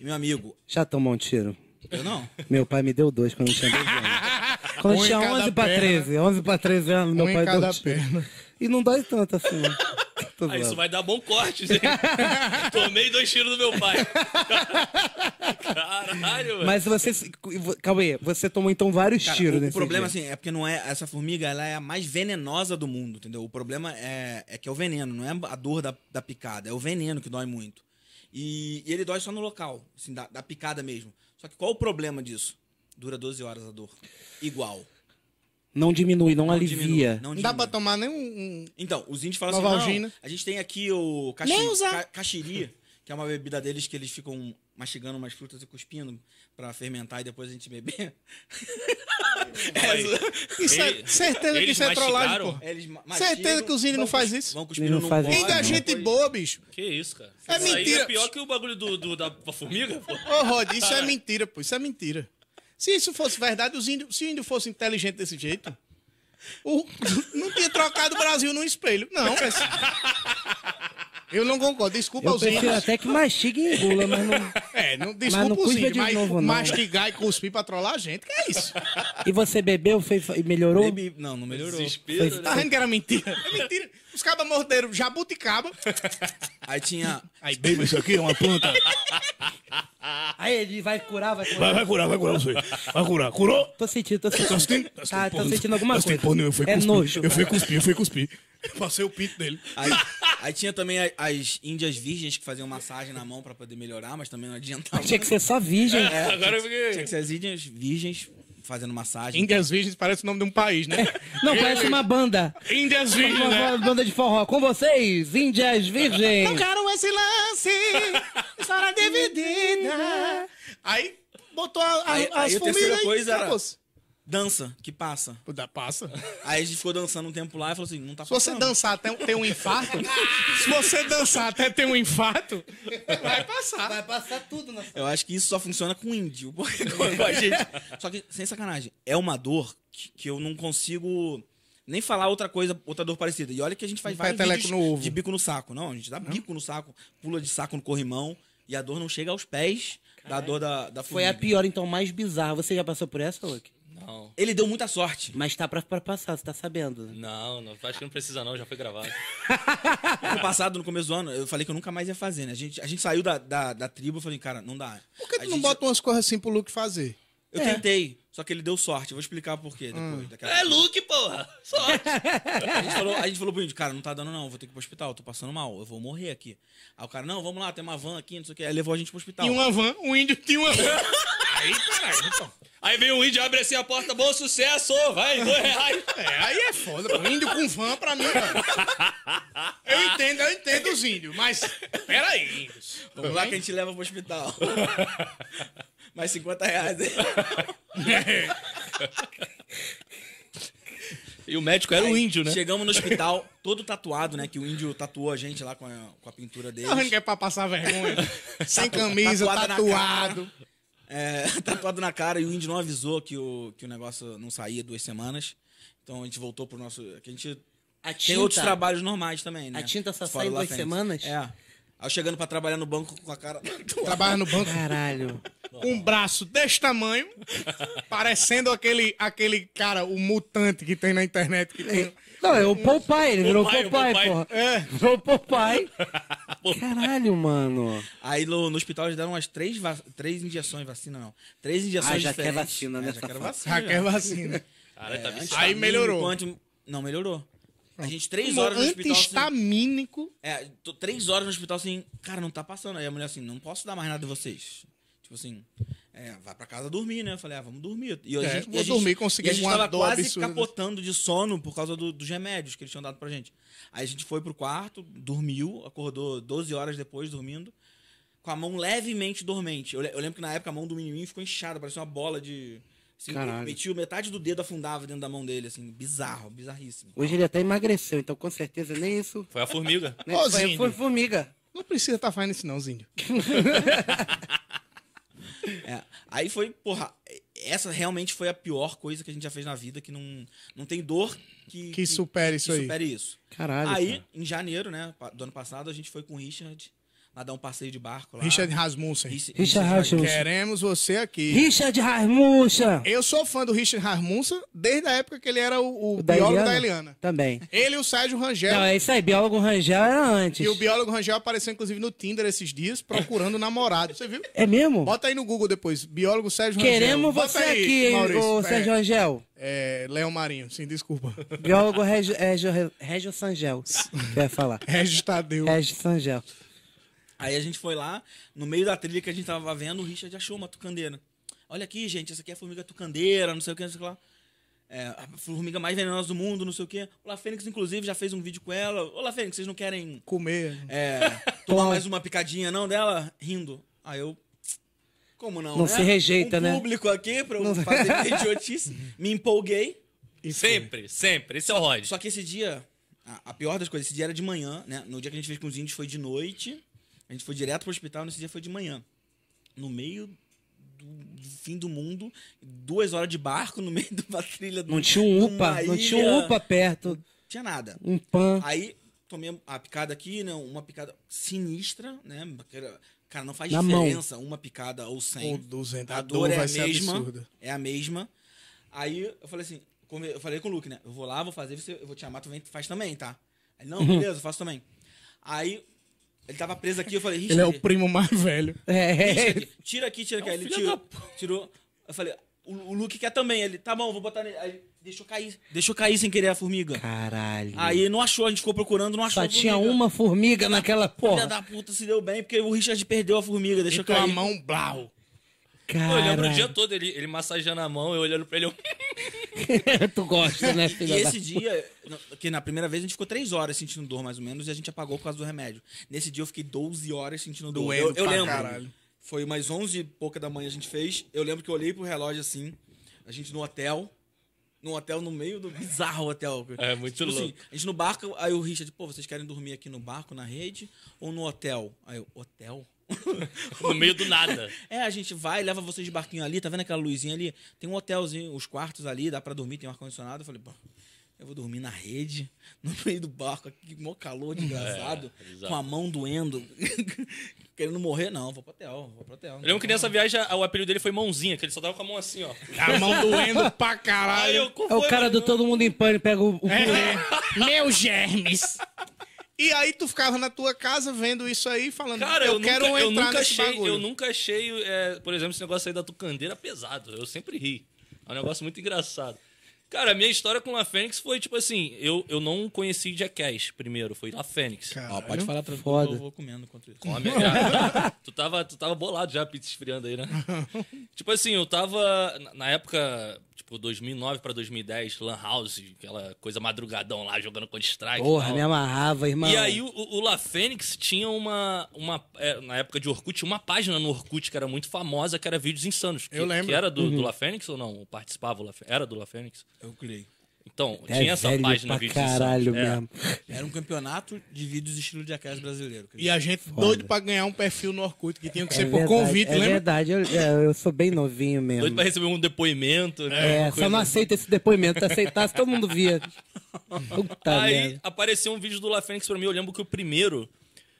D: E meu amigo,
A: Já tomou um tiro.
D: eu não.
A: Meu pai me deu dois quando eu tinha 12 anos. Quando eu
B: Um em
A: tinha
B: cada
A: 11 pra
B: perna.
A: 13. 11 pra 13 anos, meu
B: em
A: pai deu
B: cada
A: um tiro.
B: perna.
A: E não dói tanto assim. né? Tô
C: Ah, isso
A: zoando.
C: vai dar bom corte, hein? Tomei dois tiros do meu pai. Caralho, velho.
A: Mas você... se- Calma aí. Você tomou, então, vários
D: Cara,
A: tiros
D: o, o
A: nesse
D: problema,
A: dia.
D: assim, é porque não é. Essa formiga ela é a mais venenosa do mundo, entendeu? O problema é, é que é o veneno, não é a dor da, da picada, é o veneno que dói muito. E, e ele dói só no local, assim, da, da picada mesmo. Só que qual o problema disso? Dura 12 horas a dor. Igual.
A: Não diminui, não, alivia.
D: Diminui, não
B: Não dá
D: diminui.
B: pra tomar nem um... um-
D: Então, os índios falam
B: Nova
D: assim, não,
B: Algina.
D: a gente tem aqui o caxi,
B: Nem usar.
D: ca- caxiri, que é uma bebida deles que eles ficam mastigando umas frutas e cuspindo pra fermentar e depois a gente beber.
B: Isso é-
C: Ele-
B: certeza que
C: eles
B: isso é trollagem,
C: mastigaram?
B: pô.
D: Eles ma-
B: Certeza
D: mastigam,
B: que os índios não
D: vão
B: faz
D: cus-
B: isso.
D: Vão cuspindo
A: Eles não
D: no
A: fazem
D: pó,
A: isso.
B: Ainda
A: Olha,
B: é gente
D: depois-
B: boa, bicho.
C: Que isso, cara.
B: É
C: Isso aí
B: mentira.
C: É pior que o bagulho do, do- da formiga, pô.
B: Ô, Rod, isso é mentira, pô. Isso é mentira. Se isso fosse verdade, os índios, se o índio fosse inteligente desse jeito, o- não tinha trocado o Brasil num espelho. Não, mas... Eu não concordo. Desculpa
A: Eu
B: os
A: prefiro
B: índios.
A: até que mastigue e engula, mas não...
B: É, não,
A: Mas não
B: desculpa os
A: cuspa
B: índios,
A: de
B: mas
A: novo, não.
B: mastigar e cuspir pra trollar a gente, que é isso?
A: E você bebeu fez, e melhorou?
D: Bebi- Não, não melhorou.
C: Desespero, né?
B: Tá vendo que era mentira? É mentira. Os cabas morderam jabuticaba.
D: Aí tinha...
B: Aí, beba isso aqui, é uma planta.
A: Aí ele vai curar, vai curar.
B: vai curar, vai curar você. Vai curar. Curou?
A: Tô sentindo, tô sentindo. Tá, tô sentindo alguma coisa. é
B: cuspir.
A: nojo.
B: cuspir, eu fui cuspir. Passei o pinto dele.
D: Aí, aí tinha também a- as índias virgens que faziam massagem na mão pra poder melhorar, mas também não adiantava.
A: Tinha que ser só virgem.
D: É,
C: Agora eu
D: Tinha que
C: fiquei.
D: ser as índias virgens fazendo massagem.
B: Índias Virgens parece o nome de um país, né?
A: Não, parece uma banda.
B: Índias Virgens,
A: Uma
B: né?
A: banda de forró. Com vocês, Índias Virgens.
B: quero esse lance, história dividida. Aí botou a, a,
D: Aí-
B: as
D: aí a terceira
B: formigas e
D: coisa era-
B: acabou-se.
D: Dança, que passa.
B: Pô, dá Passa.
D: Aí a gente ficou dançando um tempo lá e falou assim, não tá
B: Se você
D: passando.
B: dançar até ter um infarto, se você dançar até ter um infarto, vai passar.
A: passar tudo na
D: Eu acho que isso só funciona com índio. porque com a gente- Só que, sem sacanagem, é uma dor que, que eu não consigo nem falar outra coisa, outra dor parecida. E olha que a gente faz
B: Não faz
D: vários
B: teleco
D: vídeos
B: no ovo.
D: de bico no saco. Não, a gente dá bico no saco, pula de saco no corrimão e a dor não chega aos pés da dor da, da
A: Foi
D: formiga.
A: a pior, então, mais bizarra. Você já passou por essa, Luke?
C: Não,
D: Ele deu muita sorte.
A: Mas tá pra, pra passar, você tá sabendo.
C: não, não, acho que não precisa não, já foi gravado.
D: Ano passado, no começo do ano, eu falei que eu nunca mais ia fazer, né? A gente, a gente saiu da, da, da tribo, eu falei, cara, não dá.
B: Por que
D: A
B: tu não
D: gente-
B: bota umas coisas assim pro Luke fazer?
D: Eu tentei, só que ele deu sorte. Eu vou explicar por quê depois.
B: Hum.
D: Daqui a
C: É Luke, porra! Sorte!
D: A
A: É.
D: gente falou, a gente falou pro índio, cara, não tá dando não, vou ter que ir pro hospital, tô passando mal, eu vou morrer aqui. Aí o cara, não, vamos lá, tem uma van aqui, não sei o que. Aí levou a gente pro hospital.
B: Tinha uma van, um índio tinha uma van.
C: Aí vem um índio, abre assim a porta, bom sucesso! Vai, dois reais!
B: É, aí é foda. pô. Índio com van pra mim, mano. Eu entendo, eu entendo os índios, mas peraí, índios.
D: Vamos lá que a gente leva pro hospital. Mais 50 reais. hein?
C: E o médico
A: É
C: era um índio, né?
D: Chegamos no hospital, todo tatuado, né? Que o índio tatuou a gente lá com a, com a pintura dele.
B: Tá vendo que é pra passar vergonha? Sem camisa,
D: Tatuada na
B: tatuado.
D: É, tatuado na cara e o índio não avisou que o, que o negócio não saía duas semanas. Então a gente voltou pro nosso. Que a gente
A: A
D: tem outros trabalhos normais também, né?
A: A tinta só
D: Fora
A: sai em
D: o La
A: duas
D: Fênix.
A: semanas?
D: É. Aí eu chegando pra trabalhar no banco com a cara. tatuada.
B: Trabalha no banco
A: Caralho.
B: com um braço desse tamanho, parecendo aquele, aquele cara, o mutante que tem na internet. Que tem...
A: Não, é o Popeye, ele virou
C: Popeye,
A: Popeye,
C: o Popeye.
A: porra. É. Virou Popeye. Caralho, mano.
D: Aí no, no hospital eles deram umas três, va- três injeções, vacina não. Três injeções
A: Ah, já
D: diferentes.
A: quer vacina, né,
D: É, já quero
A: safado?
D: vacina.
B: Já Ah, quer
E: assim,
B: vacina.
C: Caralho, tá viciado.
B: Aí melhorou.
D: Anti... Não, melhorou. A gente
E: um
D: três horas no hospital. assim. Sem...
B: Antihistamínico.
D: É, tô três horas no hospital assim, cara, não tá passando. Aí a mulher assim, não posso dar mais nada de vocês. Tipo assim, é, vai pra casa dormir, né? Eu falei, ah, vamos dormir. E a
B: É,
D: gente,
B: vou
D: e a gente-
B: dormir, consegui
D: e a gente
B: uma
D: tava
B: dor
D: quase
B: absurda.
D: capotando de sono por causa do- dos remédios que eles tinham dado pra gente. Aí a gente foi pro quarto, dormiu, acordou 12 horas depois dormindo, com a mão levemente dormente. Eu, le- eu lembro que na época a mão do menininho ficou inchada, parecia uma bola de, Assim,
A: Caralho.
D: metia metade do dedo afundava dentro da mão dele, assim, bizarro, bizarríssimo.
A: Hoje ele até emagreceu, então com certeza nem isso.
C: Foi a formiga.
A: Né? Foi,
E: Ô, Zinho.
A: foi formiga.
E: Não precisa estar fazendo isso, não, Zinho.
D: É. Aí foi, porra, essa realmente foi a pior coisa que a gente já fez na vida, que não, não tem dor que,
E: Que supere isso
D: que
E: aí.
D: supere isso.
A: Caralho.
D: aí,
A: cara.
D: em janeiro, né, pa- do ano passado, a gente foi com o Richard lá dar um passeio de barco lá.
E: Richard Rasmussen.
D: Rich-
A: Richard Rasmussen.
E: Queremos você aqui.
A: Richard Rasmussen.
E: Eu sou fã do Richard Rasmussen desde a época que ele era o, o
A: O
E: biólogo da Eliana.
A: Também.
E: Ele e o Sérgio Rangel.
A: Não, é isso aí. Biólogo Rangel era antes.
E: E o biólogo Rangel apareceu, inclusive, no Tinder esses dias, procurando namorado. Você viu?
A: É mesmo?
E: Bota aí no Google depois. Biólogo Sérgio Rangel.
A: Queremos
E: Bota
A: você
E: aí,
A: aqui, hein,
E: Maurício.
A: ô Sérgio Rangel.
E: É, é, Léo Marinho, sim, desculpa.
A: Biólogo Régio, Régio, Régio Sangel. Quer falar?
E: Regis Tadeu.
A: Régio Sangel.
D: Aí a gente foi lá, no meio da trilha que a gente tava vendo, o Richard achou uma tucandeira. Olha aqui, gente, essa aqui é a formiga tucandeira, não sei o que, não sei o que lá. É, a formiga mais venenosa do mundo, não sei o que. O La Fênix, inclusive, já fez um vídeo com ela. Olá, Fênix, vocês não querem
E: Comer.
D: é, tomar mais uma picadinha, não, dela? Rindo. Aí eu. Como não?
A: Não
D: né?
A: se rejeita,
D: um
A: né?
D: público aqui pra eu fazer minha idiotice. Me empolguei.
C: Sempre, sempre. Esse é o Rod.
D: Só que esse dia, a, a pior das coisas, esse dia era de manhã, né? No dia que a gente fez com os índios foi de noite. A gente foi direto pro hospital, nesse dia foi de manhã. No meio do, do fim do mundo, duas horas de barco no meio de uma trilha.
A: Não tinha um UPA, não tinha um UPA
D: Não
A: perto.
D: tinha nada.
A: Um PAN.
D: Aí tomei a picada aqui, né? Uma picada sinistra, né? Aquela- Cara, não faz
A: Na mão.
D: diferença uma picada ou cem.
E: Ou 200.
D: A dor é
E: vai
D: a
E: ser
D: mesma.
E: absurda.
D: É a mesma. Aí eu falei assim, come- eu falei com o Luke, né? Eu vou lá, vou fazer, você, eu vou te chamar, tu vem, tu faz também, tá? Ele, não, beleza, eu faço também. Aí ele tava preso aqui, eu falei,
E: Ele é
D: Richard,
E: o primo mais velho.
A: É,
D: Richard, tira aqui, tira aqui. Aí ele
C: filho
D: tirou,
C: da
D: tirou. Eu falei, o, o Luke quer também. Ele, tá bom, vou botar nele. Aí, deixou cair. Deixou cair sem querer a formiga.
A: Caralho.
D: Aí não achou, a gente ficou procurando, não achou.
A: Só
D: a
A: tinha
D: formiga.
A: uma formiga naquela
D: Filha
A: porra.
D: da puta se deu bem, porque o Richard perdeu a formiga, deixou
E: Com a
D: cair.
E: mão, blau.
C: Pô, eu lembro o
A: Caralho.
C: dia todo ele, ele massageando a mão, eu olhando pra ele. eu-
A: tu gosta, né,
D: E
A: filha da...
D: esse dia, na- que na primeira vez a gente ficou três horas sentindo dor, mais ou menos, e a gente apagou por causa do remédio. Nesse dia eu fiquei 12 horas sentindo dor.
E: Doendo
D: eu eu
E: pra
D: lembro.
E: caralho.
D: Foi umas 11 e pouca da manhã a gente fez. Eu lembro que eu olhei pro relógio assim, a gente no hotel. Num hotel no meio do bizarro hotel. Tipo assim,
C: É, muito louco.
D: a gente no barco, aí o Richard, pô, vocês querem dormir aqui no barco, na rede, ou no hotel? Aí eu, hotel?
C: No meio do nada.
D: É, a gente vai, leva vocês de barquinho ali, tá vendo aquela luzinha ali? Tem um hotelzinho, os quartos ali, dá pra dormir, tem um ar-condicionado. Eu falei, pô, eu vou dormir na rede, no meio do barco aqui, mó
C: É,
D: calor desgraçado,
C: exato.
D: com a mão doendo, querendo morrer. Não, vou pro hotel, vou pro hotel.
C: Eu lembro que nessa viagem a- o apelido dele foi Mãozinha, que ele só tava com a mão assim, ó.
E: A mão doendo pra
C: Aí
E: caralho.
C: eu, qual
A: É o
C: foi,
A: cara do
C: mano?
A: Todo Mundo em Pânico, pega o... o
E: É. Meus germes. E aí tu ficava na tua casa vendo isso aí, falando,
C: Cara,
E: eu,
C: eu,
E: quero
C: nunca, eu
E: entrar
C: nunca
E: nesse
C: achei,
E: bagulho.
C: eu nunca achei, é, por exemplo, esse negócio aí da tucandeira é pesado. Eu sempre ri. É um negócio muito engraçado. Cara, a minha história com a Fênix foi tipo assim: eu, eu não conheci Jackass primeiro, foi a Fênix.
D: Ó, pode falar pra
A: Foda.
D: eu vou comendo enquanto isso.
C: Come, cara. tu, tava, tu tava bolado já, a pizza esfriando aí, né? tipo assim, eu tava. na- Na época, tipo, 2009 pra 2010, Lan House, aquela coisa madrugadão lá jogando Counter-Strike. e
A: Porra,
C: tal.
A: me amarrava, irmão.
C: E aí o, o La Fênix tinha uma. uma é, na época de Orkut, tinha uma página no Orkut que era muito famosa, que era Vídeos Insanos. Que,
E: Eu lembro.
C: Que era do,
A: Uhum.
C: do La Fênix ou não? Participava, o La Fê- era do La Fênix?
D: Eu criei.
C: Então,
A: É
C: tinha essa
A: velho
C: página
A: pra
C: Vídeos
A: caralho
C: Insanos. É.
A: mesmo.
D: Era um campeonato de vídeos estilo de aquários brasileiro.
E: E a gente doido pra ganhar um perfil no Orkut, que tinha que
A: É
E: ser por
A: verdade,
E: convite,
A: é
E: lembra?
A: verdade, eu, é, eu sou bem novinho
C: Doido
A: mesmo.
C: pra receber um depoimento, né?
A: É,
C: Uma
A: só
C: coisa
A: não aceita esse depoimento. Se aceitasse, todo mundo via. Puta
C: aí
A: merda.
C: apareceu um vídeo do La Fênix pra mim. Eu lembro que o primeiro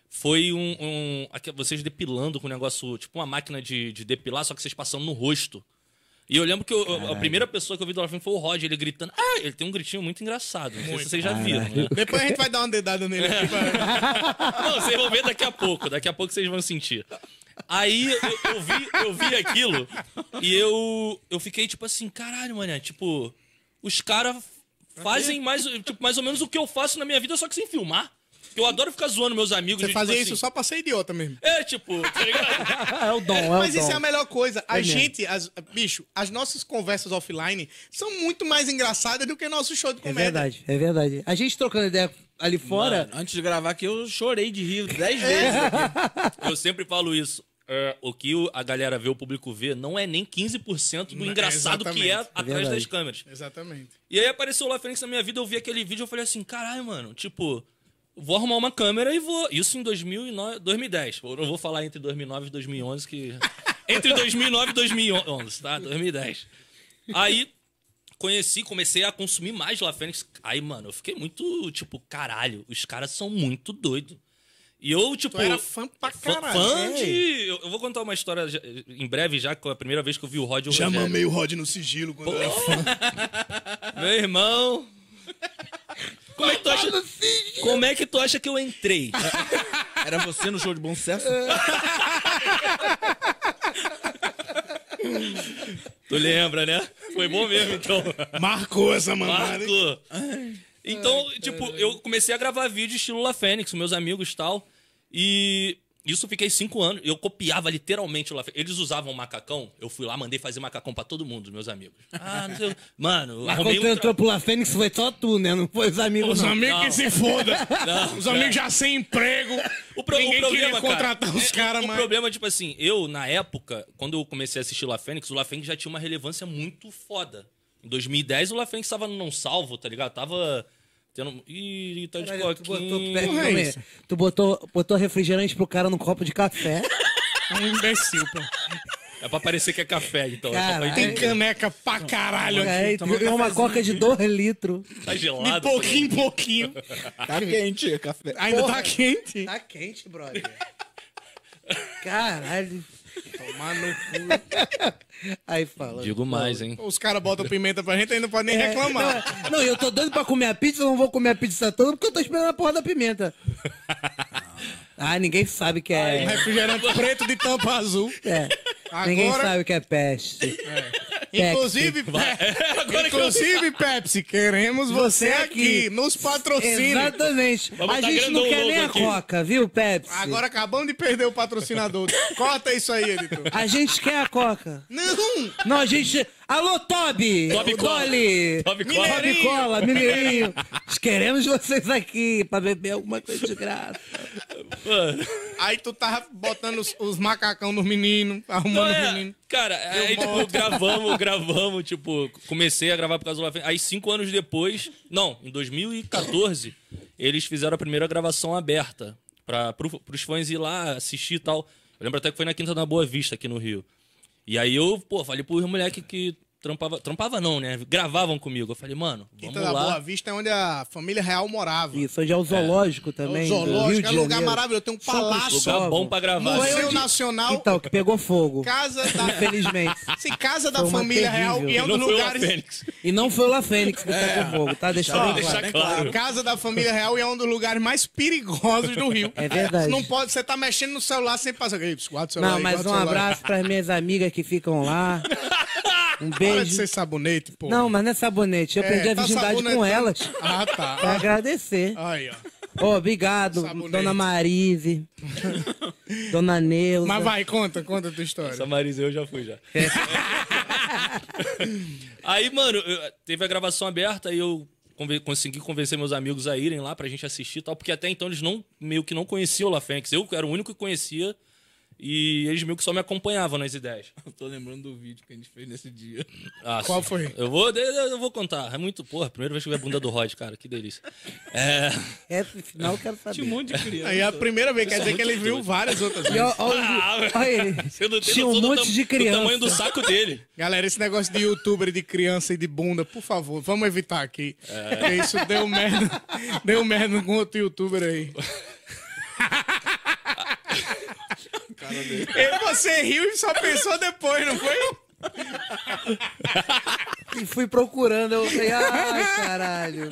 C: foi um. um- aqui- vocês depilando com um negócio, tipo uma máquina de, de depilar, só que vocês passando no rosto. E eu lembro que eu- a primeira pessoa que eu vi do La Fênix foi o Rod, ele gritando. Ah, ele tem um gritinho muito engraçado. Não sei se vocês já viram, né?
E: Depois a gente vai dar uma dedada nele aqui, vai.
C: Não, vocês vão ver daqui a pouco. Daqui a pouco vocês vão sentir. Aí eu, eu vi, eu vi aquilo e eu, eu fiquei tipo assim, caralho, mané, tipo, os caras fazem mais, tipo, mais ou menos o que eu faço na minha vida, só que sem filmar. Eu adoro ficar zoando meus amigos.
E: Você
C: de,
E: fazia
C: tipo
E: isso
C: assim,
E: só pra ser idiota mesmo.
C: É, tipo, tá ligado?
A: Ah, é o dom, é
F: Então,
A: o
E: Mas isso é a
A: dom.
E: melhor coisa. A
A: É mesmo.
E: gente, as- bicho, as nossas conversas offline são muito mais engraçadas do que nosso show de
A: É
E: comédia.
A: verdade, é verdade. A gente trocando ideia ali fora,
D: ah, Mano, antes de gravar aqui, eu chorei de rir dez vezes.
C: Eu sempre falo isso. é, o que o- a galera vê, o público vê, não é nem 15% do
B: é,
C: engraçado que é
B: exatamente.
C: atrás das
A: verdade.
C: câmeras.
B: Exatamente.
C: E aí apareceu lá Fênix na minha vida, eu vi aquele vídeo, eu falei assim, caralho, mano, tipo, vou arrumar uma câmera e vou... Isso em 2009, 2010. Eu não vou falar entre 2009 e 2011, que... entre 2009 e 2011, tá? 2010. Aí conheci, comecei a consumir mais La Fênix. Aí, mano, eu fiquei muito, tipo, caralho, os caras são muito doidos. E eu, tipo.
B: era É fã pra
C: fã-
B: caralho,
C: Fã
B: né?
C: de. Eu eu vou contar uma história já- em breve, já, que é a primeira vez que eu vi o Rod e o
B: Já
C: Rogério. é
B: mamei o Rod no sigilo quando eu era fã.
C: Meu irmão. Como é, que tu acha... Como é que tu acha que eu entrei?
D: Era você no show de bom sucesso?
C: Tu lembra, né? Foi bom mesmo, então.
B: Marcou essa mamada. hein?
C: Marco. Então, tipo, eu comecei a gravar vídeo estilo La Fênix, meus amigos e tal. E isso eu fiquei cinco anos. Eu copiava literalmente o La Fênix. Eles usavam macacão. Eu fui lá, mandei fazer macacão pra todo mundo, meus amigos. Ah, não sei. o- Mano,
G: Mas quando
C: arrumei
G: tu
C: um. tra-
G: entrou pro La Fênix foi só tu, né? Não foi os amigos,
B: Os
G: não.
B: amigos que se foda.
C: Não,
B: Os amigos já sem emprego.
C: O, pro,
B: Ninguém
C: o problema,
B: queria contratar
C: cara,
B: os caras,
C: é, O
B: mas...
C: problema, tipo assim, eu, na época, quando eu comecei a assistir La Fênix, o La Fênix já tinha uma relevância muito foda. Em 2010, o La Fênix tava no Não Salvo, tá ligado? Tava tendo... Ih, tá de
A: Caralho, tu botou,
C: coquinho.
A: pera,
B: Porra,
A: calma aí.
B: isso.
A: tu botou, botou refrigerante pro cara num copo de café.
B: Um imbecil, pô.
C: É pra parecer que é café, então.
A: Caralho.
C: É pra
B: Tem
C: parecer
B: caneca pra caralho
A: Aí,
B: aqui.
A: tu é uma coca de 2 litros.
C: que tá
B: De
C: gelado.
B: pouquinho em pouquinho.
D: Tá quente, café.
B: Ainda tá quente.
A: Tá quente, brother. Caralho.
B: Tomar no cu.
A: Aí fala.
C: Digo mais, hein?
B: Os caras botam pimenta pra gente, aí não pode nem
A: É,
B: reclamar.
A: não, Não, eu tô dando pra comer a pizza, eu não vou comer a pizza toda porque eu tô esperando a porra da pimenta. Ah, ninguém sabe que é.
E: Ah,
B: Refrigerante preto de tampa azul.
A: é.
B: Agora-
A: Ninguém sabe o que é peste.
B: Inclusive,
A: É,
B: Pe- inclusive Pepsi, queremos você aqui. Nos patrocine.
A: Exatamente.
C: Vamos
A: a
C: botar
A: gente não
C: grandão
A: quer
C: novo
A: nem a
C: aqui.
A: coca, viu, Pepsi?
B: Agora acabamos de perder o patrocinador. Corta isso aí, editor.
A: A gente quer a coca.
B: Não!
A: Não, a gente. Alô, Toby!
C: Toby
A: O
C: Cola.
A: Dolly!
C: Toby Cola.
A: Toby Cola, Mineirinho! Nós Queremos vocês aqui pra beber alguma coisa de graça.
B: Aí tu tava botando os, os macacão nos meninos,
C: Então
B: arrumando os
C: é,
B: meninos.
C: cara, aí tipo, gravamos, gravamos, tipo, comecei a gravar por causa do La Fênix. Aí cinco anos depois, não, em 2014, eles fizeram a primeira gravação aberta pra, pro, pros fãs ir lá assistir e tal. Eu lembro até que foi na Quinta da Boa Vista aqui no Rio. E aí eu, pô, falei pro moleque que trampava, trampava não, né? Gravavam comigo. Eu falei, mano, vamos
B: Quinta da
C: lá.
B: Boa Vista é onde a família real morava.
A: Isso, onde é o zoológico também.
B: O
A: do Rio de
B: zoológico é um lugar
A: Janeiro.
B: maravilhoso. Tem um
A: Só pros
B: palácio,
C: Lugar bom pra gravar.
A: Foi
B: Museu
A: onde-
B: Nacional,
A: Então, que pegou fogo.
B: casa da,
A: Infelizmente.
B: se casa da
A: Foi uma
B: família real
A: terrível.
B: e é um
C: E não
B: dos
C: foi o La
B: lugares
C: Fênix.
A: E não foi o La Fênix que pegou fogo, tá? Deixa bem claro.
C: Deixar claro.
B: A casa da família real e é um dos lugares mais perigosos do Rio.
A: É verdade.
B: Não pode, você tá mexendo no celular sem passar. Ei, pss, guarda o celular
A: Não,
B: aí,
A: mas
B: guarda
A: um
B: o celular aí.
A: abraço pras minhas amigas que ficam lá. Um
B: Para de
A: beijo.
B: ser sabonete, pô.
A: Não, mas não é sabonete. Eu
B: É,
A: perdi a
B: tá
A: virgindade com
B: sabonetando.
A: elas.
B: Ah,
A: Pra
B: tá.
A: agradecer.
B: Aí, ó.
A: Ô, obrigado,
B: Sabonete.
A: dona Marise. dona Neuza.
B: Mas vai, conta, conta a tua
C: Essa
B: história.
C: Marisa eu já fui já. aí, mano, eu- teve a gravação aberta e eu conven- consegui convencer meus amigos a irem lá pra gente assistir e tal, porque até então eles não meio que não conheciam o La Fênix. Eu era o único que conhecia e eles meio que só me acompanhavam nas ideias.
D: Eu tô lembrando do vídeo que a gente fez nesse dia.
C: Ah,
B: Qual
C: sim.
B: foi?
C: Eu vou, eu eu vou contar. É muito, porra, primeira vez que eu vi a bunda do Rod, cara, que delícia. É,
A: Esse final eu quero
C: um
A: saber.
D: monte de criança.
B: Aí é a primeira vez, quer dizer que ele viu várias outras
A: E
B: vezes.
A: ó, ó, ó, ele.
C: você não tem
A: Tinha um
C: noção do
A: monte
C: tam-
A: de criança.
C: Do tamanho do saco dele.
B: Galera, esse negócio de youtuber de criança e de bunda, por favor, vamos evitar aqui.
C: É.
B: Porque isso deu merda. Deu merda com outro youtuber aí. E você riu e só pensou depois, não foi?
A: E fui procurando. Eu falei, ai, caralho.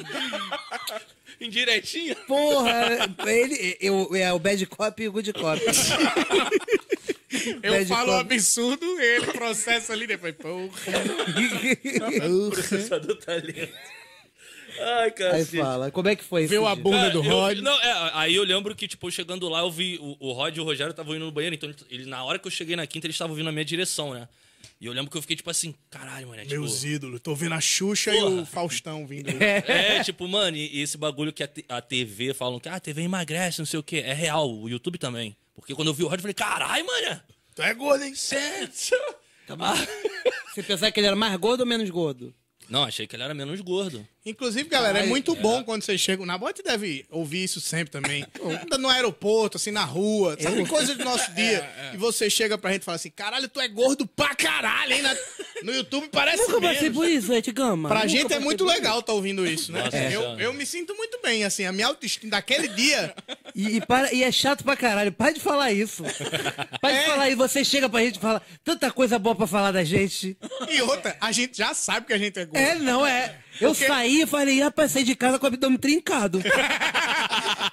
C: Indiretinha.
A: Porra, ele, eu, é o bad cop e o good cop.
B: Eu
A: Bad
B: falo um
A: cop.
B: absurdo, ele processa ali depois. Porra.
C: Processador talento. Ai, cara.
A: Aí fala, como é que foi
B: Viu
A: esse
B: a
A: dia?
B: bunda
C: Cara,
B: do
C: eu-
B: Rod.
C: não, é, aí eu lembro que, tipo, eu chegando lá, eu vi o, o Rod e o Rogério estavam indo no banheiro, então ele- ele- na hora que eu cheguei na quinta, eles estavam vindo na minha direção, né? E eu lembro que eu fiquei, tipo assim, caralho, mano. é, Tipo,
B: Meus ídolos, tô vendo a Xuxa e
C: Porra.
B: o Faustão vindo. aí.
C: é, tipo, mano, e, e esse bagulho que a, te- a TV falam que ah, a TV emagrece, não sei o quê. É real, o YouTube também. Porque quando eu vi o Rod, eu falei, caralho, mano.
H: Tu é gordo, hein?
A: Você pensar que ele era mais gordo ou menos gordo?
C: Não, achei que ele era menos gordo.
B: Inclusive, galera, é muito bom quando vocês chegam na boate, deve ouvir isso sempre também. Anda no aeroporto, assim, na rua, sabe? Coisa do
A: É,
B: nosso dia. E você chega pra gente e fala assim: caralho, tu é gordo pra caralho, hein? Na- No YouTube parece
A: Nunca passei
B: mesmo.
A: assim, por isso, Ed Gama.
B: Pra
A: Nunca
B: gente é
A: passei
B: muito
A: por
B: legal tá ouvindo isso, né?
C: Nossa,
B: eu,
C: Jana.
B: eu me sinto muito bem, assim, a minha autoestima daquele dia.
A: E, e para- e é chato pra caralho. Para de falar isso. Para
B: É.
A: de falar isso. Você chega pra gente e fala tanta coisa boa pra falar da gente.
B: E outra, a gente já sabe que a gente é gordo.
A: É, não, é. Eu saí e falei, rapaz, saí de casa com o abdômen trincado.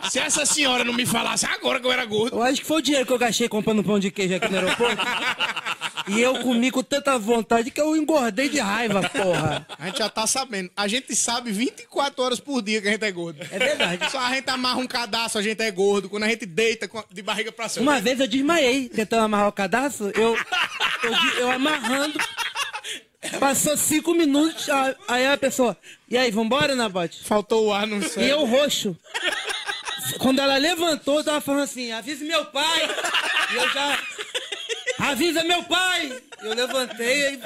H: Se essa senhora não me falasse agora que eu era gordo.
A: Eu acho que foi o dinheiro que eu gastei comprando pão de queijo aqui no aeroporto. E eu comi com tanta vontade que eu engordei de raiva, porra.
B: A gente já tá sabendo. A gente sabe 24 horas por dia que a gente é gordo.
A: É verdade.
B: Só a gente amarra um cadastro, a gente é gordo. Quando a gente deita com a- de barriga pra cima.
A: Uma vez eu desmaiei tentando amarrar o cadastro, eu, eu, de- eu amarrando. Passou cinco minutos, a- aí a pessoa, e aí, vambora, Nabote?
B: Faltou o ar no
A: E
B: céu.
A: eu roxo. Quando ela levantou, eu tava falando assim, avise meu pai. E eu já. Avisa meu pai! Eu levantei, aí,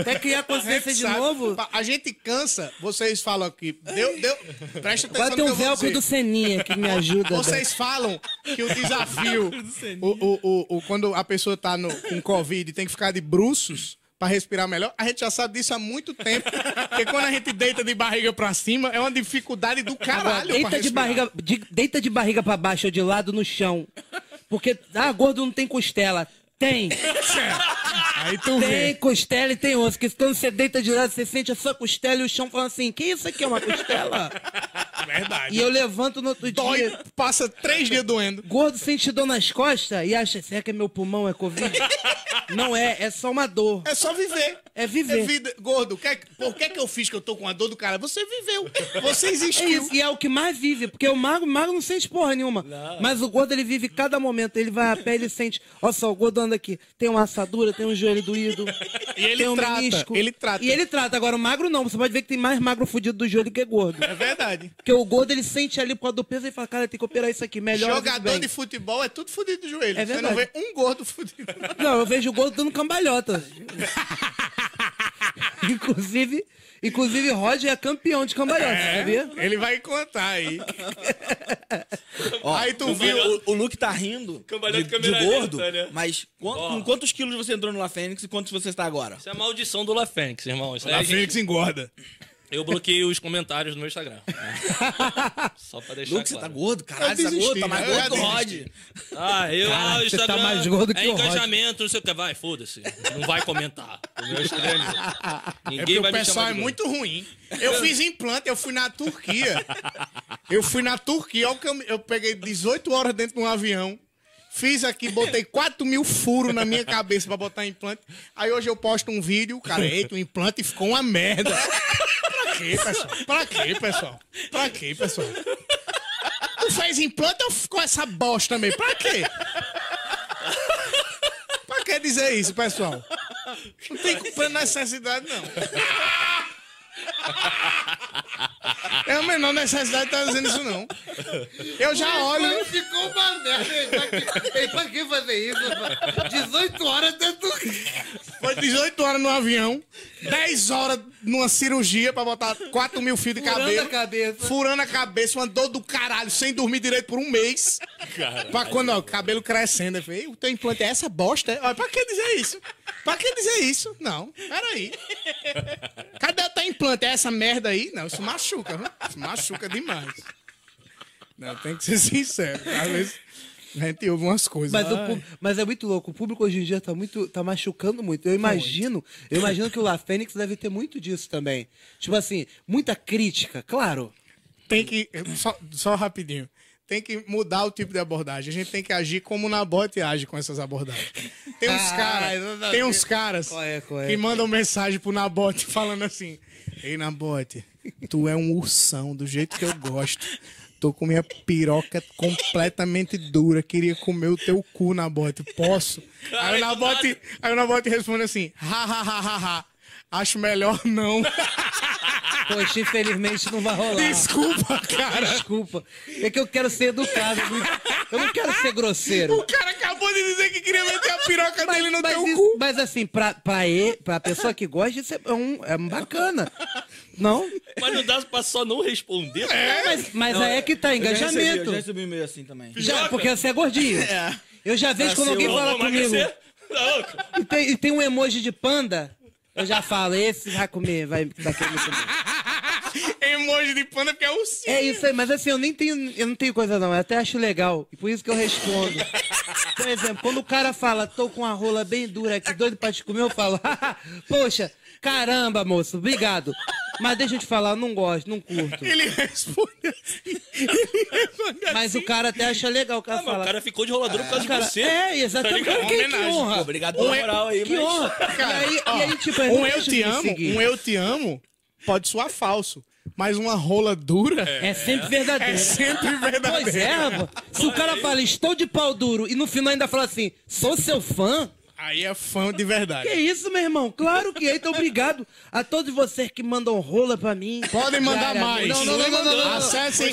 A: até criar consciência de
B: Sabe?
A: novo.
B: A gente cansa, vocês falam aqui. Deu, deu. Presta atenção.
A: Agora tem
B: no Tá que
A: um
B: eu vou
A: velcro
B: dizer. é
A: do Seninha que me ajuda.
B: Vocês falam que o desafio. o, o, o, o- quando a pessoa tá no, com Covid e tem que ficar de bruços pra respirar melhor, a gente já sabe disso há muito tempo. Porque quando a gente deita de barriga pra cima, é uma dificuldade do
A: Agora,
B: caralho. pra
A: deita, de
B: respirar.
A: barriga, de- deita de barriga pra baixo ou de lado no chão. Porque, ah, gordo não tem costela. Tem,
B: Aí tu vê.
A: tem costela e tem osso. Porque quando você deita de lado, você sente a sua costela e o chão falando assim, que isso aqui é uma costela?
H: Verdade.
A: E eu levanto no outro
B: Dói,
A: dia,
B: passa três dias doendo.
A: gordo sente dor nas costas e acha, será que é meu pulmão, é covid? não é, é só uma dor.
B: É só viver.
A: É viver.
B: vida. Gordo, que, por que, que eu fiz que eu tô com a dor do cara? Você viveu. Você
A: É
B: existiu.
A: isso, e é o que mais vive, porque o mago, o mago não sente porra nenhuma. Mas o gordo, ele vive cada momento. Ele vai a pé, ele sente. Olha só, o gordo anda aqui. Tem uma assadura, tem um joelho doído.
B: E ele
A: tem um
B: trata,
A: menisco.
B: ele trata.
A: E ele trata. Agora, o magro não. Você pode ver que tem mais magro fudido do joelho que gordo.
B: É verdade.
A: Porque o gordo, ele sente ali por causa do peso e fala, cara, tem que operar isso aqui. Melhor.
B: Jogador de futebol é tudo fudido do joelho.
A: É
B: Você não
A: verdade.
B: vê um gordo fudido.
A: Não, eu vejo o gordo dando cambalhota. inclusive, inclusive, Roger é campeão de cambalhota,
B: É.
A: sabia?
B: Ele vai contar aí. aí tu viu.
D: Viu, o, o Luke tá rindo
C: Cambalhota
D: de,
C: de câmera
D: de gordo,
C: lenta, né?
D: mas quan- com quantos quilos você entrou no La Fênix e quantos você está agora?
C: Isso é a maldição do La Fênix, irmão. Isso aí a
H: A
C: gente-
H: Fênix engorda.
C: Eu bloqueei os comentários no meu Instagram. né? Só pra deixar
D: Luke, você tá
C: claro.
D: gordo? Caralho,
B: Eu
D: você tá gordo?
B: desisti,
D: Tá mais
B: eu já
D: gordo que o
B: desisti.
D: Rod.
C: Ah, eu, ah, o
A: você tá
C: Instagram
A: mais gordo que
C: é
A: o Roger.
C: engajamento, não sei o que. Vai, foda-se. Não vai comentar. O meu Instagram é meu.
B: É
C: Ninguém
B: porque
C: vai
B: o
C: me
B: pessoal
C: chamar
B: é
C: de gordo.
B: muito ruim. Eu fiz implante, eu fui na Turquia. Eu fui na Turquia, olha o que eu, me- eu peguei 18 horas dentro de um avião. Fiz aqui, botei 4 mil furos na minha cabeça pra botar implante. Aí hoje eu posto um vídeo, cara, eita, o implante ficou uma merda. Pra quê, pessoal? Pra quê, pessoal? Pra quê, pessoal? Tu fez implante ou ficou essa bosta também? Pra quê? Pra que dizer isso, pessoal? Não tem culpa necessidade, não. É a menor necessidade de estar dizendo isso, não. Eu já olho.
G: Ficou uma merda. Ele pra que- ele pra que fazer isso? rapaz? 18 horas dentro do...
B: Foi 18 horas no avião, 10 horas numa cirurgia pra botar 4 mil fios de cabelo.
A: Furando a cabeça.
B: Furando a cabeça, uma dor do caralho, sem dormir direito por um mês. Pra quando, ó, cabelo crescendo. Eu falei, o teu implante é essa bosta? é? Olha, pra que dizer isso? Pra que dizer isso? Não, peraí. Cadê o teu implante? É essa merda aí? Não, isso machuca, viu? Isso machuca demais. Não, tem que ser sincero. Às vezes a gente ouve umas coisas. né?
A: Mas, o pub- mas é muito louco. O público hoje em dia tá muito, tá machucando muito. Eu imagino, eu imagino que o La Fênix deve ter muito disso também. Tipo assim, muita crítica, claro.
B: tem que. Só, só rapidinho. Tem que mudar o tipo de abordagem. A gente tem que agir como na bote age com essas abordagens. Tem uns
A: Ah,
B: caras, tem uns caras
A: Qual é, qual é?
B: que mandam mensagem pro Nabote falando assim: Ei, Nabote, tu é um ursão do jeito que eu gosto. Tô com minha piroca completamente dura. Queria comer o teu cu, Nabote. Posso? Aí o Nabote, aí o Nabote responde assim: ha, ha, ha, ha, ha. Acho melhor não.
A: Poxa, infelizmente não vai rolar.
B: Desculpa, cara.
A: Desculpa. É que eu quero ser educado. Eu não quero ser grosseiro.
B: O cara acabou
H: acabou de dizer que queria meter a piroca dele no
A: mas,
H: teu
A: isso-
H: cu.
A: mas assim, pra, pra, e, pra pessoa que gosta, isso é um, é um bacana. Não?
C: Mas não dá pra só não responder?
A: Mas, mas aí é que tá,
D: Eu já recebi,
A: engajamento.
D: eu já recebi um e-mail assim também.
A: Já, porque você é gordinho. Eu já vejo quando alguém
C: Não,
A: fala
C: vou
A: comigo.
C: emagrecer? Tá louco?
A: E tem, e tem um emoji de panda. Eu já falo, esse vai comer, vai vai querer me comer.
B: um
H: Emoji de panda porque é ursinho.
A: É isso aí, mas assim, eu nem tenho, eu não tenho coisa não, eu até acho legal. E por isso que eu respondo. Por exemplo, quando o cara fala, tô com a rola bem dura aqui, doido pra te comer, eu falo, poxa, caramba, moço, obrigado. Mas deixa eu te falar, eu não gosto, não curto.
H: Ele responde assim. Ele responde assim.
A: Mas o cara até acha legal, o cara
C: Ah, mas o
A: fala.
C: cara ficou de rolador por causa
A: cara,
C: de você. tá
A: é, exatamente.
C: ligado?
A: Cara, que, que honra.
D: Obrigado pela moral aí,
A: Que
D: mas...
A: honra. e, aí, e aí, tipo,
B: Um
A: não
B: eu
A: deixa
B: te
A: de me
B: amo,
A: seguir.
B: um eu te amo pode soar falso, mas uma rola dura
A: É sempre verdadeiro.
B: é sempre
A: Pois
B: verdadeira.
A: é, rapaz. Se o cara fala, estou de pau duro, e no final ainda fala assim, sou seu fã.
B: Aí é fã de verdade.
A: Que isso, meu irmão? Claro que é. Então, obrigado a todos vocês que mandam rola pra mim.
B: Podem mandar mais.
A: Não, não, não, não, não, não.
B: Acessem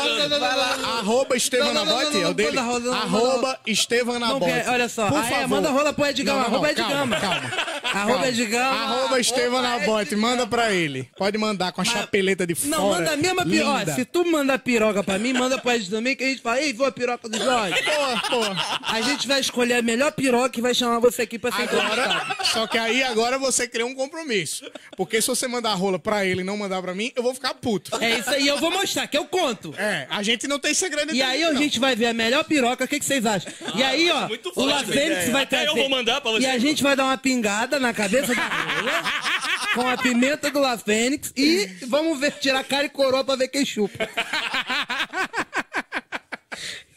B: arroba, arroba Estevam
A: Não, não, não, não,
B: Navote,
A: não,
B: é
A: não,
B: o dele.
A: manda rola, não,
B: Arroba tá Estevam
A: Não,
B: Navote.
A: quer- olha só.
B: Por
A: Ah, é,
B: favor.
A: manda rola pro Edgama.
B: Não, não,
A: Arroba
B: não, calma,
A: Edgama.
B: calma.
A: Arroba Edgama.
B: Arroba Estevam
A: Opa, é
B: Navote,
A: Edgama.
B: manda pra ele. Pode mandar com a chapeleta de fora.
A: Não, manda a mesma piroca.
B: Linda.
A: Se tu mandar piroca pra mim, manda pra Ed também, que a gente fala, ei, vou a piroca do Jorge.
B: Boa, boa.
A: A gente vai escolher a melhor piroca e vai chamar você aqui pra ser entrevistado.
B: Agora, só que aí agora você criou um compromisso. Porque se você mandar a rola pra ele e não mandar pra mim, eu vou ficar puto.
A: É isso aí, eu vou mostrar, que eu conto.
B: É, a gente não tem segredo
A: E
B: entre
A: aí
B: não.
A: a gente vai ver a melhor piroca, o que, que vocês acham? e aí, ó,
C: Ah, é muito
A: o
C: forte
A: La
C: essa
A: Fênix
C: ideia.
A: vai
C: Até
A: trazer.
C: eu vou mandar pra
A: E
C: vocês.
A: a gente vai dar uma pingada na cabeça da rola, com a pimenta do La Fênix e vamos ver, tirar cara e coroa pra ver quem chupa.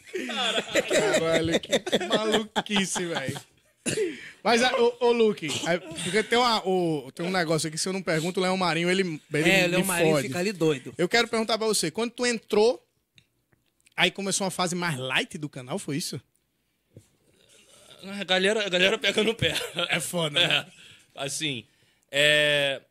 B: Caralho, que maluquice, velho. Mas, ah, ô, ô Luke, ah, porque tem, uma, o- tem um negócio aqui, se eu não pergunto, o Leão Marinho, ele, ele
A: é, o
B: me
A: Leão Marinho
B: fode.
A: fica ali doido.
B: Eu quero perguntar pra você, quando tu entrou, aí começou uma fase mais light do canal, foi isso?
C: A galera, a galera pega no pé. É foda, né? Assim, é...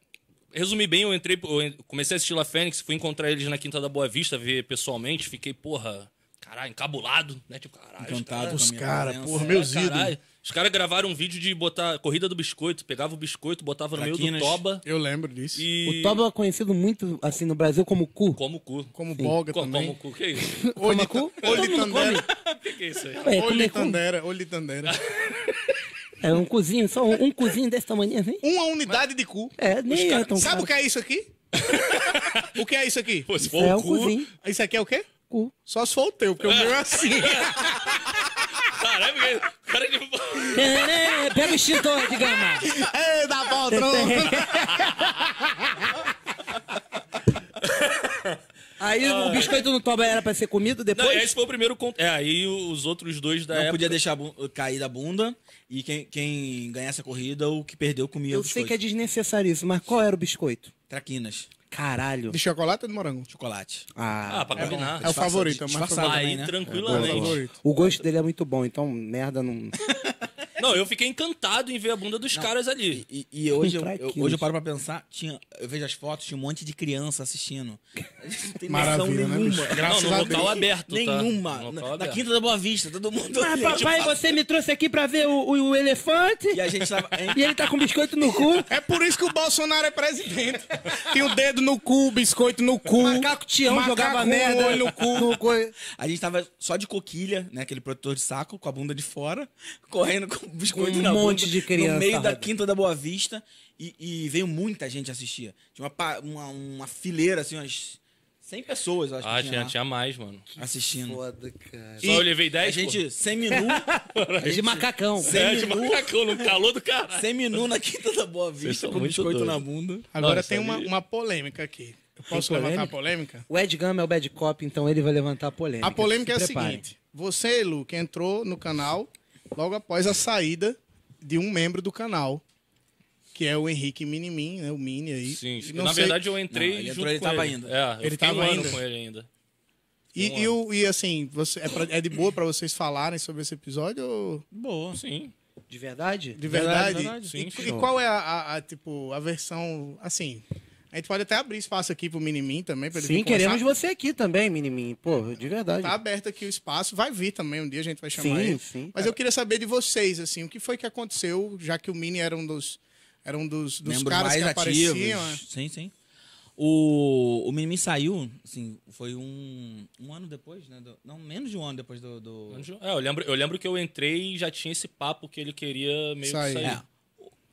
C: Resumir bem, eu entrei, eu en- comecei a assistir La Fênix, fui encontrar eles na Quinta da Boa Vista, ver pessoalmente, fiquei, porra, caralho, encabulado, né? Tipo, caralho, os
D: Encantado com a
B: Os
D: minha
B: caras,
D: presença.
A: é
B: porra, meus
C: Caralho,
B: ídolos.
C: Os caras gravaram um vídeo de botar corrida do biscoito, pegava o biscoito, botava no meio
D: Traquinas.
C: do toba
B: Eu lembro disso.
C: e
A: O Toba é conhecido muito, assim, no Brasil como cu.
C: como o cu.
B: Como boga
C: Co-
B: também.
C: Como o cu, que isso?
B: Olho de,
A: Como cu?
B: tan- olho de
A: Todo mundo
B: tandera,
C: que que é isso aí?
A: É,
B: olho de
A: comer cu.
B: tandera, olho de tandera.
A: É um cozinho, só um, um cozinho desse tamanho, assim.
B: Uma unidade de cu.
A: É,
B: Os
A: nem
B: cara-
A: é tão
B: Sabe
A: caro.
B: o que é isso aqui? o que é isso aqui?
C: Pô, se for
A: É
C: o
A: um
C: cu,
A: cozinho,
B: Isso aqui é o quê?
A: cu.
B: Só se for o teu, porque o meu é assim.
C: caralho, porque- cara de...
A: É, Pega o extintor, Edgama.
B: Ei, da poltrona!
A: Aí
B: Ah.
A: o biscoito no toba era pra ser comido depois?
B: né?
C: Não, esse foi o primeiro... con- É, aí os outros dois da
D: Não
C: época...
D: podia deixar a bu- cair da bunda. E quem, quem ganhasse a corrida, o que perdeu comia
A: Eu
D: o
A: sei
D: biscoito.
A: que é desnecessário isso, mas qual era o biscoito?
D: Traquinas,
A: Caralho.
B: De chocolate ou de morango?
D: chocolate.
A: Ah,
C: Ah, pra combinar.
B: É o favorito, é o mais
D: disfarçado
B: favorito.
C: Aí,
D: também, né?
B: É o
C: tranquilamente.
B: favorito.
A: o gosto dele é muito bom, então merda não.
C: Não, eu fiquei encantado em ver a bunda dos caras ali.
D: E, e hoje, eu,
A: Trai
D: eu-
A: quilos.
D: hoje eu paro pra pensar, tinha, eu vejo as fotos, tinha um monte de criança assistindo. Não tem noção
B: Maravilha, né,
D: nenhuma.
B: bicho?
C: Não,
B: Graças
C: no
B: a
C: local
B: Deus.
C: aberto, tá?
D: nenhuma.
C: No
D: Na-
C: local
D: na
C: aberto.
D: Quinta da Boa Vista, todo mundo. tipo,
A: Ah, papai,
B: Tipo,
A: você me trouxe aqui pra ver o, o- o elefante
D: E a gente tava. hein?
A: e ele tá com biscoito no cu.
B: É por isso que o Bolsonaro é presidente. Tem o dedo no cu, biscoito no cu.
A: Macaco Tião
B: Macaco
A: jogava
B: com
A: merda
B: olho no cu.
A: coi-
D: A gente tava só de coquilha, né? Aquele protetor de saco, com a bunda de fora, correndo com biscoito
A: Um
D: na
A: monte
D: bunda,
A: de criança,
D: No meio da
A: Rob.
D: Quinta da Boa Vista. E, e veio muita gente assistir. Tinha uma, pa- uma, uma fileira, assim, umas 100 pessoas, eu acho
C: Ah,
D: que tinha,
C: tinha,
D: lá,
C: tinha mais, mano.
D: assistindo.
A: Foda, cara.
C: Só eu levei
D: A
C: 10,
D: gente seminu,
A: De macacão.
C: Sete
D: seminu,
C: macacão no calor do caralho.
D: seminu na Quinta da Boa Vista,
C: são
D: com
C: muito
D: biscoito
C: doidos.
D: na bunda.
B: Agora
C: Nossa,
B: tem uma,
C: ali.
B: uma polêmica aqui. Eu posso levantar a polêmica?
A: O Ed Gama é o bad cop, então ele vai levantar a polêmica.
B: A polêmica é a
A: Se preparem.
B: seguinte. Você, Luke, entrou no canal logo após a saída de um membro do canal, que é o Henrique Minimin, né? O Mini aí.
C: Sim, sim.
B: Não
C: na
B: sei-
C: verdade eu entrei
D: Não, ele
C: junto
D: entrou, ele
C: com
D: tava
C: ele.
D: ainda.
C: É, eu
B: Ele
C: fiquei
B: tava
C: um ano
B: ainda.
C: com ele ainda. um
B: E, e, o- e assim, você, é, pra- é de boa pra vocês falarem sobre esse episódio ou...
C: Boa. Sim.
A: De verdade?
B: De verdade?
C: verdade,
B: E-
C: sim,
B: e,
C: show.
B: qual é a, a- a, tipo, a versão, assim... A gente pode até abrir espaço aqui pro Minimin também, pra ele
A: Sim,
B: vir conversar.
A: queremos você aqui também, Minimin. Pô, de verdade.
B: Tá aberto aqui o espaço, vai vir também, um dia a gente vai chamar
A: Sim,
B: ele.
A: sim.
B: Mas eu queria saber de vocês, assim, o que foi que aconteceu, já que o Mini era um dos, era um dos, dos caras que apareciam.
E: né?
B: é.
D: Sim, sim. O, o Minimin saiu, assim, foi um, um ano depois, né? do- não, menos de um ano depois do... do-
C: É, eu lembro, eu lembro que eu entrei e já tinha esse papo que ele queria meio
B: Sair.
C: que sair.
D: É.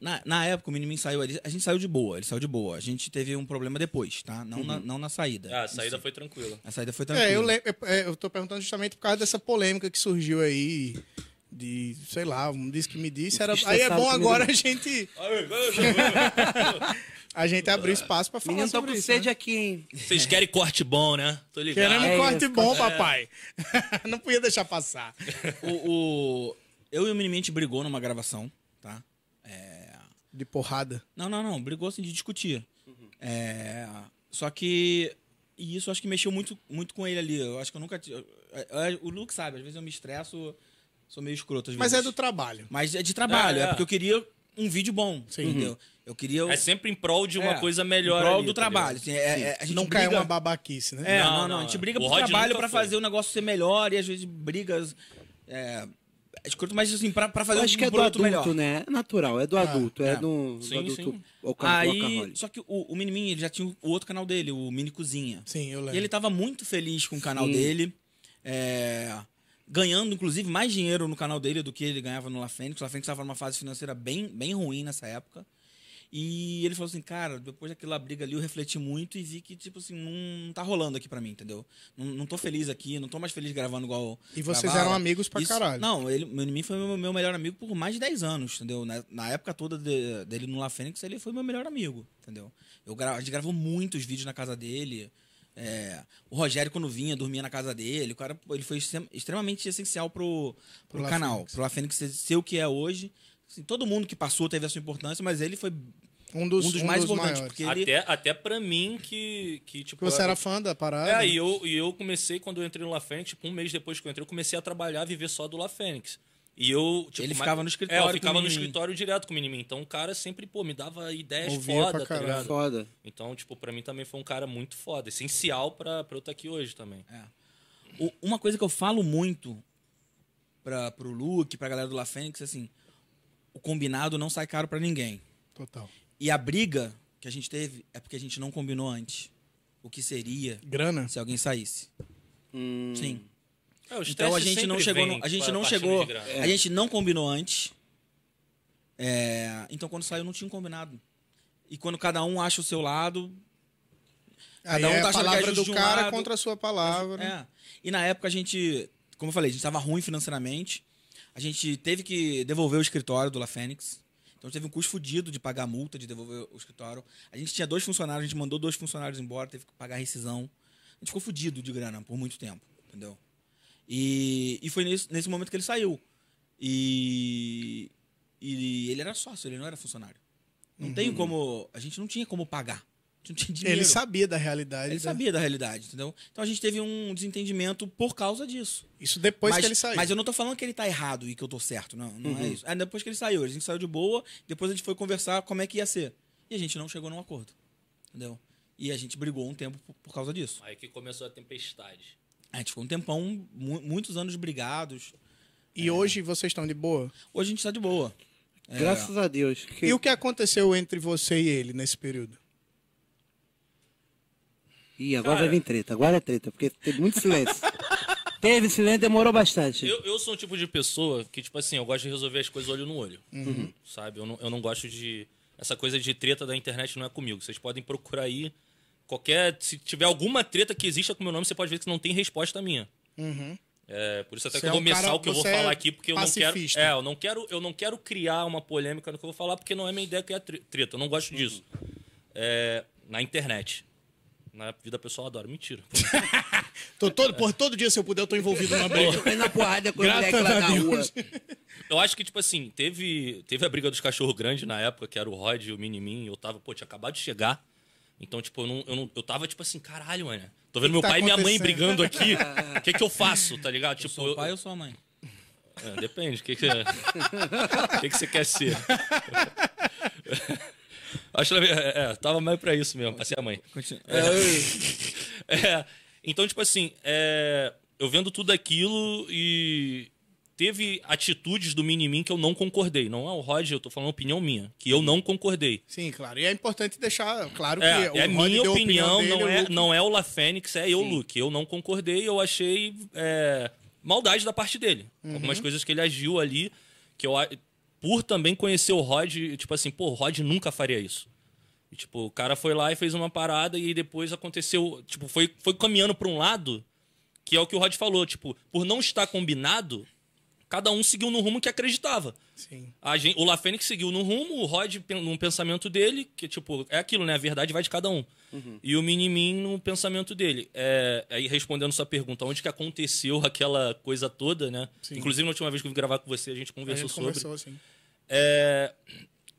D: Na, na época, o Minimin saiu, ele- a gente saiu de boa, ele saiu de boa. A gente teve um problema depois, tá? Não, na, não na saída.
C: Ah, a saída
D: Isso.
C: foi tranquila.
D: A saída foi tranquila.
B: É, eu, le- eu- é, eu tô perguntando justamente por causa dessa polêmica que surgiu aí de, sei lá, um disse que me disse. Era, aí é
A: estressado
B: bom
A: comigo.
B: agora a gente, a gente abrir espaço pra falar
A: Menino, tô
B: sobre
A: com
B: isso.
A: sede
B: né?
A: aqui, hein?
C: Vocês querem corte bom, né? Tô ligado.
B: Queremos
A: É
B: corte
A: isso,
B: bom, papai. Não podia deixar passar.
D: O, o- eu e o Minimin a gente brigou numa gravação, tá?
B: De porrada.
D: Não, não, não. Brigou assim de discutir.
C: Uhum.
D: É, só que. E isso acho que mexeu muito, muito com ele ali. Eu acho que eu nunca. ti- eu- eu- o Luke sabe, às vezes eu me estresso, sou meio escroto. Às
B: Mas é do
D: vezes.
B: trabalho.
D: Mas é de trabalho,
C: É,
D: é,
C: é.
D: porque eu queria um vídeo bom. Entendeu? Eu queria.
C: É sempre em prol de uma
D: é,
C: coisa melhor.
D: em prol
C: ali,
D: do
C: tá
D: trabalho.
C: ligado?
D: assim, é- é- a gente
B: Não cai
D: briga...
B: uma babaquice, né?
D: É,
C: Não,
D: não, não,
C: não,
D: A gente
C: é.
D: briga
C: O
D: pro
C: Rod
D: trabalho
C: nunca
D: pra
C: foi.
D: fazer o negócio ser melhor e às vezes brigas. É, é escroto, mas assim, pra, pra fazer
A: Eu
D: um
A: acho que é do
D: produto
A: adulto,
D: melhor.
A: né? É natural, é do adulto, é,
D: é.
A: do, do
C: Sim,
A: adulto
C: sim.
A: alca-
D: Aí,
A: alcoholic.
D: só que o, o Minimin, ele já tinha o outro canal dele, o Mini Cozinha.
B: Sim, eu lembro.
D: E ele tava muito feliz com o canal
A: Sim.
D: dele. é, ganhando, inclusive, mais dinheiro no canal dele do que ele ganhava no La Fênix. O La Fênix tava numa fase financeira bem, bem ruim nessa época. E ele falou assim, cara, depois daquela briga ali, eu refleti muito e vi que, tipo assim, não, não tá rolando aqui pra mim, entendeu? Não, não tô feliz aqui, não tô mais feliz gravando igual.
B: E vocês
D: gravava.
B: eram amigos pra caralho.
D: Não, ele, meu inimigo foi meu, meu melhor amigo por mais de 10 anos, entendeu? Na, na época toda de- dele no La Fênix, ele foi meu melhor amigo, entendeu? Eu gra- a gente gravou muitos vídeos na casa dele. é, o Rogério, quando vinha, dormia na casa dele. O cara, pô, ele foi extrem- extremamente essencial pro, pro,
B: La
D: canal, pro La Fênix ser, ser o que é hoje. Assim, todo mundo que passou teve a sua importância, mas ele foi
B: Um dos,
D: um dos mais importantes,
B: maiores.
D: porque ele...
C: Até, até pra mim que, que tipo...
B: Porque você
C: eu-
B: era fã da parada.
C: É,
B: né?
C: e eu, e eu comecei, quando eu entrei no La Fênix, tipo, um mês depois que eu entrei, eu comecei a trabalhar, viver só do La Fênix. E eu, tipo,
D: Ele
C: ma-
D: ficava no escritório
C: É,
D: com
C: eu
D: o
C: ficava no
D: Minimin.
C: escritório direto com o Minimin. Então o cara sempre, pô, me dava ideias
B: Ouvia pra
C: foda, tá
B: caralho.
C: ligado?
A: Foda.
C: Então, tipo, pra mim também foi um cara muito foda, essencial pra, pra eu estar aqui hoje também.
D: O- uma coisa que eu falo muito pra, pro Luke, pra galera do La Fênix, assim, o combinado não sai caro pra ninguém.
B: Total.
D: E a briga que a gente teve é porque a gente não combinou antes. O que seria
B: Grana.
D: se alguém saísse? Sim.
C: É, Hum, o
D: Então a
C: estresse
D: gente não
C: sempre
D: chegou,
C: vem
D: no- a gente
C: pra-
D: não
C: partindo
D: chegou,
C: de
D: É.
C: grana.
D: a gente não combinou antes. É, então quando saiu não tinha combinado. E quando cada um acha o seu lado,
B: Aí
D: Cada um
B: é
D: tá
B: a
D: achando que é
B: palavra
D: justo de
B: do
D: um
B: cara
D: lado.
B: contra a sua palavra. né?
D: É. E na época a gente, como eu falei, a gente tava ruim financeiramente. A gente teve que devolver o escritório do La Fênix. Então teve um custo fudido de pagar a multa, de devolver o escritório. A gente tinha dois funcionários, a gente mandou dois funcionários embora, teve que pagar a rescisão. A gente ficou fudido de grana por muito tempo, entendeu? E, e foi nesse, nesse momento que ele saiu. E, e ele era sócio, ele não era funcionário. Não tem como. A gente não tinha como pagar. A gente não tinha dinheiro.
B: Ele sabia da realidade.
D: Ele
B: né?
D: sabia da realidade, entendeu? Então a gente teve um desentendimento por causa disso.
B: Isso depois
D: mas,
B: que ele saiu. Uhum.
D: Mas eu não tô falando que ele tá errado e que eu tô certo, não. Não é isso. É depois que ele saiu. A gente saiu de boa, depois a gente foi conversar como é que ia ser. E a gente não chegou num acordo, entendeu? E a gente brigou um tempo por- por causa disso.
C: Aí que começou a tempestade.
D: A gente ficou um tempão, mu- muitos anos brigados.
B: E hoje vocês estão de boa?
D: Hoje a gente tá de boa.
A: Graças a Deus. Que...
B: É. E o que aconteceu entre você e ele nesse período?
A: Ih, agora
C: Cara.
A: vai vir treta, agora é treta, porque teve muito silêncio. teve silêncio, demorou bastante.
C: Eu, eu sou um tipo de pessoa que, tipo assim, eu gosto de resolver as coisas olho no olho.
B: Uhum.
C: Sabe? Eu não, eu não gosto de. Essa coisa de treta da internet não é comigo. Vocês podem procurar aí. Qualquer. Se tiver alguma treta que exista com o meu nome, você pode ver que não tem resposta minha. É, por isso até
B: Uhum. Você
C: que eu
B: é
C: vou
B: um
C: messar
B: cara-
C: o que eu vou
B: você é
C: falar aqui, porque eu não quero.
B: pacifista.
C: É, eu não quero, eu não quero criar uma polêmica no que eu vou falar, porque não é minha ideia criar tre- treta. Eu não gosto disso.
B: Uhum.
C: É, na internet. Na vida pessoal eu adoro. Mentira.
B: Tô todo, por todo dia, se eu puder, eu tô envolvido numa briga.
A: Foi na porrada com o
B: Graças
A: moleque lá
B: a
A: na rua.
B: Deus.
C: Eu acho que, tipo assim, teve, teve a briga dos cachorro grande na época, que era o Rod e o Minimin. Eu tava, pô, tinha acabado de chegar. Então, tipo, eu, não, eu, não- eu tava, tipo assim, caralho, mano. Tô vendo meu
B: tá
C: pai e minha mãe
B: acontecendo?
C: brigando aqui. O que que eu faço, tá ligado? Tipo,
D: Sou o pai
C: eu-
D: ou sou a mãe?
C: é, depende. O que que, o que que você quer ser? Acho que é, é, tava mais pra isso mesmo, passei a mãe. É, é, então, tipo assim, é, eu vendo tudo aquilo e teve atitudes do Minimin que eu não concordei. Não é o Rod, eu tô falando opinião minha, que eu não concordei.
B: Sim, claro. E é importante deixar claro que
C: É,
B: o
C: é a
B: Rony
C: minha
B: deu a
C: opinião,
B: dele,
C: não,
B: o
C: é,
B: Luke-
C: não é o La Fênix, é eu, Luke. Eu não concordei, eu achei é, maldade da parte dele.
B: Uhum.
C: Algumas coisas que ele agiu ali, que eu. a- Por também conhecer o Rod, tipo assim, pô, o Rod nunca faria isso. E, tipo, o cara foi lá e fez uma parada e depois aconteceu. Tipo, foi, foi caminhando pra um lado, que é o que o Rod falou, tipo, por não estar combinado, cada um seguiu no rumo que acreditava.
B: Sim.
C: A gen- o La Fênix seguiu no rumo, o Rod pen- num pensamento dele, que tipo, é aquilo, né? A verdade vai de cada um. E o Minimin no pensamento dele. É, aí respondendo sua pergunta, onde que aconteceu aquela coisa toda, né? Inclusive, na última vez que eu vim gravar com você, a gente
B: A
C: conversou
B: gente
C: sobre.
B: conversou assim.
C: É,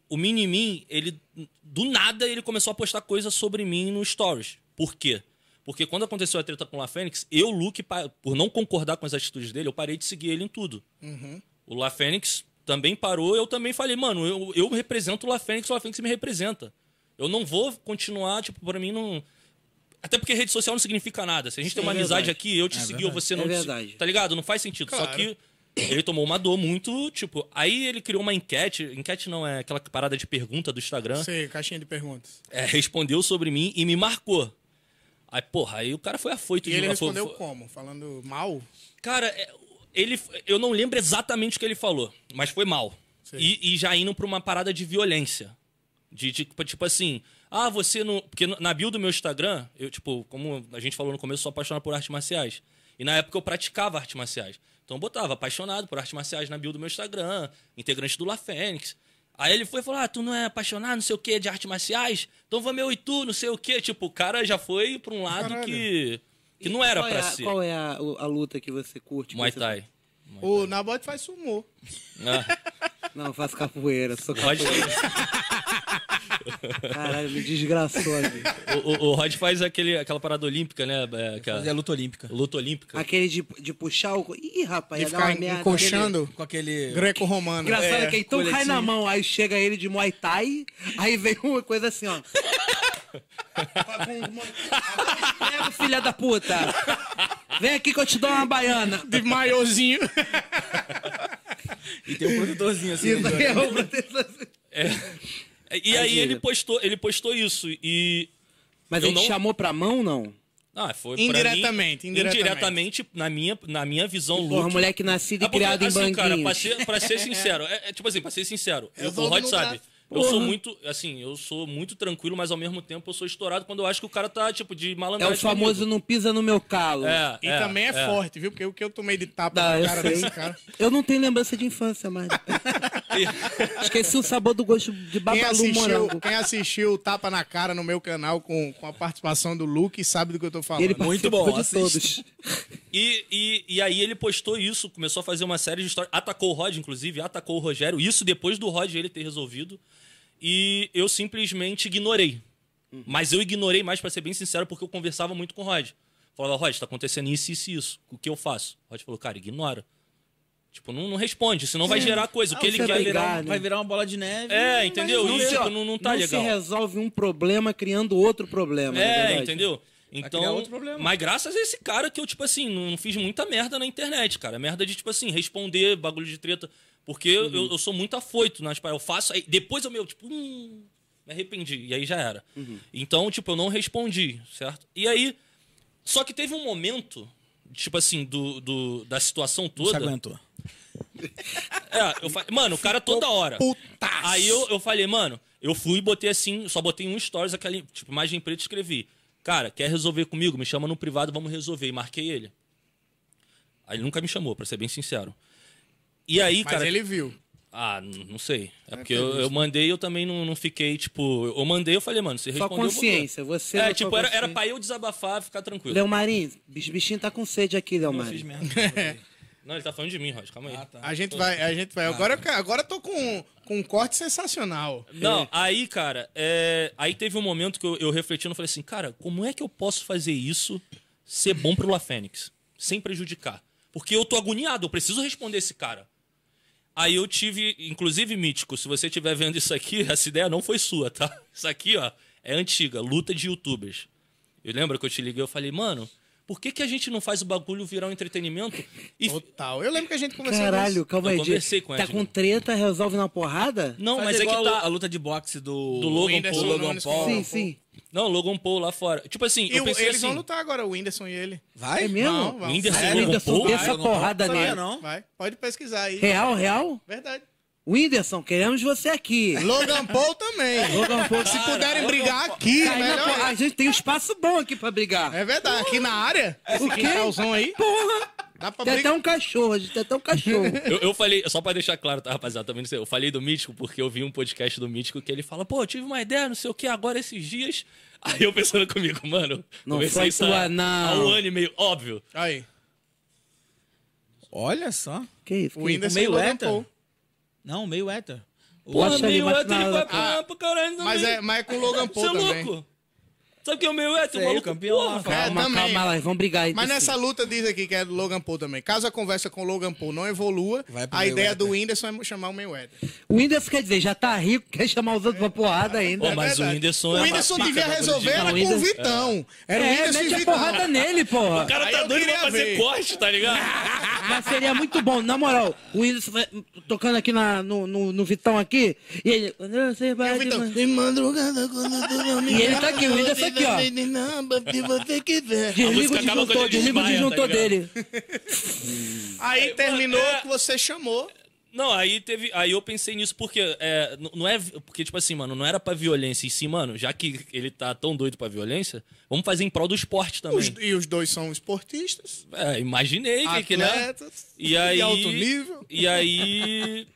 C: o Minimin, ele do nada ele começou a postar coisas sobre mim no stories. Por quê? Porque quando aconteceu a treta com o La Fênix, eu, Luke, pa- por não concordar com as atitudes dele, eu parei de seguir ele em tudo.
A: Uhum.
C: O La Fênix também parou, eu também falei, mano, eu, eu represento o La Fênix, o La Fênix me representa. Eu não vou continuar, tipo, pra mim não. Até porque rede social não significa nada. Se a gente tem uma amizade
A: é verdade.
C: aqui, eu te segui ou você
A: É
C: não te se-
A: verdade.
C: Tá ligado? Não faz sentido. Só que ele tomou uma dor muito, tipo. Aí ele criou uma enquete. Enquete não, é aquela parada de pergunta do Instagram.
B: Você, caixinha de perguntas.
C: É, respondeu sobre mim e me marcou. Aí, porra, aí o cara foi afoito
B: E
C: de
B: ele
C: uma- foi-
B: respondeu
C: foi-
B: como? Falando mal?
C: Cara, é, ele, eu não lembro exatamente o que ele falou, mas foi mal. E, e já indo pra uma parada de violência. De, de, tipo, tipo assim, ah, você não. Porque no- na bio do meu Instagram, eu, tipo, como a gente falou no começo, eu sou apaixonado por artes marciais. E na época eu praticava artes marciais. Então eu botava apaixonado por artes marciais na bio do meu Instagram, integrante do La Fênix. Aí ele foi e falou: Ah, tu não é apaixonado, não sei o quê, de artes marciais? Então vamos eu e tu, não sei o quê. Tipo, o cara já foi pra um lado que. Que não era
A: qual
C: pra
A: é a,
C: ser.
A: Qual é a, o- a luta que você curte? que
C: Muay
A: você-
C: Thai.
B: O Nabote faz sumô.
C: Ah.
A: Não, eu faço capoeira. Sou
C: Rod,
A: capoeira. Caralho, me desgraçou. amigo.
C: o, o- o Rod faz aquele, aquela parada olímpica, né? É, aquela
D: É luta olímpica.
C: luta olímpica.
A: Aquele de, de puxar o... co- Ih, rapaz,
B: De
A: ia dar uma
B: ficar
A: merda.
B: encoxando né?
D: Com aquele.
B: greco-romano.
A: Engraçado
D: É,
A: que então cai
D: coletivo.
A: na mão, aí chega ele de Muay Thai, aí vem uma coisa assim, ó. Pega, filha da puta! Vem aqui que eu te dou uma baiana.
B: De maiôzinho.
D: E tem um protetorzinho assim.
A: Isso
D: né,
A: aí
D: de
A: é
D: orelha.
A: uma proteção.
C: E aí
A: diga.
C: ele postou, ele postou isso e
A: Mas
C: Eu
A: ele te
C: não-
A: chamou pra mão, não?
C: ah, foi
B: Indiretamente,
C: pra mim,
B: indiretamente.
C: indiretamente na minha na minha visão
A: Porra,
C: Luke.
A: moleque nascido
C: Ah,
A: e
C: porque,
A: criado em
C: assim, cara, pra
A: banquinhos.
C: ser, pra ser sincero, é, é tipo assim, pra ser sincero, eu, o Rod sabe. Eu sou muito, assim, eu sou muito tranquilo, mas ao mesmo tempo eu sou estourado quando eu acho que o cara tá, tipo, de
A: É
C: malandragem.
A: o famoso
C: comigo.
A: não pisa no meu calo.
C: É,
B: E também é, forte, viu? Porque o que eu tomei de tapa
A: Ah,
B: na
A: eu
B: cara
A: sei.
B: desse cara.
A: Eu não tenho lembrança de infância mais. Esqueci é o sabor do gosto de
B: Quem
A: babalu
B: assistiu,
A: morango.
B: quem assistiu o Tapa na Cara no meu canal com, com a participação do Luke sabe do que eu tô falando.
A: Ele participou
D: bom,
A: de
D: assiste.
A: todos.
C: E, e, e aí ele postou isso, começou a fazer uma série de histórias. Atacou o Rod, inclusive, atacou o Rogério. Isso depois do Rod ele ter resolvido. E eu simplesmente ignorei. Mas eu ignorei mais, pra ser bem sincero, porque eu conversava muito com o Rod. Falava, Rod, tá acontecendo isso, isso e isso. O que eu faço? O Rod falou, cara, ignora. Tipo, não, não responde, senão vai gerar coisa. o que ele
A: você
D: é
C: quer
A: vai
C: virar.
A: brigar, né?
D: Vai virar uma bola de neve.
C: É, entendeu?
A: Não,
C: Isso
A: se-
C: tipo, não, não tá
A: não
C: legal.
A: se resolve um problema criando outro problema. na
C: É,
A: verdade.
C: entendeu?
D: criar
C: Então,
D: outro problema.
C: mas graças a esse cara que eu, tipo assim, não fiz muita merda na internet, cara. Merda de, tipo assim, responder bagulho de treta. Porque eu-
D: Uhum.
C: eu, eu sou muito afoito nas paradas. Eu faço, aí depois eu meio, tipo, hum, me arrependi. E aí já era.
D: Uhum.
C: Então, tipo, eu não respondi, certo? E aí, só que teve um momento, tipo assim, do, do- da situação
D: Não se
C: toda.
D: aguentou.
C: É, eu fa- Mano, o cara toda hora. Aí eu, eu falei, mano, eu fui e botei assim, só botei um stories, aquela tipo, imagem preta e escrevi. Cara, quer resolver comigo? Me chama no privado, vamos resolver. E marquei ele. Aí ele nunca me chamou, pra ser bem sincero. E aí,
B: Mas
C: cara.
B: ele viu.
C: Ah, n- não sei. É porque eu, eu mandei, eu também não, não fiquei, tipo. Eu mandei, eu falei, mano, você
A: Sua
C: respondeu. eu vou ver.
A: consciência, você.
C: É,
A: na
C: tipo,
A: sua
C: era, era
A: consciência.
C: pra eu desabafar, ficar tranquilo.
A: Leomarim, bicho- bichinho tá com sede aqui,
D: Eu fiz
A: Leomarim.
D: merda.
C: Não, ele tá falando de mim, Rod, calma aí.
B: A gente vai, a gente vai. Agora, eu ca- agora eu tô com, com um corte sensacional.
C: Não, aí, cara, é, aí teve um momento que eu, eu refletindo, eu falei assim, cara, como é que eu posso fazer isso ser bom pro La Fênix? Sem prejudicar. Porque eu tô agoniado, eu preciso responder esse cara. Aí eu tive, inclusive, Mítico, se você estiver vendo isso aqui, essa ideia não foi sua, tá? Isso aqui, ó, é antiga, luta de youtubers. Eu lembro que eu te liguei, eu falei, mano, por que, que a gente não faz o bagulho virar um entretenimento? E
E: Total. Eu lembro que a gente conversou
A: Caralho, calma aí.
C: Eu conversei com a
A: tá
C: Edna.
A: com treta, resolve na porrada?
C: não,
D: Faz
C: mas é que
D: igual
C: tá.
D: A luta de boxe do.
C: Do Logan
D: do
C: Paul.
D: Logan Paul.
A: sim, sim.
C: Não, Logan Paul lá fora. Tipo assim,
E: é E
C: eu
E: o- eles
C: pensei assim.
E: vão lutar agora, o Whindersson e ele.
D: Vai? né?
A: É mesmo?
E: Não, vão.
C: Whindersson
A: Sério?
C: Logan
A: Whindersson
C: Paul?
A: dessa
D: Logan Paul?
A: porrada
D: Sabia,
A: nele.
D: não.
E: Vai, pode pesquisar aí.
A: Real, real?
E: Verdade.
A: Whindersson, queremos você aqui.
E: Logan Paul também.
A: Logan Paul,
E: Se puderem brigar aqui,
A: Aí na
E: melhor
A: porra-
E: é.
A: a gente tem um espaço bom aqui pra brigar.
E: É verdade, aqui na área,
A: o quê?
E: calzão aí,
A: Porra!
E: dá pra
A: Tem até
E: brigar.
A: um cachorro, a gente tem até um cachorro.
C: Eu, eu falei, só pra deixar claro, tá, rapaziada? Também não sei. Eu falei do Mítico porque eu vi um podcast do Mítico que ele fala, pô, eu tive uma ideia, não sei o que, agora esses dias. Aí eu pensando comigo, mano.
A: Não
C: comecei
A: foi
C: isso
A: tua,
C: há-
A: não.
C: Há um ano e meio, óbvio.
E: Aí,
D: Olha só. Tipo,
A: Que isso? que
E: o
A: isso?
E: Whindersson e
D: meio
E: Logan
D: hétero.
E: Paul.
D: Não, meio hétero.
A: acho
C: Porra,
A: que
C: meio
A: ele vai
C: hétero, ele
A: na-
C: vai Ah, pro campo, caralho. não
E: Mas
C: vem.
E: é, mas é com o Logan
C: Você
E: Paul
C: é
E: também.
C: louco? Sabe que é o meio hétero,
D: Sei,
C: maluco?
D: campeão lá,
C: Porra,
D: cara.
E: É,
A: Calma,
E: também.
A: calma lá, vamos brigar aí.
E: Mas nessa luta diz aqui que é do Logan Paul também. Caso a conversa com o Logan Paul não evolua,
D: Vai pro
E: a ideia
D: Mayweather.
E: do Whindersson é chamar o Mayweather.
A: O Whindersson quer dizer, já tá rico, quer chamar os outros pra porrada ainda.
C: Ô, mas
E: verdade.
C: o Whindersson é
E: O
C: uma
E: Whindersson
C: pica
E: devia
C: no bagulho de
E: resolver era
A: Não,
E: com
A: o
E: o
A: Whindersson-
E: Vitão. Era o
A: É,
E: Whindersson e
A: mete a
E: Vitão.
A: porrada nele,
C: O
A: porra.
C: cara
E: Aí
C: tá
E: eu
C: doido pra
E: queria
C: fazer
E: ver.
C: corte, tá ligado?
A: Mas seria muito bom, na moral. O Whindersson vai- tocando aqui na- no, no- no Vitão aqui, e ele... "Não, você vai
E: O
A: de
E: Vitão,
A: man-".
E: de madrugada quando eu tô dormindo.
A: E ele tá aqui, o Whindersson aqui, ó.
E: Se você quiser.
A: Desliga o
C: música acaba
A: disjuntor,
C: quando ele
A: desliga o
C: desmaia, tá
A: disjuntor
C: ligado?
A: dele.
C: É,
E: Aí terminou que você chamou.
C: Não, aí teve. Aí eu pensei nisso porque. É, n- não é. vi- Porque, tipo assim, mano, não era pra violência em si, mano. Já que ele tá tão doido pra violência, vamos fazer em prol do esporte também.
D: É.
E: Os- e os dois são esportistas,
C: É, imaginei que, que, né?
E: atletas
C: E aí.
E: de alto nível.
C: E aí.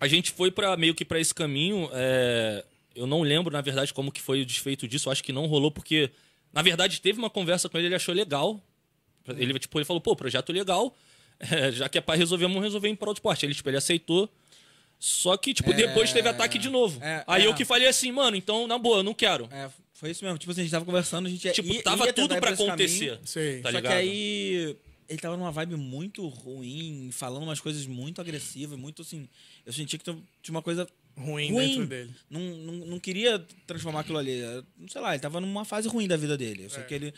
C: A gente foi para meio que pra esse caminho. é, eu não lembro, na verdade, como que foi o desfeito disso. Acho que não rolou, porque. Na verdade, teve uma conversa com ele, ele achou legal. Ele, tipo, ele falou, pô, projeto legal. é, já que é pra resolver, vamos resolver em prol do esporte. Ele, tipo, ele aceitou. Só que, tipo, depois teve ataque de novo.
D: é,
C: aí
D: é.
C: eu que falei assim, mano, então, na boa, eu não quero.
D: É, foi isso mesmo. Tipo assim, a gente tava conversando, a gente ia,
C: tipo,
D: ia-
C: tava
D: ia tentar
C: tudo
D: ir
C: pra
D: por esse
C: acontecer.
D: caminho.
E: Sei.
C: Tá
D: Só
C: ligado?
D: que aí ele tava numa vibe muito ruim, falando umas coisas muito agressivas, muito assim. Eu senti que tinha uma coisa
E: Ruim,
D: ruim
E: dentro dele.
D: Não, não, não queria transformar aquilo ali. Eu Não sei lá, ele tava numa fase ruim da vida dele. Eu
E: É.
D: sei que ele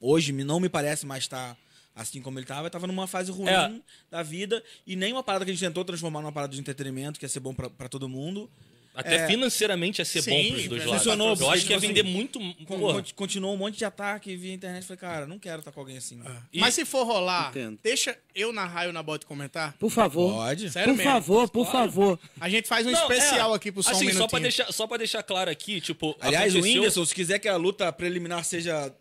D: hoje me- não me parece mais estar assim como ele tava, ele tava numa fase ruim
C: É.
D: da vida e nem uma parada que a gente tentou transformar numa parada de entretenimento, que ia ser bom pra pra todo mundo.
C: Até
D: É.
C: financeiramente ia ser
E: Sim,
C: bom pros dois lados.
D: funcionou,
C: Eu acho
D: porque,
C: que ia
D: tipo
C: vender
D: assim,
C: muito.
D: Con-
C: porra.
D: con- Continuou um monte de ataque via internet. Falei, cara, não quero estar com alguém assim.
C: E-
E: Mas se for rolar,
A: Entendo.
E: deixa eu narrar e o Nabote comentar.
A: Por favor.
D: Pode.
E: Sério
A: por
E: mesmo.
A: favor, por favor.
E: A gente faz um
C: Não,
E: especial
C: é,
E: aqui pro Só um
C: assim,
E: Minutinho.
C: só pra, deixar, só pra deixar claro aqui, tipo...
D: Aliás, o
C: aconteceu-
D: Whindersson, se quiser que a luta preliminar seja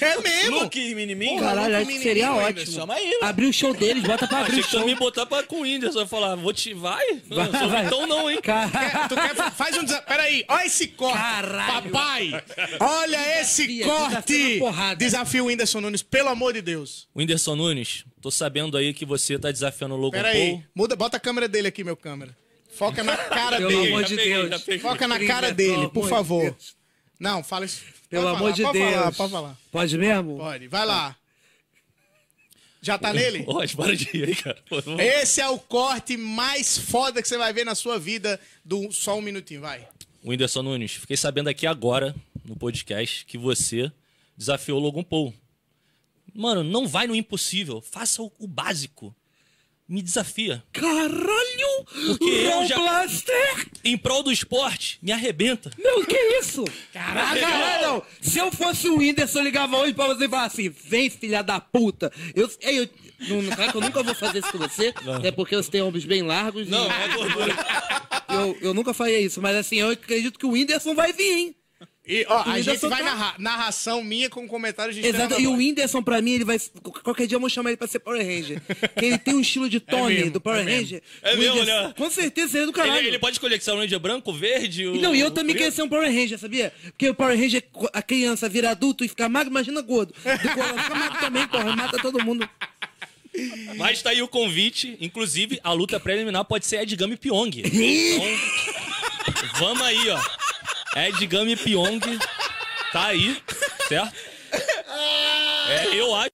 E: É mesmo?
D: Luke e Minimin,
A: Caralho, acho que
E: menininho
A: seria
E: ainda,
A: ótimo.
D: chama aí, né?
A: Abrir o show deles, bota pra abrir
C: Achei
A: o
C: que tu ia
A: show.
C: me botar pra, com o Whindersson. Eu ia falar, vou te... Vai? Não, sou-
A: vai.
C: Então não, hein?
A: Cara,
E: Tu quer, faz um desafio. Peraí, olha esse corte.
A: Caralho.
E: Papai, olha esse
A: Desafia,
E: corte.
A: desafia na porrada.
E: Desafio o Whindersson Nunes, pelo amor de Deus.
C: Whindersson Nunes, tô sabendo aí que você tá desafiando o Logan
E: Peraí,
C: Paul.
E: muda, bota a câmera dele aqui, meu câmera. Foca na cara
A: pelo
E: dele.
A: amor
C: já
A: de
C: peguei, já
A: Deus.
C: peguei.
E: Foca na cara
A: Pelo
E: dele,
A: amor
E: por
A: de
E: favor.
A: Deus.
E: Não, fala isso.
A: Pelo
E: Pode
A: amor de
E: falar,
A: Deus.
E: Pode falar, pode falar.
A: Pode mesmo?
E: Pode, vai lá. Já tá nele?
C: Ó, para de ir aí, cara. Pô, vamos-
E: Esse é o corte mais foda que você vai ver na sua vida do só um minutinho, vai.
C: Whindersson Nunes, fiquei sabendo aqui agora, no podcast, que você desafiou o Logan Paul. Mano, não vai no impossível. Faça o, o básico. Me desafia.
A: Caralho!
C: eu
A: Roll
C: já-
A: Blaster!
C: Em prol do esporte, me arrebenta.
A: Meu, que isso? Caralho! não. Se eu fosse o Whindersson, eu ligava hoje pra você e falava assim, vem, filha da puta. Eu... Ei, eu... Não, não, claro que eu nunca vou fazer isso com você, é porque você tem ombros bem largos e-
C: Não, é gordura.
A: Eu, eu nunca faria isso, mas assim, eu acredito que o Whindersson vai vir, hein?
E: E, ó,
A: Tu
E: a
A: ainda
E: gente
A: só
E: vai
A: tá-
E: narrar. Narração minha com comentários de
A: Exato.
E: Estrela
A: E o
E: Nova.
A: Whindersson, pra mim, ele vai. Qualquer dia eu vou chamar ele pra ser Power Ranger. Porque ele tem o estilo de Tony
E: mesmo,
A: do Power
E: é mesmo.
A: Ranger.
C: É
A: O
C: mesmo,
A: Whindersson,
C: né?
A: Com certeza seria do caralho.
C: Ele, ele pode escolher que se é o Ranger branco, verde... O,
A: E Não, e eu
C: o
A: também queria
C: preto.
A: ser um Power Ranger, sabia? Porque o Power Ranger, co- a criança vira adulto e fica magro, imagina gordo. Do colo, fica magro também, porra, mata todo mundo.
C: Tá Mas tá aí o convite. Inclusive, a luta preliminar pode ser Edgami Pyong. Então, vamos aí, ó. Edgami Pyong tá aí, certo? É, eu acho.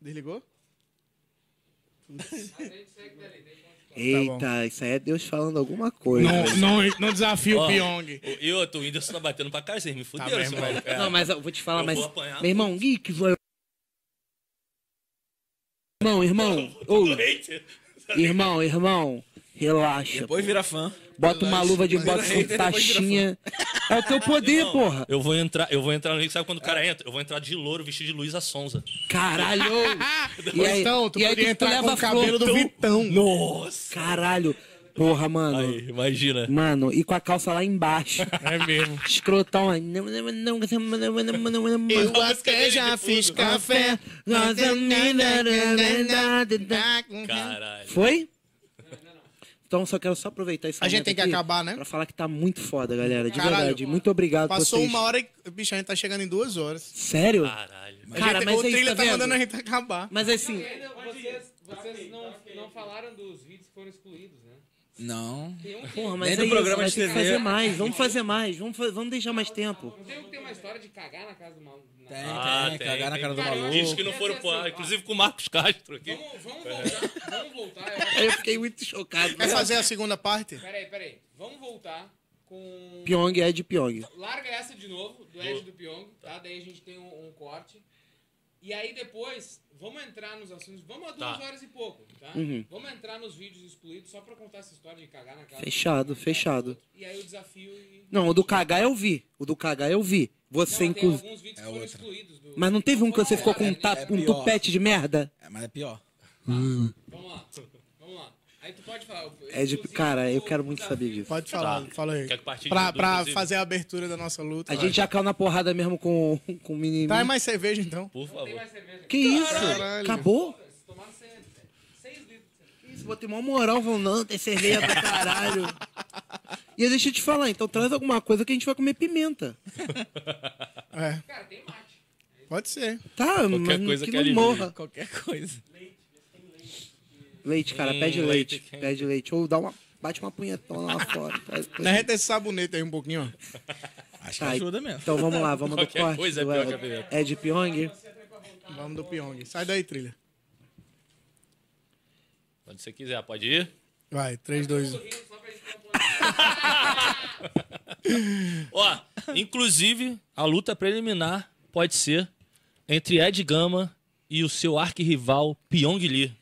B: Desligou?
A: Eita, isso aí é Deus falando alguma coisa.
B: Não, não, não desafio
C: Ó,
B: o Pyong.
C: o- E outro, o Whindersson tá batendo pra cá, vocês me fuderam,
B: bem,
C: esse
B: mano.
C: maluco. é.
A: Não, mas eu vou te falar,
C: Eu
A: mas.
C: vou apanhar.
A: Meu irmão, ih, que vai. Irmão, irmão, ou,
C: Hater.
A: irmão, irmão, relaxa.
D: Depois vira fã.
A: Bota uma luva de boxe com taxinha. É o teu poder, porra.
C: Eu vou entrar, eu vou entrar no link, sabe quando o cara entra? Eu vou entrar de louro vestido de Luísa Sonza.
A: Caralho! E aí,
B: Então, tu
A: e aí
B: podia
A: tu
B: entrar
A: leva
B: com o
A: a
B: cabelo
A: flor. Então,
B: do Vitão.
C: Nossa!
A: Caralho! Porra, mano.
C: Aí, imagina.
A: Mano, e com a calça lá embaixo.
B: É mesmo.
A: Escrotão. ó. Não, não, não, não, não, não, não, não, não.
B: Eu até já fiz café.
E: Tá
C: Caralho.
A: Foi? Então, só quero só aproveitar esse
B: A gente
A: momento
B: tem que
A: aqui
B: acabar, né?
A: Pra falar que tá muito foda, galera. De
B: Caralho.
A: verdade. Muito obrigado por
B: Passou
A: vocês.
B: uma hora e. Bicho, a gente tá chegando em duas horas.
A: Sério?
C: Caralho.
B: A
A: Cara,
B: gente-
A: mas
B: o
A: aí,
B: trilha
A: tá
B: tá,
A: vendo?
B: mandando a gente acabar.
A: Mas assim,
I: Vocês, vocês não, não falaram dos vídeos que foram excluídos, né?
D: Não.
A: porra, mas
D: do
A: é isso,
D: programa
A: mas
D: de
A: tem que
D: TV.
A: fazer mais, vamos fazer mais, vamos, fa- vamos deixar mais tempo.
I: Não tem, tem uma história de cagar na casa do maluco. na-
D: Tem,
C: Ah,
D: tem,
C: tem,
D: Cagar na
C: tem.
D: cara do
I: Caralho.
C: Diz
D: maluco.
C: que não foram pro ar, inclusive com o Marcos Castro aqui.
I: Vamos, vamos voltar, vamos voltar. eu acho-
A: Aí eu fiquei muito chocado.
D: né?
B: Quer fazer a segunda parte?
I: Peraí, peraí. Vamos voltar com...
A: Pyong é de Pyong.
I: Larga essa de novo, do Ed do Pyong, tá? Daí a gente tem um, um corte. E aí depois, vamos entrar nos assuntos. Vamos a duas
C: Tá.
I: horas e pouco, tá?
A: Uhum.
I: Vamos entrar nos vídeos excluídos só pra contar essa história de cagar na casa.
A: Fechado,
I: na casa
A: fechado.
I: do outro. E aí o desafio... E...
A: Não, o do cagar eu vi. O do cagar eu vi. Você
I: Não, tem
A: inclusive.
I: alguns vídeos que foram excluídos do...
A: Mas não teve um que você ficou com um,
I: Caralho,
A: ta-
D: é
A: um
D: pior.
A: tupete de merda?
D: É, mas é pior.
I: Vamos lá, vamos lá. Aí tu pode falar.
A: É de. Cara, eu quero muito saber disso.
B: Pode falar, fala aí.
C: Quer que partir
B: pra
C: de-
B: pra
C: inclusive?
B: fazer a abertura da nossa luta.
A: A gente já caiu na porrada mesmo com, com o menino.
E: Tá,
B: Traz mais cerveja então.
C: Por favor.
A: Que isso?
B: Caralho.
A: Acabou?
I: Tomar 6 litros.
A: Isso, botei mó moral, vão não, tem cerveja pra caralho. E aí, deixa eu te falar, então traz alguma coisa que a gente vai comer pimenta.
B: É,
I: Cara, tem mate.
B: pode ser.
A: Tá,
C: Qualquer
A: mas
C: coisa
A: que
C: que
A: não
C: alivie.
A: morra.
D: Qualquer coisa.
A: Leite, cara, pede
C: Hum,
A: leite.
C: leite quente.
A: Pede leite. Ou dá uma. Bate uma punhetona lá fora. Faz coisa.
B: Na reta esse sabonete aí um pouquinho, ó.
D: Acho que
A: Tá,
D: ajuda mesmo.
A: Então vamos lá, vamos do
C: Qualquer
A: corte.
C: coisa é
A: do
C: pior
A: Ed-
C: que a pimenta.
A: Ed Pyong.
B: Vamos do Pyong. Sai daí, trilha.
C: Quando você quiser, pode ir.
B: Vai, um. 3, 2, 1.
C: Ó, inclusive, a luta preliminar pode ser entre Ed Gama e o seu arquirrival Pyong Lee.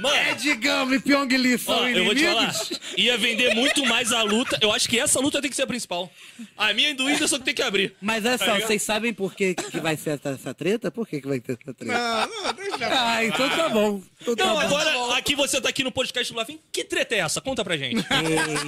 C: Mano,
A: Digamos, e Pyong Lee são
C: ó, eu vou te falar, ia vender muito mais a luta. Eu acho que essa luta tem que ser a principal. A minha e do Whindersson que tem que abrir.
A: Mas olha só, vocês sabem por que, que vai ser essa, essa treta? Por que, que vai ter essa treta?
B: Ah, não, deixa.
A: Ah, então tá bom. Então tá
C: Não,
A: bom.
C: agora aqui você tá aqui no podcast do Lafim. Que treta é essa? Conta pra gente.
A: Eita.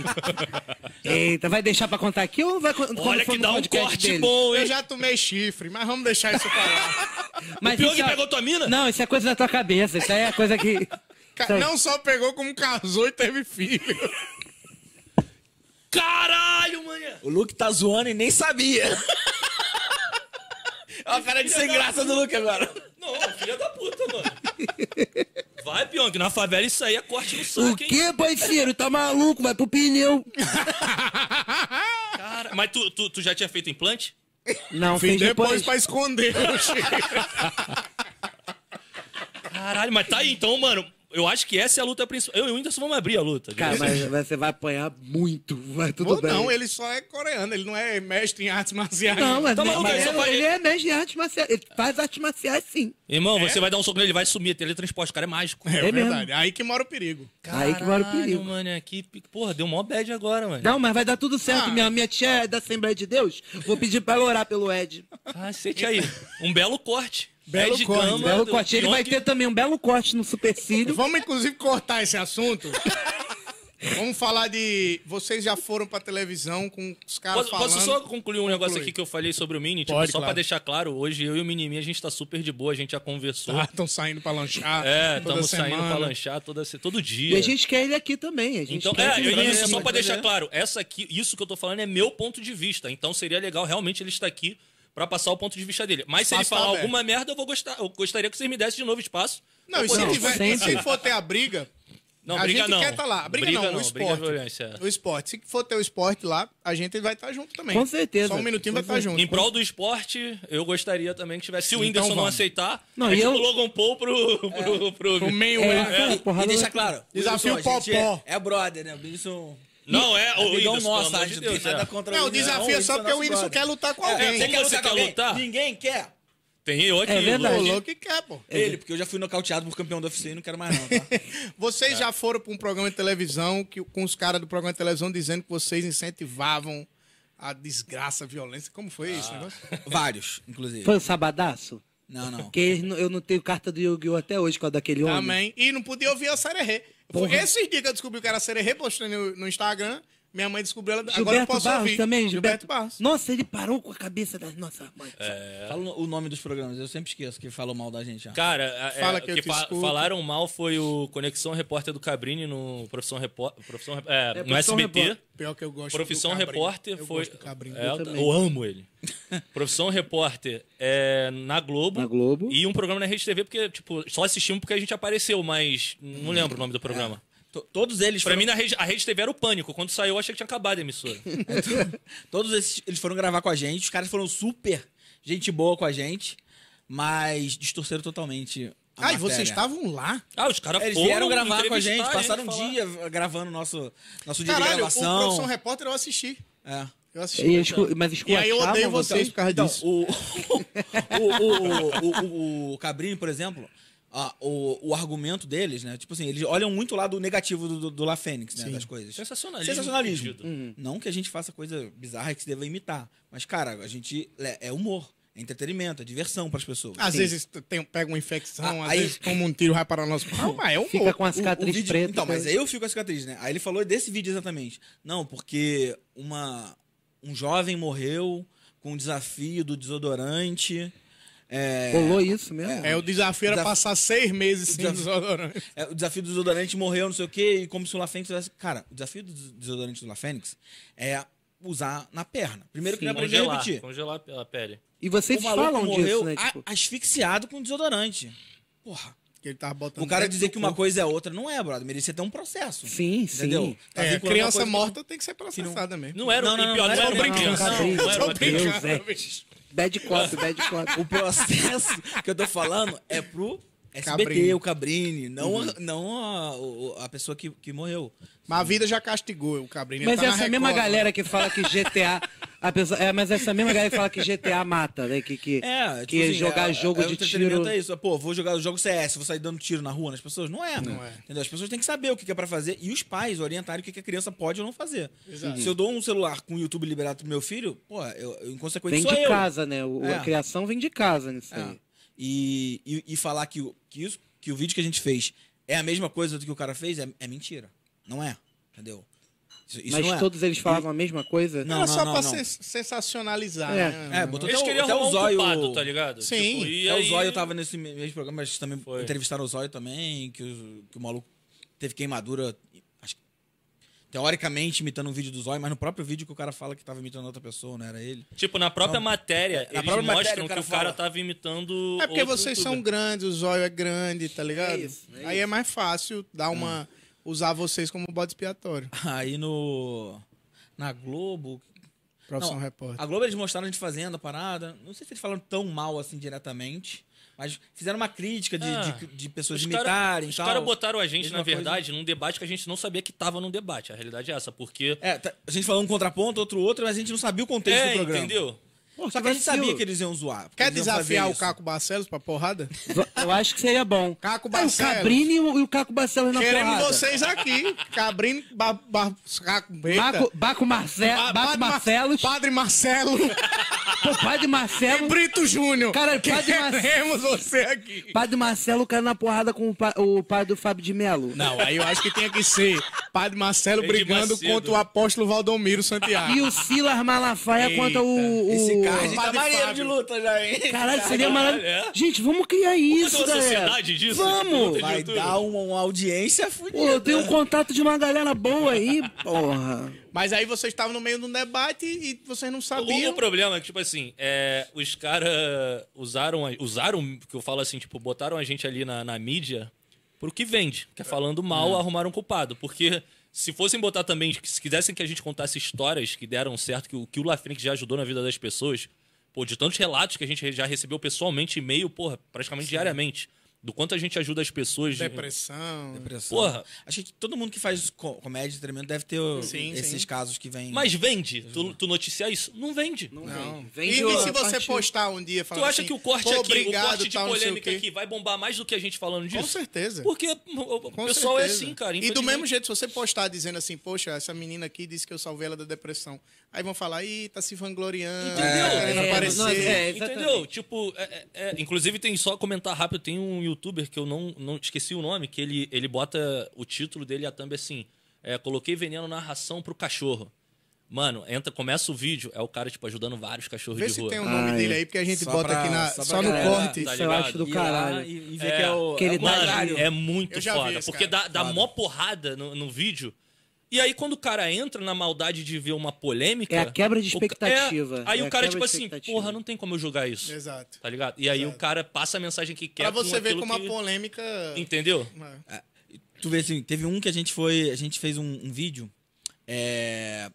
A: Eita, vai deixar pra contar aqui ou vai co- quando
C: Olha
A: for
C: que
A: no
C: dá um
A: podcast
C: corte
A: deles?
C: bom,
B: Eu
C: hein?
B: já tomei chifre, mas vamos deixar isso pra lá.
A: Mas
C: O Pyong
A: isso é-
C: pegou tua mina?
A: Não, isso é coisa da tua cabeça. Isso aí é coisa que...
B: Ca- Não só pegou como casou e teve filho.
C: Caralho, mané!
D: O Luke tá zoando e nem sabia. Olha a cara de sem graça do Luke agora.
C: Não, filha da puta, mano. Vai, Pyong, na favela isso aí é corte no
A: O
C: saco, hein?
A: quê, parceiro? Tá maluco? Vai pro pneu.
C: Cara, mas tu, tu, tu já tinha feito implante?
A: Não,
B: Fim
A: fez
B: depois
A: depois...
B: pra esconder. o chifre.
C: Caralho, mas tá aí então, mano. Eu acho que essa é a luta principal. Eu e o Whindersson vamos abrir a luta.
A: Cara, mas você vai apanhar muito. Vai tudo
B: Ou
A: bem.
B: não, ele só é coreano, ele não é mestre em artes marciais.
A: Não, mas,
C: Tá maluco,
A: mas
C: ele só
A: ele,
C: faz-
A: ele é mestre de artes marciais. Ele faz artes marciais, sim.
C: Irmão, você vai dar um soco nele, ele vai sumir, teletransporte. O cara é mágico.
B: É,
A: É mesmo.
B: verdade. Aí que mora o perigo.
A: Aí que mora o perigo.
C: mano, é que... Porra, deu mó bad agora, mano.
A: Não, mas vai dar tudo certo. Minha, minha tia é da Assembleia de Deus. Vou pedir pra ela orar pelo Ed.
C: Cacete aí. Um belo corte.
B: Belo
C: Ed
B: corte,
C: Gama
A: Um Belo
C: do
A: corte. Ele
C: Pyong.
A: vai ter também um belo corte no supercílio.
B: Vamos, inclusive, cortar esse assunto. Vamos falar de. Vocês já foram pra televisão com os caras
C: Posso,
B: falando.
C: posso só concluir um negócio
B: Conclui.
C: aqui que eu falei sobre o Mini? Tipo,
B: Pode,
C: só
B: claro.
C: pra deixar claro, hoje eu e o Minimi, a gente tá super de boa, a gente já conversou.
A: Tá.
B: Estão tá, saindo pra lanchar.
C: É,
B: toda
C: estamos saindo
B: semana.
C: pra lanchar toda, se- todo dia.
A: E a gente quer ele aqui também. A gente
C: Então,
A: quer
C: é,
A: ele
C: eu-
A: também.
C: isso, só pra
D: pode
C: deixar
B: né?
D: ver.
C: claro, essa aqui, isso que eu tô falando é meu ponto de vista. Então seria legal realmente ele estar aqui pra passar o ponto de vista dele. Mas se ele
B: Espaço tá
C: falar
B: aberto.
C: alguma merda, eu vou gostar. Eu gostaria que vocês me dessem de novo espaço.
B: Não, e
C: Pra
B: se,
C: poder-
B: tiver,
A: sempre.
B: se for ter a briga,
C: Não,
B: a
C: briga
B: gente
C: não.
B: quer tá lá. A briga,
C: Briga
B: não,
C: não,
B: o
C: briga é
B: esporte.
C: violência.
B: O esporte. Se for ter o esporte lá, a gente vai estar junto também.
A: Com certeza.
B: Só um minutinho vai estar junto.
C: Em prol do esporte, eu gostaria também que tivesse. Se o Whindersson não
B: Então vamos.
C: aceitar,
A: Não,
C: é
A: e
C: tipo
A: eu-
C: o Logan Paul pro, pro, pro-
B: meio
A: É, porrada
D: E
A: do-
D: deixa claro.
B: Desafio
D: Wilson, a gente
B: Popó.
D: É, é brother, né? O Wilson.
C: Não, é o
D: amigão
C: Whindersson,
D: nosso,
C: pelo
D: a
C: amor
D: gente
C: de
D: não
C: Deus.
D: tem nada
C: é.
D: contra
B: Não, o
D: Whindersson,
B: desafio é
D: Whindersson
B: só porque
D: nosso
B: o Wilson
D: brother.
B: quer lutar com
D: É,
B: alguém.
D: você quer
C: Você
D: lutar
C: quer
D: com alguém?
C: lutar?
D: Ninguém quer.
C: Tem eu aqui.
A: É verdade.
B: O
C: Logan.
B: louco que quer, pô.
D: Ele, porque eu já fui nocauteado por campeão do UFC e não quero mais não, tá?
B: Vocês já foram para um programa de televisão que, com os caras do programa de televisão dizendo que vocês incentivavam a desgraça, a violência. Como foi
D: Ah.
B: isso? negócio?
D: Vários, inclusive.
A: Foi o sabadaço?
D: Não, não.
A: Porque eles não- eu não tenho carta do Yu-Gi-Oh! até hoje com a daquele homem.
B: Também. E não podia ouvir a Sererê. Foi
A: Porra.
B: Esses dias que eu descobri que era Sererê, postei no, no Instagram. Minha mãe descobriu ela. agora eu
A: Gilberto
B: posso
A: Barros
B: ouvir.
A: também, Gilberto,
B: Barros.
A: Nossa, ele parou com a cabeça das nossas mães.
C: É.
D: Fala o nome dos programas, eu sempre esqueço que falou mal da gente já.
C: Cara, a- é,
B: Fala
C: o
B: que eu te escuto.
C: falaram mal foi o Conexão Repórter do Cabrini no Profissão Repórter. Profissão, Rep- é, no
A: Profissão
C: SBT.
A: Repórter.
B: Pior É que eu gosto
C: Profissão
B: do Cabrinho.
C: Repórter
B: eu
C: foi.
B: Gosto do Cabrinho.
C: É,
B: Eu
C: eu,
B: também.
C: eu amo ele. Profissão Repórter é na Globo.
A: Na Globo.
C: E um programa na Rede TV, porque, tipo, só assistimos porque a gente apareceu, mas não lembro o nome do programa. Tipo,
D: To- Todos eles
C: Pra
D: foram-
C: mim, na rede, a Rede TV era o pânico. Quando saiu, eu achei que tinha acabado a emissora.
D: Todos esses, eles foram gravar com a gente, os caras foram super gente boa com a gente, mas distorceram totalmente a
B: Ah, e
D: matéria.
B: vocês estavam lá?
C: Ah, os caras
D: Eles
C: foram
D: vieram gravar com a gente,
C: entrevistar
D: passaram
C: falar.
D: um dia gravando nosso, nosso dia de
B: Caralho, o
D: gravação.
B: Profissão Repórter eu assisti.
D: É.
B: Eu assisti.
A: E escu- mas
B: E aí eu
A: esculachava
B: odeio vocês por causa
D: Então,
B: disso.
D: o, o, o, o, o- o Cabrini, por exemplo, ah, o, o argumento deles, né? Tipo assim, eles olham muito o lado negativo do, do, do La Fênix, né? Das coisas.
C: Sensacionalismo
D: Sensacionalismo. Uhum.
C: fudido.
D: Não que a gente faça coisa bizarra que se deva imitar. Mas, cara, a gente. É, é humor, é entretenimento, é diversão pras pessoas.
B: Às vezes tem, pega uma infecção,
D: Ah,
B: às
D: aí-
B: vezes toma um tiro, vai para o nosso pau, mas é um
A: Fica com as
D: O- o
A: cicatriz
D: vídeo-
A: preta.
D: Então, mas aí eu fico com a cicatriz, né? Aí ele falou desse vídeo exatamente. Não, porque uma, um jovem morreu com o desafio do desodorante. É,
A: Rolou isso mesmo?
B: É, o desafio era
D: Desaf-
B: passar seis meses sem
D: Desaf-
B: desodorante.
D: É, o desafio do desodorante morreu, não sei o quê, e como se o La Fênix tivesse. Cara, o desafio do des- desodorante do La Fênix é usar na perna. Primeiro que
A: Sim,
D: não aprende a
C: Congelar,
D: repetir.
C: congelar pela pele.
A: E vocês
D: O maluco
A: falam disso,
D: morreu
A: né?
D: a-
A: Tipo,
D: asfixiado com desodorante. Porra.
B: Que ele tava botando
D: O cara
B: dentro
D: dizer
B: do
D: que uma
B: corpo.
D: coisa é outra não é, brother. Merecia ter um processo.
A: Sim, sim.
D: Entendeu? Tá
B: É,
D: vinculando uma
B: criança
D: coisa que-
B: morta tem que ser processada mesmo.
C: Não era
D: Não, não,
C: e
D: não,
C: pior,
D: não era
C: uma
D: brincando.
C: criança,
A: Não,
C: não era
B: Tô
C: uma criança.
B: brincando,
A: Deus, é.
B: bicho.
A: Bad cop, bad cop.
D: O processo que eu tô falando é pro SBT,
B: Cabrini. Uhum.
D: o Cabrini, não, a, não a, o- a pessoa que, que morreu.
B: Mas a vida já castigou o cabrinho. ele
A: Mas
B: tá na
A: essa
D: né?
A: mesma
B: Record,
A: galera que fala que GTA. a pessoa- é, mas essa mesma galera que fala que GTA mata, né? Que, que,
D: É,
A: que
D: assim,
A: jogar
D: é-
A: jogo
D: é, o
A: de
D: entretenimento
A: tiro.
D: É isso, é, pô, vou jogar o jogo CS, vou sair dando tiro na rua nas pessoas. Não é, não é. Entendeu? As pessoas têm que saber o que que é pra fazer e os pais orientarem o que que a criança pode ou não fazer. Se eu dou um celular com o YouTube liberado pro meu filho, pô, eu, eu, em consequência
A: Vem
D: sou
A: de
D: eu.
A: casa, né? O-
D: É.
A: A criação vem de casa nisso
D: É.
A: aí.
D: E, e, e falar que, o- que, isso, que o vídeo que a gente fez é a mesma coisa do que o cara fez é, é mentira. Não é, entendeu? Isso, isso
A: Mas
D: não é.
A: todos eles falavam a mesma coisa?
D: Não,
B: Era
D: não,
B: só
D: não,
B: pra
D: não.
B: sen- sensacionalizar.
A: É.
B: né?
D: É, botou
C: Eles
D: até, o-
C: queriam
D: até
C: arrumar
D: o
C: um
D: zóio.
C: culpado, tá ligado?
B: Sim,
C: e
D: Até
C: aí...
D: É, o Zóio tava nesse me- mesmo programa, mas também
C: Foi.
D: entrevistaram o Zóio também, que, os- que o maluco teve queimadura, acho que, teoricamente imitando um vídeo do Zóio, mas no próprio vídeo que o cara fala que tava imitando outra pessoa, não era ele.
C: Tipo, na própria matéria,
D: Então, na
C: eles
D: própria
C: mostram
D: matéria, o
C: que
D: cara
C: o cara
D: fala.
C: tava imitando
B: É porque
C: outro
B: vocês
C: youtuber.
B: são grandes, o zóio é grande, tá ligado?
A: É isso, é
B: Aí é mais fácil dar uma. usar vocês como bode expiatório.
D: Aí no... Na Globo...
B: Profissão
D: não,
B: repórter.
D: A Globo eles mostraram a gente fazendo a parada. Não sei se eles falaram tão mal assim diretamente, mas fizeram uma crítica de,
C: Ah,
D: de, de pessoas
C: Os cara-
D: imitarem e
C: Os
D: tal.
C: caras botaram a gente,
D: Mesma
C: na verdade, num debate que a gente não sabia que tava num debate. A realidade é essa, porque.
D: É, tá- a gente falou um contraponto, outro outro, mas a gente não sabia o contexto do programa.
C: É, entendeu?
D: Só que a gente sabia que eles iam zoar. porque
B: Quer
D: eles iam fazer
B: desafiar o
D: isso.
B: Caco Barcelos pra porrada?
A: Eu acho que seria bom.
B: Caco
A: É, o
B: Ah, Barcelos.
A: Cabrini e o e o Caco Barcelos na
B: Queremos
A: porrada.
B: vocês aqui. Cabrinho, ba, ba, Caco Beta.
A: Baco, Baco, Marce... Baco
B: Ba- Padre Mar-
A: Marcelos.
B: Padre Marcelo.
A: Pô, Padre Marcelo.
B: Brito Júnior.
A: Cara, Padre
D: é
A: Marcelo.
B: Queremos você aqui.
A: Padre Marcelo caiu na porrada com o, pa- o pai do Fábio de Melo.
B: Não, aí eu acho que tinha que ser Padre Marcelo
C: Edir
B: brigando
C: Macedo.
B: contra o apóstolo Valdomiro Santiago.
A: E o Silas Malafaia contra o. o...
D: Esse card tá
B: Padre
D: maneiro de
B: Fábio.
D: luta já, hein?
A: Caralho, seria maravilhoso.
C: é?
A: Gente, vamos criar isso,
C: fazer uma
A: galera.
D: é.
C: sociedade disso?
A: Vamos!
C: Puta
D: Vai
C: YouTube.
D: dar uma, uma audiência
A: Pô, eu
D: fudida.
A: tenho um contato de uma galera boa aí, porra.
B: Mas aí vocês estavam no meio de um debate e vocês não
C: O,
B: sabiam.
C: o problema é que, tipo assim, é, os caras usaram. a- Usaram, que eu falo assim, tipo, botaram a gente ali na, na mídia pro que vende. Que é falando mal, arrumar um culpado. Porque se fossem botar também, se quisessem que a gente contasse histórias que deram certo, que o que o La Fênix já ajudou na vida das pessoas, pô, de tantos relatos que a gente já recebeu pessoalmente, e-mail, porra, praticamente diariamente. Do quanto a gente ajuda as pessoas. de-
B: Depressão.
D: Depressão.
C: Porra,
D: Acho que todo mundo que faz co- comédia tremendo deve ter esses casos que vem.
C: mas vende. Tu, tu noticiar isso? Não vende.
B: Não.
A: Vende
B: e,
A: o-
B: se você
A: partiu.
B: postar um dia
C: Tu
B: falando
C: acha
B: assim,
C: que o corte é
B: "Pô,
C: aqui,
B: obrigado,
C: o corte de
B: tal, não sei o
C: polêmica é
B: quê"?
C: aqui vai bombar mais do que a gente falando disso?
B: Com certeza.
C: Porque o o
B: Com
C: pessoal é
B: certeza.
C: assim, cara.
B: E do
C: infelizmente.
B: mesmo jeito, se você postar dizendo assim, poxa, essa menina aqui disse que eu salvei ela da depressão. Aí vão falar, ih, tá se vangloriando.
C: Entendeu?
B: tá querendo
A: É,
B: aparecer.
A: não, é, exatamente.
C: Entendeu? Tipo, é- é- é, inclusive tem só comentar rápido, tem um youtuber que eu não, não esqueci o nome, que ele, ele bota o título dele e a thumb assim, é, coloquei veneno na ração pro cachorro. Mano, entra, começa o vídeo, é o cara, tipo, ajudando vários cachorros
B: Vê
C: de
B: se
C: rua.
B: tem o nome
A: Ah,
B: dele
A: é.
B: aí, porque a gente
D: Só
B: bota
D: pra-
B: aqui na-
D: só pra
B: só no
D: galera.
B: corte.
A: Isso
C: Tá
A: eu
C: ligado?
A: É, acho do
D: Ir lá
A: caralho.
D: E, e ver que é o.
A: Que ele
D: é o
A: dá-
D: contrário.
C: Mano, é muito
B: Eu já vi
C: foda,
B: esse
C: porque
B: cara,
C: dá, dá mó porrada no, no vídeo. E aí, quando o cara entra na maldade de ver uma polêmica.
A: É a quebra de
C: o ca-
A: expectativa.
C: é, aí
A: É
C: o
A: a quebra
C: cara, tipo
A: de
C: assim,
A: expectativa.
C: porra, não tem como eu jogar isso.
B: Exato.
C: Tá ligado? E aí o cara passa a mensagem que quer.
B: Pra
C: com
B: você ver
C: aquilo
B: como
C: que-
B: a polêmica.
C: Entendeu?
D: Tu vê assim, teve um que a gente foi. A gente fez um, um vídeo. É.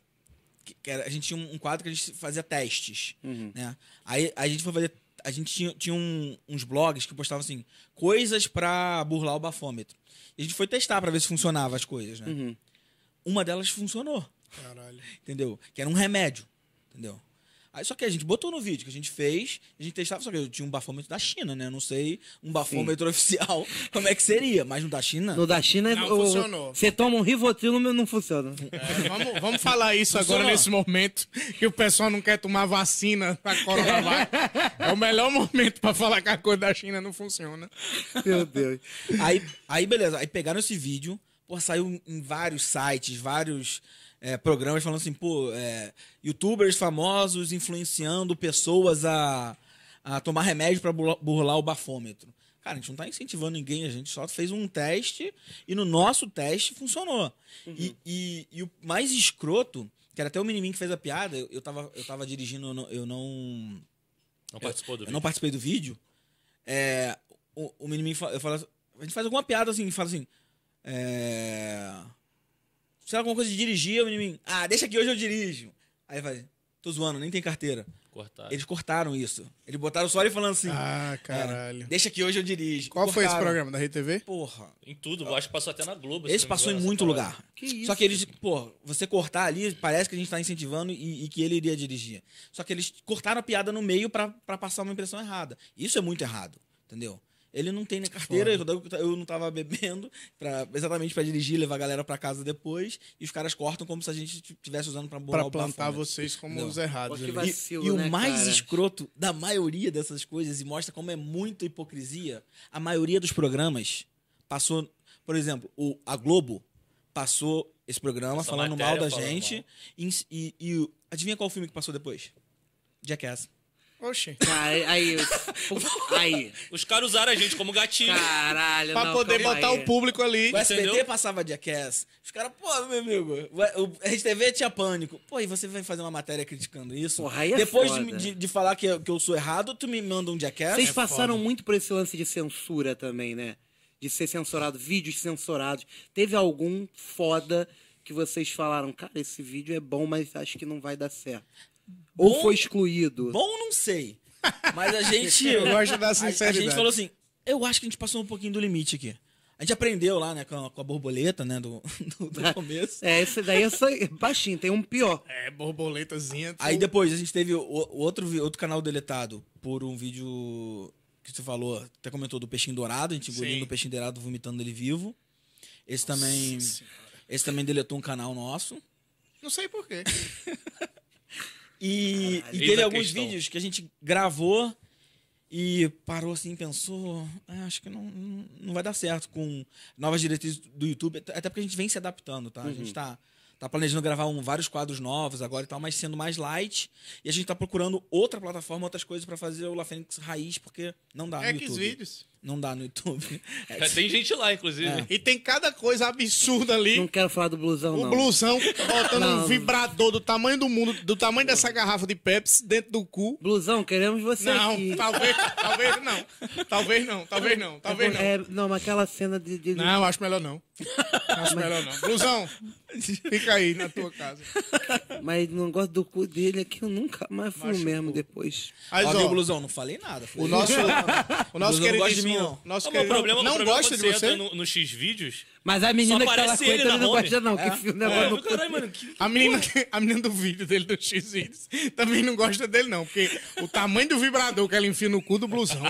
D: que- que era- a gente tinha um um quadro que a gente fazia testes. Né? Aí a gente foi fazer. A gente tinha, tinha um- uns blogs que postavam assim, coisas pra burlar o bafômetro. E a gente foi testar pra ver se funcionava as coisas, né? Uma delas funcionou.
B: Caralho.
D: entendeu? Que era um remédio, entendeu? Aí, só que a gente botou no vídeo que a gente fez, a gente testava, só que eu tinha um bafômetro da China, né? Eu não sei um bafômetro oficial como é que seria, mas no da China.
A: No da China
B: Não
A: o-
B: funcionou.
A: Você toma um Rivotril, mas não funciona.
B: Vamos, vamos falar isso agora nesse momento, que o pessoal não quer tomar vacina pra coronavírus. É o melhor momento pra falar que a coisa da China não funciona.
A: Meu Deus.
D: Aí, aí, beleza, aí pegaram esse vídeo, pô, saiu em vários sites, vários é, programas falando assim, pô, é, youtubers famosos influenciando pessoas a, a tomar remédio pra burla- burlar o bafômetro. Cara, a gente não tá incentivando ninguém, a gente só fez um teste e no nosso teste funcionou. E, e- e o mais escroto, que era até o menininho que fez a piada, eu, eu, tava, eu tava dirigindo, eu não- eu não
C: Não participou do
D: eu
C: vídeo.
D: não participei do vídeo. É, o, o menininho fala, eu falo assim- a gente faz alguma piada assim, fala assim. É, sei lá, alguma coisa de dirigir, o menininho. Ah, deixa que hoje eu dirijo. Aí ele fala, tô zoando, nem tem carteira.
C: Cortar.
D: Eles cortaram isso. Eles botaram só ele falando assim.
B: Ah,
D: é,
B: caralho.
D: deixa que hoje eu dirijo.
B: Qual foi esse
D: Cortaram.
B: programa da RedeTV?
D: Porra.
C: Em tudo, eu acho que passou até na Globo. se não
D: Esse
C: me
D: passou em
C: engano,
D: muito
C: essa
D: lugar. Só que eles, pô, você cortar ali, parece que a gente tá incentivando e, e que ele iria dirigir. Só que eles cortaram a piada no meio pra pra passar uma impressão errada. Isso é muito errado, entendeu? Ele não tem nem carteira, eu, eu não tava bebendo, pra, exatamente pra dirigir, levar a galera pra casa depois, e os caras cortam como se a gente estivesse usando pra bolar
B: Pra
D: o né?
B: plantar
D: bafômetro.
B: vocês como
D: Não.
B: os errados.
A: Pô, que
B: ali.
A: vai-
D: E-
A: Vacilo,
D: e, o
A: né,
D: mais
A: cara?
D: escroto da maioria dessas coisas, e mostra como é muita hipocrisia, a maioria dos programas passou. Por exemplo, o, a Globo passou esse programa
C: Essa
D: falando mal
C: matéria
D: da
C: falando
D: gente.
C: mal.
D: E, e- e o- adivinha qual filme que passou depois? Jackass.
B: Oxi.
A: Cara, aí. Aí.
C: Os caras usaram a gente como gatinho.
A: Caralho,
B: Pra
A: não,
B: poder
A: calma
B: botar
A: aí.
B: o público ali.
D: O SBT
C: Entendeu?
D: passava Jackass. Os caras, pô, meu amigo, o o RTV tinha pânico. Pô, e você vai fazer uma matéria criticando isso?
A: Porra, aí é
D: Depois de-
A: foda.
D: De, de falar que, eu- que eu sou errado, tu me manda um Jackass?
A: Vocês
D: É
A: passaram
D: foda.
A: muito por esse lance de censura também, né? De ser censurado, vídeos censurados. Teve algum foda que vocês falaram, cara, esse vídeo é bom, mas acho que não vai dar certo. Ou
D: Bom-
A: foi excluído.
D: Bom, não sei. Mas a gente.
B: Eu gosto da
D: a-
B: sinceridade.
D: A, gente falou assim: eu acho que a gente passou um pouquinho do limite aqui. A gente aprendeu lá, né, com a, com a borboleta, né, do, do,
B: Ah,
D: do começo.
A: É, esse daí é só baixinho, tem um pior.
B: É, borboletazinha.
D: Aí depois a gente teve o, o outro, vi- outro canal deletado por um vídeo que você falou, até comentou do peixinho dourado, a gente engolindo o peixinho dourado, vomitando ele vivo. Esse também. Esse também deletou um canal nosso.
B: Não sei porquê.
D: E, e
C: Eis
D: teve
C: a
D: alguns
C: questão.
D: vídeos que a gente gravou e parou assim, pensou, "Ah, acho que não, não não vai dar certo com novas diretrizes do YouTube, até até porque a gente vem se adaptando, tá? A gente tá, Tá planejando gravar um, vários quadros novos agora e tal, mas sendo mais light. E a gente tá procurando outra plataforma, outras coisas pra fazer o La Fênix raiz, porque não dá no
B: É que os
D: YouTube.
B: vídeos.
D: Não dá no YouTube. É,
C: Tem gente lá, inclusive.
B: E tem cada coisa absurda ali.
A: Não quero falar do blusão,
B: O
A: não.
B: blusão botando um
A: Não.
B: vibrador do tamanho do mundo, do tamanho dessa garrafa de Pepsi dentro do cu.
A: Blusão, queremos você
B: Não,
A: aqui.
B: talvez, talvez não. Talvez não, talvez não, talvez não.
A: É, não, mas aquela cena de... de-
B: Não, acho melhor não. Acho melhor não. Blusão, fica aí na tua casa.
A: Mas não gosto do cu dele aqui, eu nunca mais fui o mesmo depois.
B: Mas,
D: ó,
B: ó,
D: viu, blusão? Não falei nada. Foi.
B: o nosso, o nosso
D: Blusão não gosta de
B: queridíssimo-
D: mim, não.
B: Nosso
C: O meu
B: querido-
C: problema, o
B: não
C: problema é
B: gosta
C: quando
B: de
C: entra
B: você?
C: no, nos X-Vídeos.
A: Mas a menina que tá lá
C: aparece
A: com
C: ele
A: ele, ele
C: na
A: não
C: home.
A: gosta não, que né, fio
C: É,
A: negócio
C: caralho, mano, que...
B: A menina, a menina do vídeo dele do X Vídeos também não gosta dele, não, porque o tamanho do vibrador que ela enfia no cu do blusão,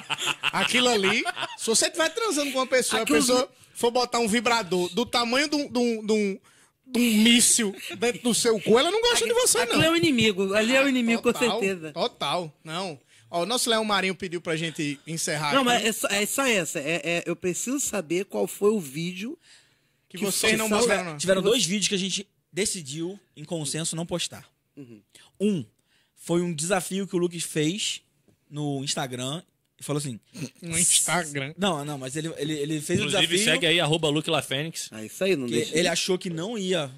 B: aquilo ali. Se você estiver transando com uma pessoa,
A: Aquilo-
B: a pessoa for botar um vibrador do tamanho de um, de um, de um, de um míssil dentro do seu cu, ela não gosta de você,
A: Aquilo é
B: não.
A: o inimigo, ali é o inimigo, com certeza.
B: Ah, Total, não. Ó, o nosso Léo Marinho pediu pra gente encerrar.
A: Não,
B: aqui,
A: mas é só, é só essa. É, é- eu preciso saber qual foi o vídeo.
B: que vocês não
A: são-
B: mostraram. não.
D: Tiveram dois vídeos que a gente decidiu, em consenso, não postar. Um foi um desafio que o Lucas fez no Instagram e falou assim:
B: No Instagram.
D: Não, não, mas ele, ele, ele fez o
C: Inclusive,
D: desafio.
C: segue aí, arroba Luke La Fênix.
A: Ah, isso aí, não
D: que
A: deixa.
D: ele achou que não ia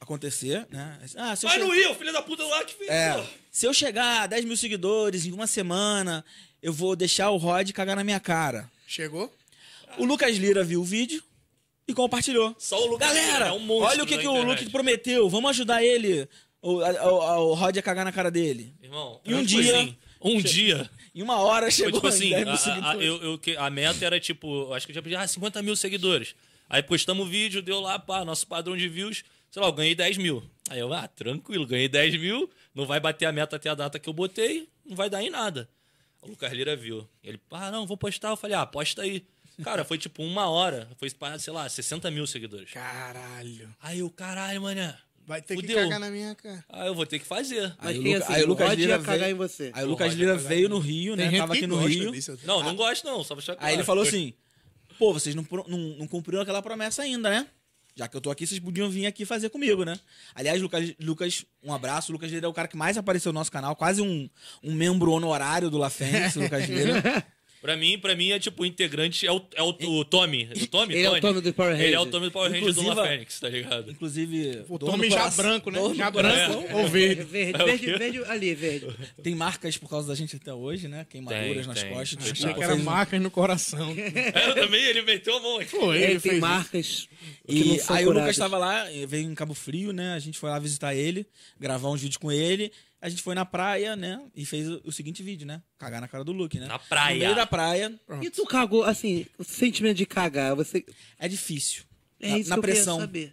D: acontecer, né? Ah, se eu
C: Mas
D: che-
C: não ia, o filho da puta lá que fez.
D: É,
C: pô.
D: se eu chegar a 10 mil seguidores em uma semana, eu vou deixar o Rod cagar na minha cara.
B: Chegou?
D: O Lucas Lira viu o vídeo e compartilhou.
C: Só o Lucas
D: Galera,
C: é um monstro
D: olha o que,
C: da
D: que o
C: internet.
D: Luke prometeu. Vamos ajudar ele, o, a- a- o Rod a cagar na cara dele.
C: Irmão,
D: E um
C: era
D: dia-
C: coisinha. Um dia.
D: Em uma hora
C: Foi
D: chegou
C: tipo
D: em
C: assim,
D: 10
C: a,
D: mil
C: a, a-
D: seguidores.
C: eu, eu que- a meta era tipo, acho que eu já pedi, ah, 50 mil seguidores. Aí postamos o vídeo, deu lá, pá, nosso padrão de views, sei lá, eu ganhei 10 mil. Aí eu, ah, tranquilo, ganhei 10 mil, não vai bater a meta até a data que eu botei, não vai dar em nada. O Lucas Lira viu. Ele, ah, não, vou postar. Eu falei, ah, posta aí. Cara, foi tipo uma hora, foi, sei lá, 60 mil seguidores.
B: Caralho.
C: Aí eu, caralho, mané.
B: Vai ter
C: Fudeu.
B: que cagar na minha cara.
C: Ah, eu vou ter que fazer.
A: Mas
D: o
A: tem
D: Luca-
A: assim,
D: aí o Lucas
A: Rod ia
D: Lira
A: cagar
D: veio-
A: em você.
D: Aí o Lucas Lira veio no Rio, né? Tava aqui no Rio.
C: Não,
B: Ah.
C: não gosto não, só pra deixar
D: Aí
C: claro.
D: ele falou assim: pô, vocês não, pro- não, não cumpriram aquela promessa ainda, né? Já que eu tô aqui, vocês podiam vir aqui fazer comigo, né? Aliás, Lucas, Lucas um abraço. O Lucas Lira é o cara que mais apareceu no nosso canal, quase um, um membro honorário do La Fênix, o Lucas Lira.
C: Pra mim, pra mim é tipo, o integrante é o, é o, o Tommy. O Tommy?
A: Ele é o Tommy do Power
C: Ele é o
A: Rangers.
C: Tommy do Power Rangers do La
D: Inclusive, a-
C: Fênix, tá ligado?
D: Inclusive.
B: O
D: dono
B: Tommy
D: do
B: já
D: coração-
B: branco, né?
D: dono
B: Já
D: do coração.
B: branco ou verde.
A: É Verde, verde, verde, ali, verde.
D: Tem marcas por causa da gente até hoje, né? Queimaduras
C: Tem,
D: nas
C: tem.
D: costas.
C: Achei
B: Achei
D: desculpa,
B: que era
D: vocês-
B: marcas no coração.
C: É, Eu também, ele meteu a mão aqui.
B: Foi,
A: Ele tem
B: fez isso.
A: marcas que
D: E
A: não são
D: aí o Lucas
A: curadas.
D: tava lá, eh, veio em Cabo Frio, né? A gente foi lá visitar ele, gravar uns vídeos com ele. A gente foi na praia, né? E fez o, o seguinte vídeo, né? Cagar na cara do Luke, né?
C: Na praia.
D: No meio da praia.
A: E tu cagou, assim, o sentimento de cagar, você...
D: É difícil.
A: É
D: na,
A: isso
D: na
A: que eu queria
D: pressão.
A: saber.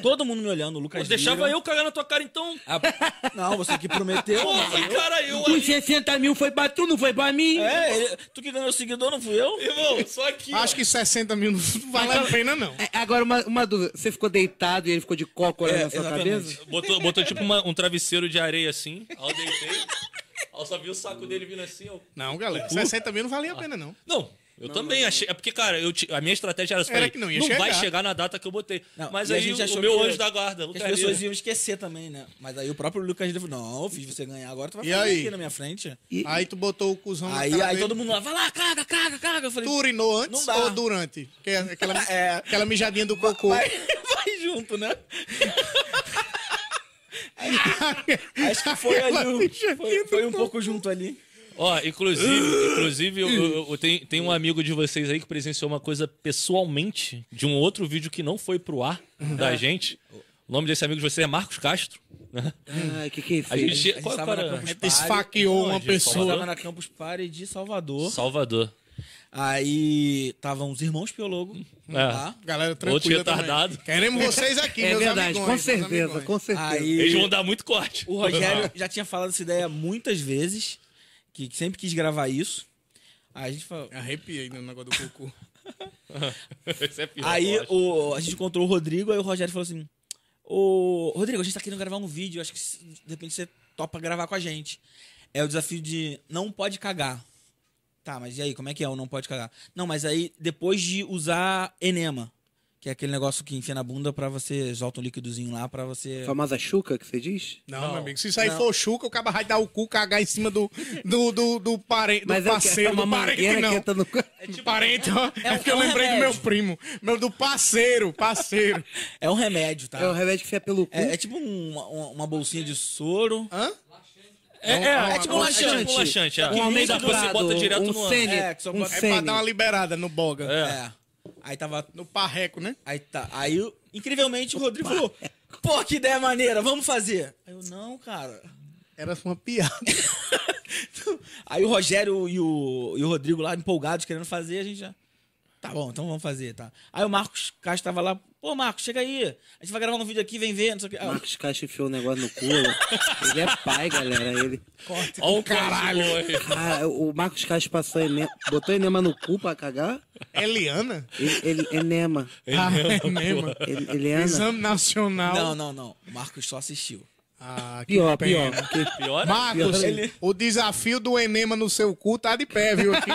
D: Todo mundo me olhando, o Lucas.
C: Mas deixava
D: Lira.
C: eu cagar na tua cara então.
D: Ah, não, você que prometeu.
C: Porra, cara, eu
A: Os
C: ali.
A: 60 mil foi pra tu, não foi pra mim?
D: é, ele- tu que ganhou o seguidor, não fui eu?
C: Irmão, só aqui. ó.
B: Acho que 60 mil não vale a pena, não.
A: É, Agora, uma, uma dúvida. Você ficou deitado e ele ficou de coco olhando
D: É,
A: na sua
D: exatamente.
A: cabeça?
C: Botou, botou tipo uma- um travesseiro de areia assim. Aí eu deitei. Aí eu só vi o saco dele vindo assim. Eu...
B: Não, galera, 60 mil não valia a pena, não.
C: Não. Eu também achei. É porque, cara, eu ti- a minha estratégia era só.
B: Era
C: falei,
B: que não ia
C: vai
B: chegar.
C: chegar na data que eu botei.
D: Não,
C: Mas
D: e a
C: aí
D: gente
C: o
D: achou
C: meu
D: que-
C: anjo da guarda,
D: Porque
C: Lucas
D: as pessoas
C: Lira.
D: iam esquecer também, né? Mas aí o próprio Lucas Lira falou: Não, eu fiz você ganhar agora, tu vai
B: E
D: fazer
B: aí?
D: aqui na minha frente.
B: Aí tu botou o cuzão na
D: Aí,
B: cara
D: aí
B: dele.
D: todo mundo lá, vai lá, caga, caga, caga. Eu falei,
B: Tu urinou antes
D: Não dá.
B: ou durante? Que é aquela,
D: É.
B: aquela mijadinha do cocô.
D: Vai, vai junto, né? Acho que foi ali. um- Foi, foi um pouco junto ali.
C: Ó, inclusive, inclusive eu, eu- eu tenho, tem um amigo de vocês aí que presenciou uma coisa pessoalmente de um outro vídeo que não foi pro ar
D: Uhum.
C: da gente. O nome desse amigo de vocês é Marcos Castro. né?
A: Ai, que que ele
C: A
A: fez?
C: gente,
D: A gente
C: qual
D: tava
C: era? É
D: na Campus Party.
B: Esfaqueou uma
C: Onde?
D: A gente
B: pessoa.
D: tava na Campus Party de Salvador.
C: Salvador.
D: Aí estavam os irmãos Piologo. Tá?
B: Galera,
C: É. Outro
B: tranquila também.
C: retardado.
B: Queremos vocês aqui,
A: É
B: meus
A: verdade,
B: amigões,
A: com
B: meus
A: certeza,
B: amigões.
A: com certeza.
C: Eles vão
D: Aí
C: dar muito corte.
D: o Rogério já tinha falado essa ideia muitas vezes, que que sempre quis gravar isso. Aí a gente falou.
B: Arrepiei no negócio do cocô.
C: Isso é pior,
D: Aí
C: eu acho.
D: o, a
C: "Hum."
D: gente encontrou o Rodrigo, aí o Rogério falou assim: Ô, Rodrigo, a gente tá querendo gravar um vídeo, acho que se- de repente você topa gravar com a gente. É o desafio de não pode cagar. Tá, mas e aí, como é que é o não pode cagar? Não, mas aí depois de usar enema. que é aquele negócio que enfia na bunda pra você, solta um líquidozinho lá pra você...
A: A famosa É. chuca que você diz?
B: Não, meu amigo, se isso aí for chuca, o cara vai dar o cu, cagar em cima do, do, do, do, pare... do
A: Mas é que-
B: parceiro,
A: é tipo- uma
B: do parente,
A: mangueira
B: tá não.
A: que entra no...
B: Parente, ó. É,
D: um-
B: porque
D: é
B: eu
D: um
B: lembrei do
D: remédio.
B: meu primo. Meu do parceiro, parceiro.
D: É um remédio, tá?
A: É o remédio que você é pelo cu.
D: É, é tipo uma, uma- uma bolsinha de soro.
C: É, é, é tipo um laxante. É tipo um laxante, é.
A: Um Almeida
C: que você
A: Prado,
C: bota direto
A: um
C: no ano.
A: Sene,
D: É, que só
A: um
D: bota-
B: É pra
A: Sene.
B: dar uma liberada no boga.
D: É. Aí tava.
B: No parreco, né?
D: Aí tá. Aí, eu- incrivelmente, o Rodrigo falou: Pô, que ideia maneira, vamos fazer. Aí eu, não, cara.
B: Era uma piada.
D: Aí o Rogério e o, e o Rodrigo lá, empolgados, querendo fazer, a gente já. Tá bom, então vamos fazer, tá? Aí o Marcos Castro tava lá, pô, Marcos, chega aí. A gente vai gravar um vídeo aqui, vem ver, não sei o que.
A: Marcos Caixa enfiou o negócio no cu. ele é pai, galera. Ele...
C: Ó o caralho.
A: Ah, o Marcos Caixa passou ene... botou enema no cu pra cagar.
B: Eliana?
A: Ele, ele- enema.
B: Ah, é mesmo.
A: Ele, é Eliana.
B: Exame Nacional.
D: Não, não, não. O Marcos só assistiu.
B: Ah, que
A: Pior,
B: pena.
A: pior. porque-
C: Pior?
B: Marcos,
A: Ele-
B: o desafio do enema no seu cu tá de pé, viu? Aqui.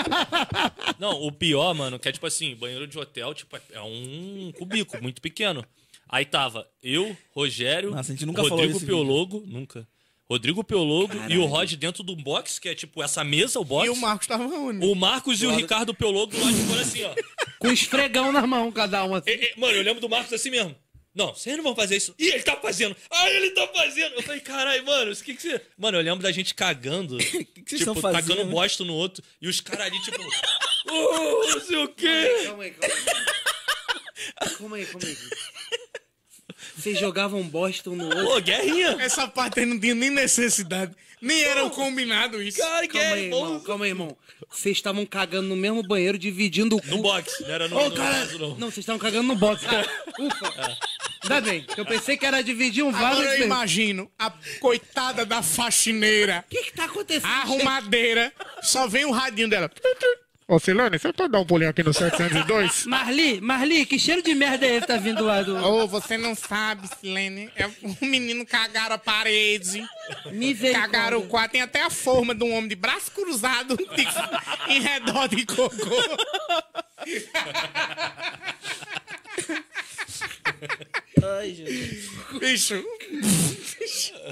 C: Não, o pior, mano, que é tipo assim, banheiro de hotel, tipo, é um cubico muito pequeno. Aí tava eu, Rogério,
D: Nossa, a gente nunca falou
C: Rodrigo
D: desse
C: Piologo, nunca. Rodrigo Piologo e o Rod dentro do box, que é tipo essa mesa, o box.
B: E o Marcos tava onde?
C: O Marcos e o Ricardo Piologo lá de fora assim, ó.
A: Com esfregão na mão, cada um assim.
C: E- e- mano, eu lembro do Marcos assim mesmo. Não, vocês não vão fazer isso. Ih, ele tá fazendo. Ah, ele tá fazendo. Eu falei, caralho, mano, o que que você... Mano, eu lembro da gente cagando.
D: que vocês
C: tipo,
D: estão fazendo?
C: tacando bosta no outro. E os caras ali, tipo... Oh, não sei o quê.
A: Calma aí, calma aí. Calma aí, calma aí. Vocês jogavam bosta um no outro.
C: Pô, guerrinha.
B: Essa parte aí não tinha nem necessidade. Nem era o combinado isso.
C: Cara,
A: Calma aí,
C: guerra.
A: irmão. Calma aí, irmão. Vocês estavam cagando no mesmo banheiro, dividindo o
C: No
A: cu.
C: box, não era no,
A: Ô,
C: no
A: cara!
C: vaso, não.
A: Não, vocês estavam cagando no box. Ah, ufa. Ainda bem. que Eu pensei que era dividir um vaso.
B: Agora eu
A: O
B: imagino a coitada da faxineira,
A: que que tá acontecendo?
B: a arrumadeira, só vem o radinho dela.
H: Ô, Silane, você pode dar um pulinho aqui no 702?
A: Marli, Marli, que cheiro de merda é esse que tá vindo lá do...
B: Ô, você não sabe, Silene. É um menino cagaram a parede,
A: Misericórdia.
B: cagaram o quarto. Tem até a forma de um homem de braço cruzado de- em redor de cocô. Bicho,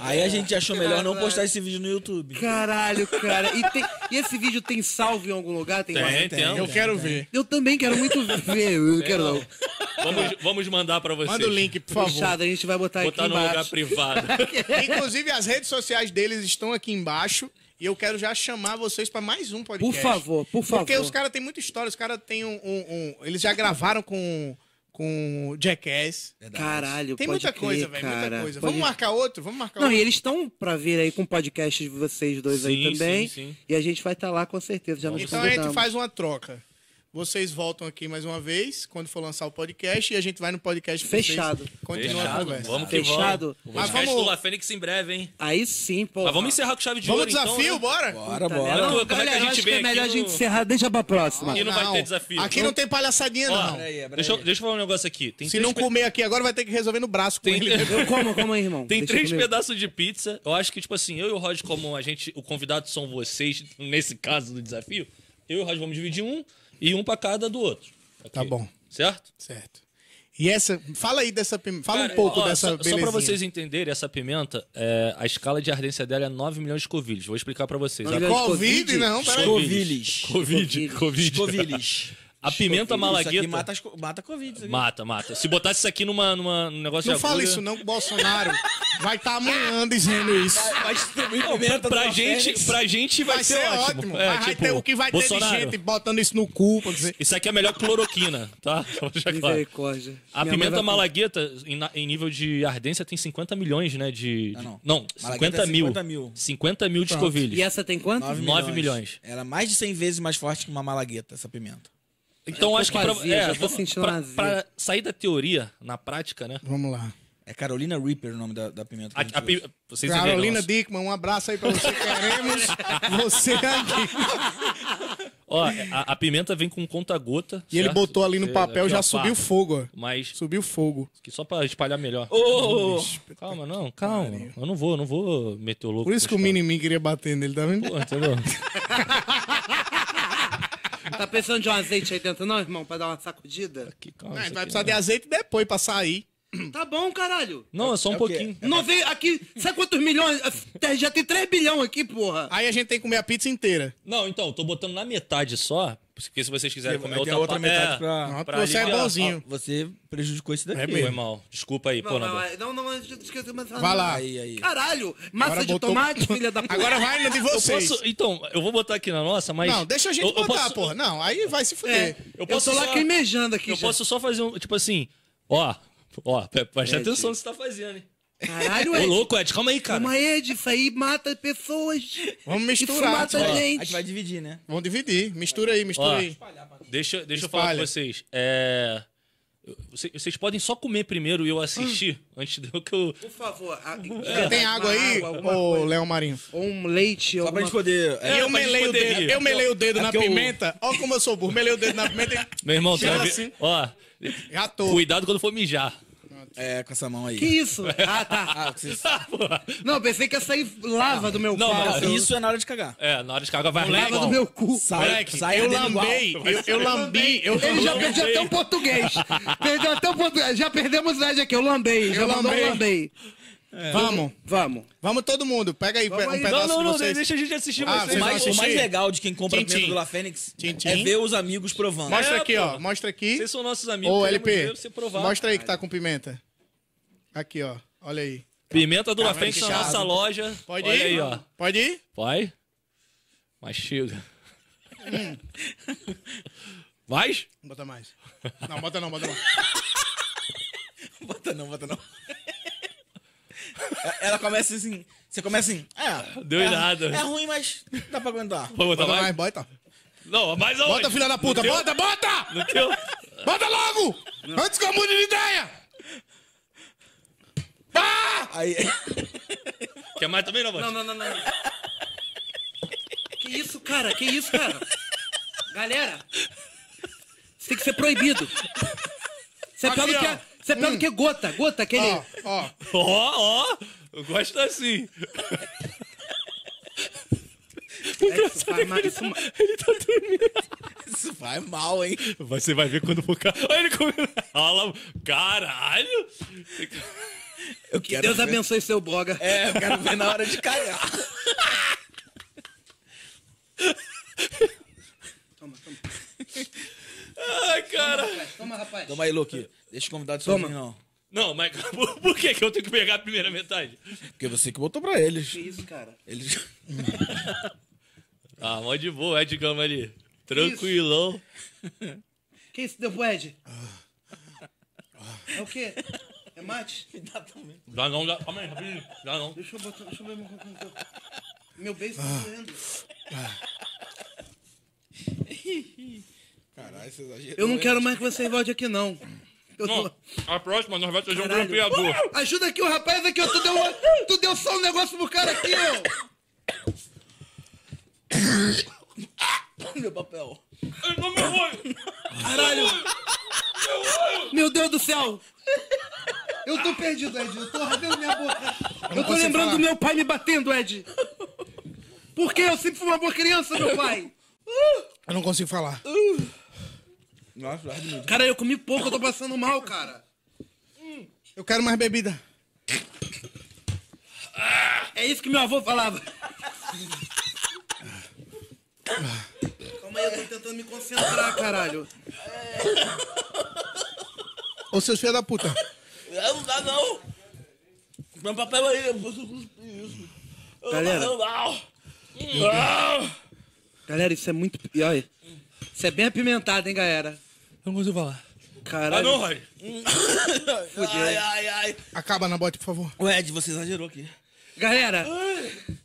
D: Aí a gente achou melhor não postar esse vídeo no YouTube.
A: Caralho, cara. E, tem- e esse vídeo tem salvo em algum lugar? Tem,
C: Tem, tem.
B: eu quero ver.
A: Eu também quero muito ver. Eu não quero um não.
C: Vamos, vamos mandar pra vocês.
B: Manda o link, por favor.
A: Puxado, a gente vai botar
C: Botar
A: aqui
C: num lugar
A: embaixo.
C: privado.
B: Inclusive, as redes sociais deles estão aqui embaixo. E eu quero já chamar vocês para mais um
A: Por
B: podcast.
A: favor, por favor.
B: Porque os caras têm muita história, os caras têm um, um- um- Eles já gravaram com, com Jackass.
A: Caralho,
B: Tem
A: É, pode
B: muita coisa,
A: crer,
B: velho, muita
A: cara.
B: coisa.
A: Pode-
B: Vamos marcar outro? Vamos marcar
A: Não, e
B: outro.
A: eles estão pra vir aí com o podcast de vocês dois aí
C: Sim,
A: também.
C: sim, sim.
A: E a gente vai estar lá com certeza. Já nos
B: Então a gente
A: convidamos.
B: faz uma troca. Vocês voltam aqui mais uma vez, quando for lançar o podcast, e a gente vai no podcast com vocês.
A: Fechado.
B: Continua a conversa.
C: Vamos que
A: Fechado.
C: vamos. O
B: Mas
C: podcast
B: vamos-
C: do La Fênix em breve, hein?
A: Aí sim, pô.
C: Mas vamos encerrar com chave de
B: Vamos
C: ouro,
B: ao desafio,
C: então, né?
B: bora?
D: Bora,
A: Tá
D: bora.
A: vendo?
C: Não, como é que a
A: Galera,
C: gente
A: acho
C: vem
A: é melhor
C: aqui
A: a gente
C: no-
A: encerrar, deixa pra próxima.
C: E não vai ter desafio.
B: Aqui não tem palhaçadinha,
C: Ó,
B: não.
D: aí, peraí.
C: deixa, eu- deixa eu falar um negócio aqui. Tem
B: Se
C: três
B: não
C: pe-
B: comer aqui agora, vai ter que resolver no braço com
C: Tem-
B: ele.
A: Eu como, como aí, irmão.
C: Tem
A: Deixa
C: três
A: comigo.
C: pedaços de pizza. Eu acho que, tipo assim, eu e o Rod, como a gente, o convidado são vocês, nesse caso do desafio, eu e o Rod vamos dividir um e um pra cada do outro.
B: Tá
C: Aqui.
B: bom.
C: Certo?
B: Certo. E essa. Fala aí dessa. pim- Fala
C: Cara,
B: um pouco
C: ó,
B: dessa.
C: só, só pra
B: belezinha.
C: vocês entenderem, essa pimenta, é, a escala de ardência dela é 9 milhões de covilhos. Vou explicar pra vocês.
A: Nove
C: A-
A: milhões de
B: Covid,
D: né,
B: né? não, peraí.
D: Covilis.
C: Covid, Covid.
D: Covilis.
C: A pimenta
D: Isso aqui
C: malagueta.
D: mata, as co- mata Covid. isso aqui.
C: Mata, mata. Se botasse isso aqui numa, numa, num negócio
B: Não
C: de
B: fala
C: agulha...
B: isso, não, que o Bolsonaro vai estar amanhã dizendo isso.
D: Vai distribuir pimenta
C: Pra
D: do
C: gente,
D: Fênix.
C: pra gente vai,
B: Vai ser ótimo.
C: É,
B: Mas vai
C: tipo,
B: ter- o que vai ter
C: Bolsonaro,
B: de gente botando isso no cu, pra dizer.
C: Isso aqui é melhor que cloroquina, tá? Só pra deixar claro.
A: Misericórdia.
C: A
A: Minha mãe
C: pimenta
A: vai-
C: malagueta, em, na- em nível de ardência, tem 50 milhões, né? De,
B: Ah,
C: de-
D: não.
C: não, 50
D: Malagueta é
C: mil.
D: 50 mil.
C: 50 mil de
A: E
C: escovilhos.
A: essa tem quanto?
D: Nove
C: Nove milhões.
D: Era mais de 100 vezes mais forte que uma malagueta, essa pimenta.
C: Então
A: tô
C: acho que pra,
A: vazio, já tô
C: vamos-
A: sentindo
C: pra-
A: vazio.
C: pra sair da teoria na prática, né?
B: Vamos lá.
D: É Carolina Reaper o nome da, da pimenta. Que
C: A,
D: a gente
C: a pi-
D: usa.
C: vocês
A: é
C: né?
B: Carolina
C: Carolina
B: Dickman, um abraço aí pra você. Queremos você aqui.
C: Ó, a, a pimenta vem com conta-gota.
B: E ele
C: certo?
B: botou ali no
C: É,
B: papel,
A: né?
C: aqui, ó,
A: Tá
B: já
C: pá.
B: subiu fogo, ó.
C: Mas
B: Subiu fogo.
C: que só pra espalhar melhor.
D: Ô, ô, ô.
C: Calma, não, calma. Eu não vou, eu não vou meter o louco.
B: Por isso que o
C: com os
B: Minimin queria bater nele, tá vendo?
C: caras. Pô, entendeu?
A: Tá pensando de um azeite aí dentro, não, irmão? Pra dar uma sacudida?
B: Que
E: Não,
B: calma.
E: a gente vai precisar de azeite depois pra sair.
A: Tá bom, caralho.
D: Não, é só um pouquinho.
A: Não vem aqui. Sabe quantos milhões? Já tem 3 bilhão aqui, porra.
E: Aí a gente tem que comer a pizza inteira.
C: Não, então, tô botando na metade só, porque se vocês quiserem comer
D: Vai ter
C: outra,
D: outra
C: pa-
D: metade
C: é,
D: pra-
E: Ah,
C: pra
E: você é
C: aliviar.
E: bonzinho.
D: Você prejudicou esse daqui.
E: É
C: Foi
E: mesmo.
C: mal. Desculpa aí, pô,
A: não, é,
C: Nando.
A: não, não, não, esqueci, mas...
E: Vai lá.
D: Aí, aí.
A: Caralho, massa
E: Agora
A: de
E: botou-
A: tomate, filha da puta.
E: Agora vai no de
C: Eu
E: vocês.
C: posso, então, eu vou botar aqui na nossa, mas.
E: Não, deixa a gente
C: eu, eu
E: botar,
C: posso-
E: porra. Não, aí vai se fuder.
C: Eu
A: Eu,
C: posso
A: tô
C: só-
A: lacrimejando aqui.
C: Eu
A: já.
C: posso só fazer um. Tipo assim, ó. Ó, pre- presta atenção no que você tá fazendo, hein?
A: Caralho,
C: Ô,
A: Ed.
C: louco, Ed, calma aí, cara.
A: Calma aí, Ed, isso aí mata pessoas.
E: Vamos
A: Isso
E: misturar.
A: mata
D: A gente
A: gente.
D: vai dividir, né?
E: Vamos dividir. Mistura aí, mistura
C: Ó.
E: aí.
C: Deixa, deixa eu falar com
E: Espalha.
C: vocês. É. eu- Vocês, vocês podem só comer primeiro e eu assistir
E: Hum.
C: antes de eu que eu.
A: Por favor. a-
E: Tem
A: uma
E: água aí,
A: alguma
E: ô
A: coisa.
E: Léo Marinho?
A: Ou um leite,
D: Só pra
A: alguma
D: gente poder. é,
C: É,
E: eu
C: mas a gente
E: melei o
C: poderia.
E: dedo, eu melei o dedo
D: É
E: na
D: porque eu-
E: pimenta. Olha como eu sou burro. Melei o dedo na pimenta e
C: Meu irmão, tu vai
E: Já
C: ver-
E: assim.
C: Ó,
E: já tô.
C: cuidado quando for mijar.
D: É, com essa mão aí.
A: Que isso? Ah, tá.
D: Ah, vocês-
A: Não, pensei que ia sair lava do meu
C: Não,
A: pau.
C: não,
A: seu-
D: Isso é na hora de cagar.
C: É, na hora de cagar vai
A: Lava do meu cu.
E: Moleque,
D: sai
E: eu
D: dele
E: lambei, eu, eu lambi, eu
A: Ele já perdeu até um português. Perdeu até um português. Já perdemos Ed aqui. Eu lambei. Já mandou um
E: lambei.
A: lambei.
E: Vamos,
A: Vamos.
E: vamos todo mundo. Pega aí um
A: aí.
C: Não,
E: pedaço
C: não,
E: de
C: não,
E: vocês.
C: deixa a gente assistir
E: Ah,
C: vocês.
E: vocês
D: O
E: vão
D: mais, o
E: assistir?
D: mais legal de quem compra
E: Tchim,
D: pimenta
E: tchim.
D: do La Fênix
E: Tchim, tchim.
D: é ver os amigos provando.
E: Mostra
C: É,
E: aqui,
C: pô.
E: ó. Mostra aqui.
C: Vocês são nossos amigos.
E: Ô,
C: queremos
E: LP,
C: ver você provar.
E: mostra aí que tá com pimenta. Aqui, ó. Olha aí.
C: Pimenta do La Fênix na
E: chato.
C: nossa loja.
E: Tá Pode
C: Olha
E: ir?
C: aí, ó.
E: Pode ir?
C: Vai. Mastiga. Vai?
E: Bota mais. Não, bota não, bota não.
D: Bota não, bota não. Ela começa assim. Você começa assim. É,
C: Deu
D: é,
C: em nada.
D: É ruim, mas dá pra aguentar.
C: Vou botar mais?
E: Bota mais, bota.
C: Não, mais aonde?
E: Bota, filha da puta.
C: teu?
E: Bota, bota!
C: No teu?
E: Bota logo! Antes que eu mude de ideia!
B: Ah!
D: Aí.
C: Quer mais também, não, mano?
A: Não, não, não, não. Que isso, cara? Que isso, cara? Galera, isso tem que ser proibido. Você pega, o que é, você
D: Hum.
A: pega o que é gota, gota, aquele.
E: Ó, ó.
C: Ó, ó. Eu gosto assim.
A: É, isso faz mal, isso ma-
D: Isso vai mal, hein?
C: tá Você vai ver quando for. ca- Olha ele comendo. Olha lá. Caralho.
D: Eu quero
A: Deus
D: ver.
A: abençoe seu boga.
D: É, eu quero ver na hora de cagar.
C: Ai, cara.
A: Toma, rapaz.
D: Toma aí, Luke. Deixa o convidado
A: Toma.
D: sozinho, não.
C: Não, mas por, por que, que eu tenho que pegar a primeira metade?
D: Porque você que botou pra eles.
A: Que isso, cara?
D: Eles.
C: Ah, mó de boa, Ed Gama ali. Tranquilão.
A: Que isso deu pro Ed? É o quê? É mate?
C: Dá não, dá. Calma aí, rapidinho. Dá um- não.
A: Deixa eu botar, deixa eu ver meu. Meu beijo
D: Ah.
A: tá doendo.
D: Caralho, você exagerou.
A: Eu não quero mais que você volte aqui, não. Eu tô-
C: Não, a próxima nós vamos fazer um
A: Caralho. Uh!
C: grampeador.
A: Ajuda aqui o rapaz aqui, ó. Tu deu, tu deu só um negócio pro cara aqui, ó.
D: meu papel.
C: Ai, não, meu olho.
A: Caralho. Meu Deus do céu. Eu tô perdido, Ed. Eu tô rasgando minha boca. eu tô
E: consigo
A: lembrando
E: falar.
A: do meu pai me batendo, Ed. Porque eu sempre fui uma boa criança, meu pai.
E: Eu não consigo falar.
D: Nossa, arde muito.
A: Cara, eu comi pouco, eu tô passando mal, cara.
E: Eu quero mais bebida.
A: É isso que meu avô falava. Calma aí, eu tô tentando me concentrar, caralho.
E: Ô, seus filhos da puta.
D: Ah, Não dá, não. Meu papel aí, eu posso cuspir isso. Eu
A: Galera.
D: Não, dá, não.
A: Galera, isso é muito. E olha, isso é bem apimentado, hein, galera?
C: Eu não consigo falar. Ah,
A: Caralho.
C: não, Roger.
D: Ai, ai, ai.
E: Acaba na bote, por favor.
D: O Ed, você exagerou aqui.
A: Galera,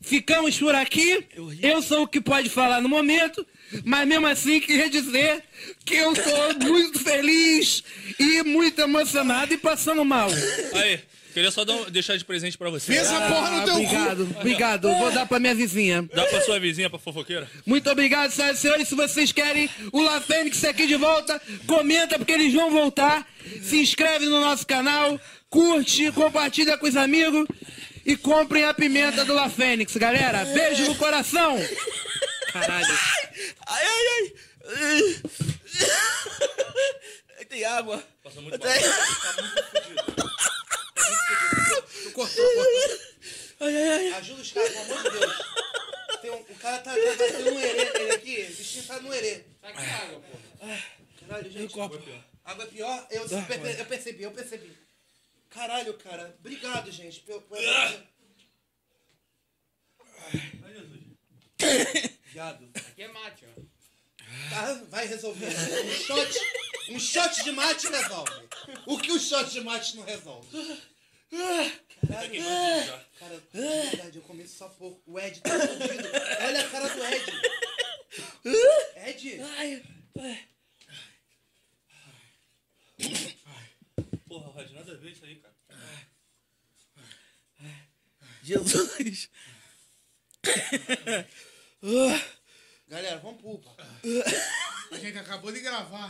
A: ficamos por aqui. Eu sou o que pode falar no momento, mas mesmo assim queria dizer que eu tô muito feliz e muito emocionado e passando mal.
C: Aí, queria só dar um- deixar de presente pra você.
E: Pensa a porra no
A: Ah,
E: teu cu.
A: obrigado, obrigado. Vou dar pra minha vizinha.
C: Dá pra sua vizinha, pra fofoqueira?
A: Muito obrigado, senhoras e senhores. Se vocês querem o La Fênix é aqui de volta, comenta porque eles vão voltar. Se inscreve no nosso canal, curte, compartilha com os amigos e comprem a pimenta do La Fênix, galera. Beijo no coração. Caralho.
D: Ai, ai, ai.
J: Aí tem água.
K: Passa muito
J: Até-
K: mal. Tá muito fudido.
A: Ajuda os caras, pelo amor de Deus. Tem um, o cara tá, tá, tá tem um herê nele aqui. O bichinho tá no herê.
L: Tá que água, pô.
A: Caralho, gente. Água é pior? Eu, perce- eu percebi, eu percebi. Caralho, cara. Obrigado, gente. Pelo, pelo... Obrigado.
L: Aqui é mate, ó.
A: Tá, vai resolver. Um shot, um shot de mate resolve. O que o shot de mate não resolve? Caralho, cara, na verdade, eu comi só pouco. O Ed tá escondido. Olha a cara do Ed. Ed,
K: Porra, Rod, nada a ver isso aí, cara.
J: Jesus.
A: galera, vamos pro UPA.
M: A gente acabou de gravar.